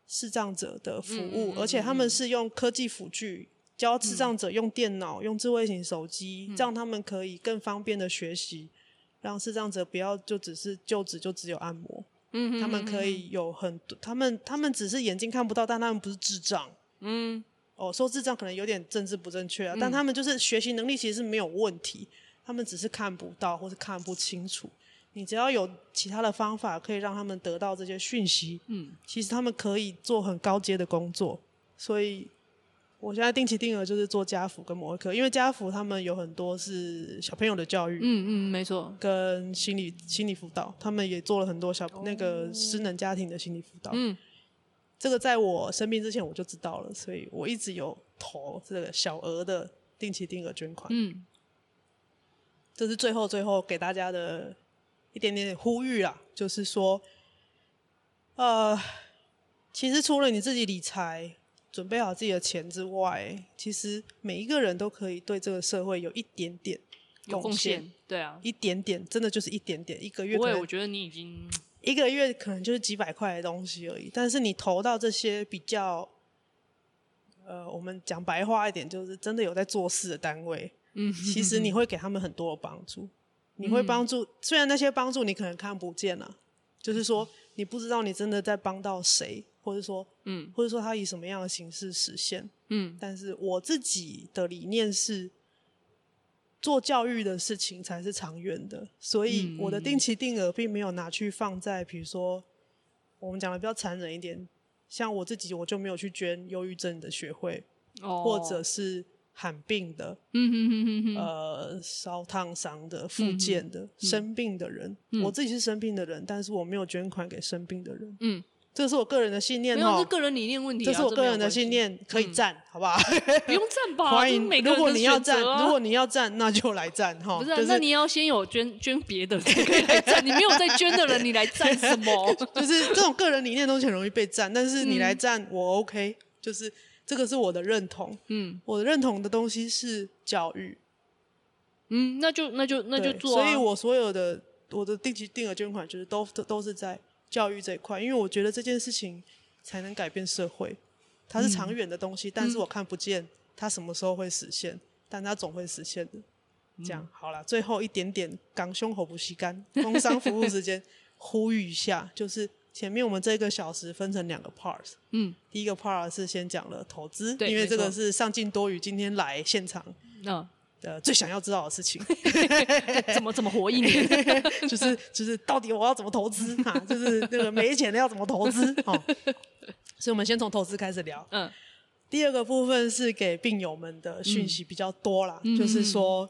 S1: 视障者的服
S2: 嗯
S1: 务
S2: 嗯，
S1: 而且他们是用科技辅具。教视障者用电脑、用智慧型手
S2: 嗯
S1: 机，让他们可以更方便的学习，让视障者不要就只是就只就只有按摩，
S2: 嗯哼
S1: 他们可以有很多，他们他们只是眼睛看不到，但他们不是智障，
S2: 嗯
S1: 哦，说智障可能有点政治不正确啊，但他们就是学习能力其实是没有问题，他们只是看不到或是看不清楚。你只要有其他的方法可以让他们得到这些讯息，
S2: 嗯，
S1: 其实他们可以做很高阶的工作。所以我现在定期定额就是做家福跟摩科，因为家福他们有很多是小朋友的教育。
S2: 嗯嗯，没错，
S1: 跟心理心理辅导，他们也做了很多小、
S2: 哦
S1: 那个失能家庭的心理辅导。
S2: 嗯，
S1: 这个在我生病之前我就知道了，所以我一直有投这个小额的定期定额捐款。
S2: 嗯，
S1: 这是最后最后给大家的一点点呼吁啦，就是说，呃，其实除了你自己理财准备好自己的钱之外，其实每一个人都可以对这个社会有一点点
S2: 有贡
S1: 献，
S2: 献，对啊，
S1: 一点点，真的就是一点点，一个月
S2: 不
S1: 可
S2: 会，
S1: 能
S2: 我觉得你已经
S1: 一个月可能就是几百块的东西而已，但是你投到这些比较，呃，我们讲白话一点，就是真的有在做事的单位，
S2: 嗯，
S1: 其实你会给他们很多的帮助，你会帮助，虽然那些帮助你可能看不见了、就是说你不知道你真的在帮到谁，或者说，
S2: 嗯
S1: 或者说他以什么样的形式实现，
S2: 嗯
S1: 但是我自己的理念是，做教育的事情才是长远的，所
S2: 嗯
S1: 以我的定期定额并没有拿去放在，比如说我们讲的比较残忍一点，像我自己我就没有去捐忧郁症的学会，
S2: 哦，
S1: 或者是罕病的、
S2: 嗯哼哼哼哼，
S1: 呃烧烫伤的、复健的、生病的人，我自己是生病的人，但是我没有捐款给生病的人，
S2: 嗯，
S1: 这是我个人的信念
S2: 没有，
S1: 哦
S2: 是。个人理念问题啊，
S1: 这是我
S2: 没
S1: 个
S2: 有
S1: 人的
S2: 关系嗯
S1: 信，念，可以赞，好不好？
S2: 不用站吧，
S1: 欢
S2: 这
S1: 迎
S2: 是每，个
S1: 如
S2: 人
S1: 果
S2: 的
S1: 你要
S2: 选
S1: 站
S2: 择，啊
S1: 如果你要站，那就来站哈。
S2: 不是啊，
S1: 就
S2: 那
S1: 是
S2: 你要先有捐捐别的，才可以 来站。你没有在捐的人，你来站什么？
S1: 就是 这种个人理念东西很容易被站，但是你来
S2: 嗯
S1: 站我 OK，就是这个是我的认同。
S2: 嗯
S1: 我的认同的东西是教育，
S2: 嗯，那就那就那就
S1: 对
S2: 做啊。
S1: 所以我所有的我的定期定额捐款就是都都都是在教育这一块，因为我觉得这件事情才能改变社会，它是
S2: 嗯
S1: 长远的东西，但是我看不见它什么时候会实现，但它总会实现的。
S2: 嗯
S1: 这样好了，最后一点点港胸口不吸干，工商服务之间呼吁一下，就是前面我们这个小时分成两个 part，
S2: 嗯，
S1: 第一个 part 是先讲了投资，
S2: 对
S1: 因为
S2: 没
S1: 这个
S2: 错
S1: 是上进多余今天来现场
S2: 那
S1: 呃最想要知道的事情，
S2: 啊怎么怎么活一 年？
S1: 就是就是到底我要怎么投资哈、就是那个没钱的要怎么投资哦。所以我们先从投资开始聊。
S2: 嗯
S1: 第二个部分是给病友们的讯
S2: 嗯
S1: 息比较多啦，就是说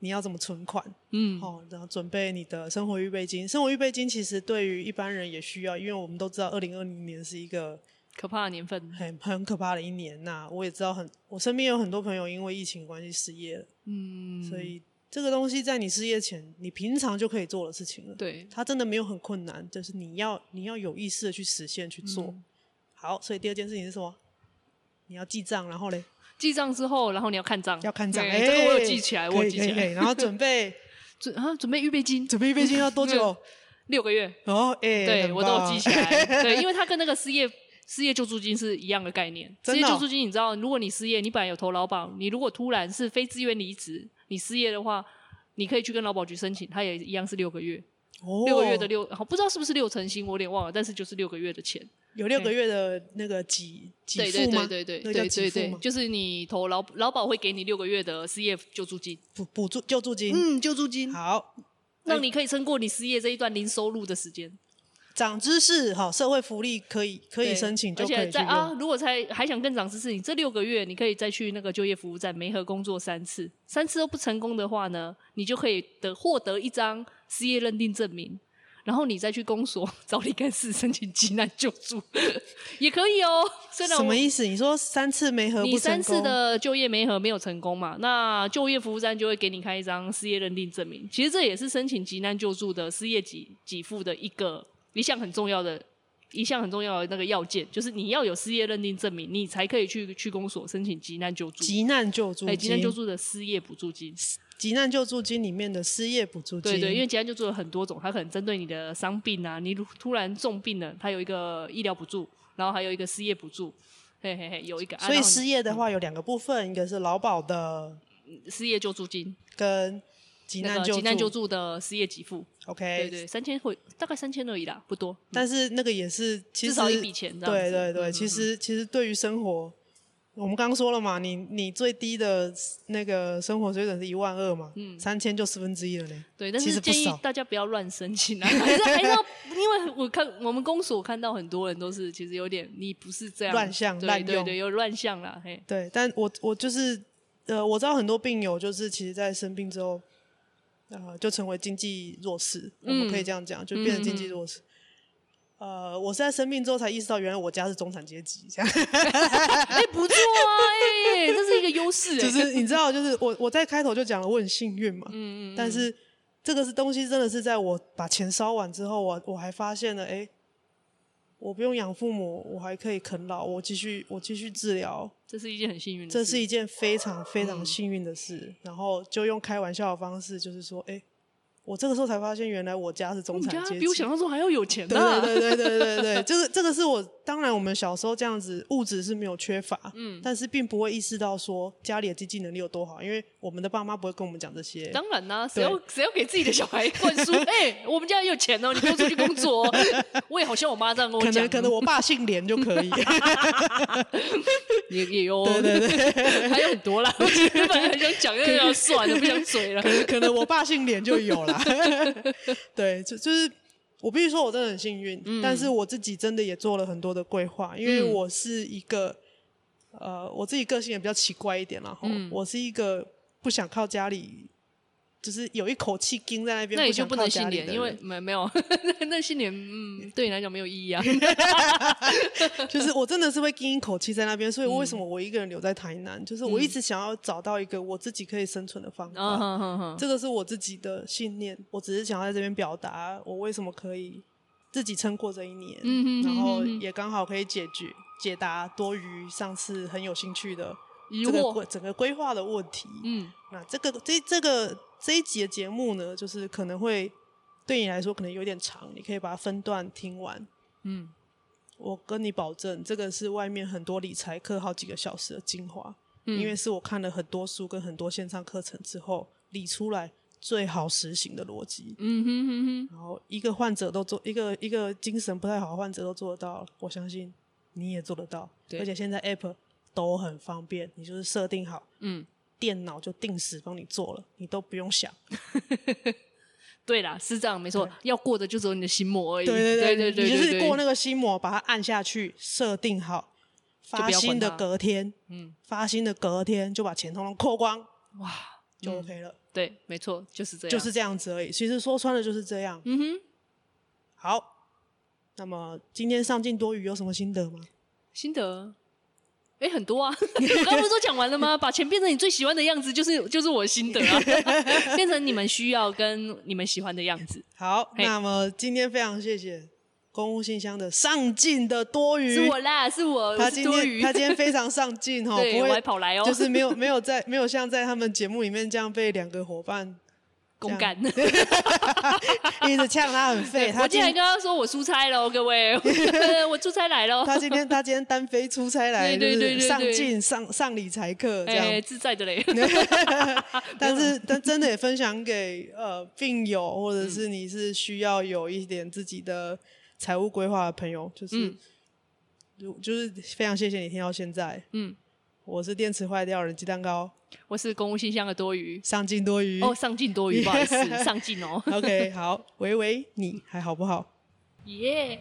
S1: 你要怎么存款，
S2: 嗯，
S1: 哦，然后准备你的生活预备金。生活预备金其实对于一般人也需要，因为我们都知道二零二零年是一个
S2: 可怕的年份。
S1: 很很可怕的一年呐、我也知道很，我身边有很多朋友因为疫情关系失业了，
S2: 嗯，
S1: 所以这个东西在你失业前，你平常就可以做的事情了。
S2: 对，
S1: 它真的没有很困难，就是你要你要有意识的去实现去做。
S2: 嗯
S1: 好，所以第二件事情是什么？你要记账，然后嘞
S2: 记账之后，然后你要看账，
S1: 要看账。
S2: 哎
S1: 哎、
S2: 这个我有记起来，
S1: 可以
S2: 我有记
S1: 可
S2: 起
S1: 以可
S2: 来。
S1: 以然后准 备
S2: 准啊，准备预备金
S1: 准备预备金要多久？
S2: 六个月，
S1: 哦，哎、
S2: 嗯对
S1: 很
S2: 我都有
S1: 棒
S2: 记起 来。对，因为它跟那个失业。失业救助金是一样的概念。
S1: 真
S2: 失
S1: 的哦
S2: 业救助金，你知道，如果你失业，你本来有投劳保，你如果突然是非自愿离职，你失业的话，你可以去跟劳保局申请，它也一样是六个月。
S1: 哦
S2: 六个月的六，好不知道是不是六成新，我有点忘了，但是就是六个月的钱。
S1: 有六个月的那个给给
S2: 嗯对对
S1: 付
S2: 对
S1: 吗？
S2: 对对
S1: 那个叫
S2: 对
S1: 给
S2: 对
S1: 付
S2: 对
S1: 吗，？
S2: 就是你投劳劳保会给你六个月的失业救助金，
S1: 补补助救助金。
S2: 嗯，救助金，
S1: 好，
S2: 让你可以撑过你失业这一段零收入的时间。
S1: 长知识，好，社会福利可以可以
S2: 对
S1: 申请
S2: 而
S1: 就可
S2: 且
S1: 以去
S2: 在
S1: 用。
S2: 啊，如果才还想更长知识，你这六个月你可以再去那个就业服务站媒合工作三次，三次都不成功的话呢，你就可以得获得一张失业认定证明。然后你再去公所 找李干事申请急难救助 也可以哦。虽然
S1: 什
S2: 我
S1: 么意思？你说三次没合不成功，
S2: 你三次的就业媒合没有成功嘛？那就业服务站就会给你开一张失业认定证明。其实这也是申请急难救助的失业给给付的一个一项很重要的一项很重要的那个要件，就是你要有失业认定证明，你才可以去去公所申请急难救助。
S1: 急难救助
S2: 哎，
S1: 金，
S2: 急难救助的失业补助金，
S1: 急难救助金里面的失业补助金，
S2: 对对，因为急难救助有很多种，它可能针对你的伤病啊，你如突然重病了，它有一个医疗补助，然后还有一个失业补助，嘿嘿嘿，有一个，啊
S1: 所以
S2: 然后你
S1: 失业的话有两个部分，一个是劳保的
S2: 失业救助金，
S1: 跟急
S2: 那
S1: 难
S2: 个
S1: 救助。
S2: 急难救助的失业给付，
S1: OK，
S2: 对对，嗯三千回大概三千而已啦，不多，
S1: 但是那个也是其实
S2: 至少一笔钱这样
S1: 对
S2: 子
S1: 对对，
S2: 嗯
S1: 其实其实对于生活，我们刚刚说了嘛，你你最低的那个生活水准是一万二嘛，
S2: 嗯
S1: 三千就四分之一了呢。
S2: 对，但
S1: 其
S2: 是
S1: 实不
S2: 建议
S1: 少
S2: 大家不要乱申请啊， 还是还是要，因为我看我们公所看到很多人都是其实有点你不是这样
S1: 乱象
S2: 对
S1: 滥
S2: 对
S1: 用
S2: 对，有乱象啦，嘿，
S1: 对，但我我就是呃，我知道很多病友就是其实，在生病之后，呃，就成为经济弱势，我们可以这样讲，就变成经
S2: 嗯
S1: 济弱势。呃，我是在生病之后才意识到，原来我家是中产阶级，这样
S2: 哎，不错啊， 哎，这是一个优势，哎
S1: 就是你知道，就是我我在开头就讲了，我很幸运嘛，
S2: 嗯嗯嗯，
S1: 但是这个是东西真的是在我把钱烧完之后，我我还发现了，哎，我不用养父母，我还可以啃老，我继续我继续治疗，
S2: 这是一件很幸运的
S1: 这
S2: 事，
S1: 是一件非常非
S2: 嗯
S1: 常幸运的事。然后就用开玩笑的方式，就是说，哎，我这个时候才发现，原来我家是中
S2: 哦你
S1: 产
S2: 家
S1: 阶级，
S2: 比我想象中还要有钱
S1: 对
S2: 呢、啊。
S1: 对对对对对对， 这个这个是我当然我们小时候这样子物质是没有缺乏，嗯，但是并不会意识到说家里的经济能力有多好，因为我们的爸妈不会跟我们讲这些。
S2: 当然啦、谁
S1: 对
S2: 要谁要给自己的小孩灌 输？哎、我们家很有钱哦，你不用出去工作、哦。 我也好像我妈这样跟
S1: 可
S2: 我
S1: 能
S2: 讲，
S1: 可能我爸姓连就可 以，
S2: 也也有，哦
S1: 对对对，
S2: 还有很多啦。我本来很想讲，但是要算了，不想嘴了
S1: 可。能可能我爸姓连就有啦。 对，就就是我必须说，我真的很幸运，但是我自己真的也做了很多的规划，因为
S2: 嗯
S1: 我是一个、呃，我自己个性也比较奇怪一点啦，吼
S2: 嗯
S1: 我是一个不想靠家里，就是有一口气盯在那边，
S2: 那你就
S1: 想
S2: 不
S1: 靠
S2: 能
S1: 家
S2: 信
S1: 里的
S2: 年，
S1: 人，
S2: 因为没没有 那信年，嗯，对你来讲没有意 义啊。
S1: 就是我真的是会盯一口气在那边，所以为什
S2: 嗯
S1: 么我一个人留在台南，就是我一直想要找到一个我自己可以生存的方法。
S2: 嗯哼哼哼，
S1: 这个是我自己的信念，我只是想要在这边表达我为什么可以自己撑过这一年，
S2: 嗯哼哼哼
S1: 然后也刚好可以解决解答多余上次很有兴趣的
S2: 疑
S1: 这个
S2: 惑
S1: 规，整个规划的问题。
S2: 嗯，
S1: 那这个这这个这一集的节目呢，就是可能会对你来说可能有点长，你可以把它分段听完。
S2: 嗯，
S1: 我跟你保证，这个是外面很多理财课好几个小时的精华，
S2: 嗯
S1: 因为是我看了很多书跟很多线上课程之后理出来最好实行的逻辑。
S2: 嗯哼哼哼，
S1: 然后一个患者都做，一个一个精神不太好的患者都做得到，我相信你也做得到。
S2: 对
S1: 而且现在 App 都很方便，你就是设定好，
S2: 嗯，
S1: 电脑就定时帮你做了，你都不用想。
S2: 对啦，是这样，没错，要过的就只有你的心魔而已。哎对
S1: 对
S2: 对对，
S1: 你就是
S2: 对
S1: 过那个心魔，把它按下去，设定好，发
S2: 就不要
S1: 新
S2: 管它
S1: 的隔天，
S2: 嗯，
S1: 发新的隔天就把钱通通扣光，
S2: 哇，
S1: 就
S2: 嗯
S1: OK 了，
S2: 对，没错，就是这样，
S1: 就是这样子而已。其实说穿了就是这样。
S2: 嗯哼，
S1: 好，那么今天上镜多余有什么心得吗？
S2: 心得。哎，很多啊！我刚不是都讲完了吗？把钱变成你最喜欢的样子，就是就是我的心得 啊，变成你们需要跟你们喜欢的样子，
S1: 好，
S2: 嘿
S1: 那么今天非常谢谢公务信箱的上进的多余，
S2: 是我啦，是我，
S1: 他
S2: 我是
S1: 今
S2: 多
S1: 天
S2: 余
S1: 他，今天非常上进哈，
S2: 对
S1: 不
S2: 我还
S1: 会
S2: 跑来哦，
S1: 就是没有没有在没有像在他们节目里面这样被两个伙伴
S2: 公干。
S1: 一直呛他很 废，他
S2: 我
S1: 今
S2: 竟然跟他说我出差了哦，各 位，我出差来了哦，
S1: 他今天他今天单飞出差来，就
S2: 对对对
S1: 是
S2: 对
S1: 上
S2: 对
S1: 进上上理财课这
S2: 哎，
S1: 样。
S2: 自在的嘞，
S1: 但是但真的也分享给呃病友，或
S2: 嗯
S1: 者是你是需要有一点自己的财务规划的朋友，就是
S2: 嗯
S1: 如就是非常谢谢你听到现在。
S2: 嗯，
S1: 我是电池坏掉人鸡蛋糕，
S2: 我是公务信箱的多 余，
S1: 上进多余。
S2: 哦，上进 多余，不好意思，上进哦，
S1: OK，好，维维你还好不好？
S2: 耶。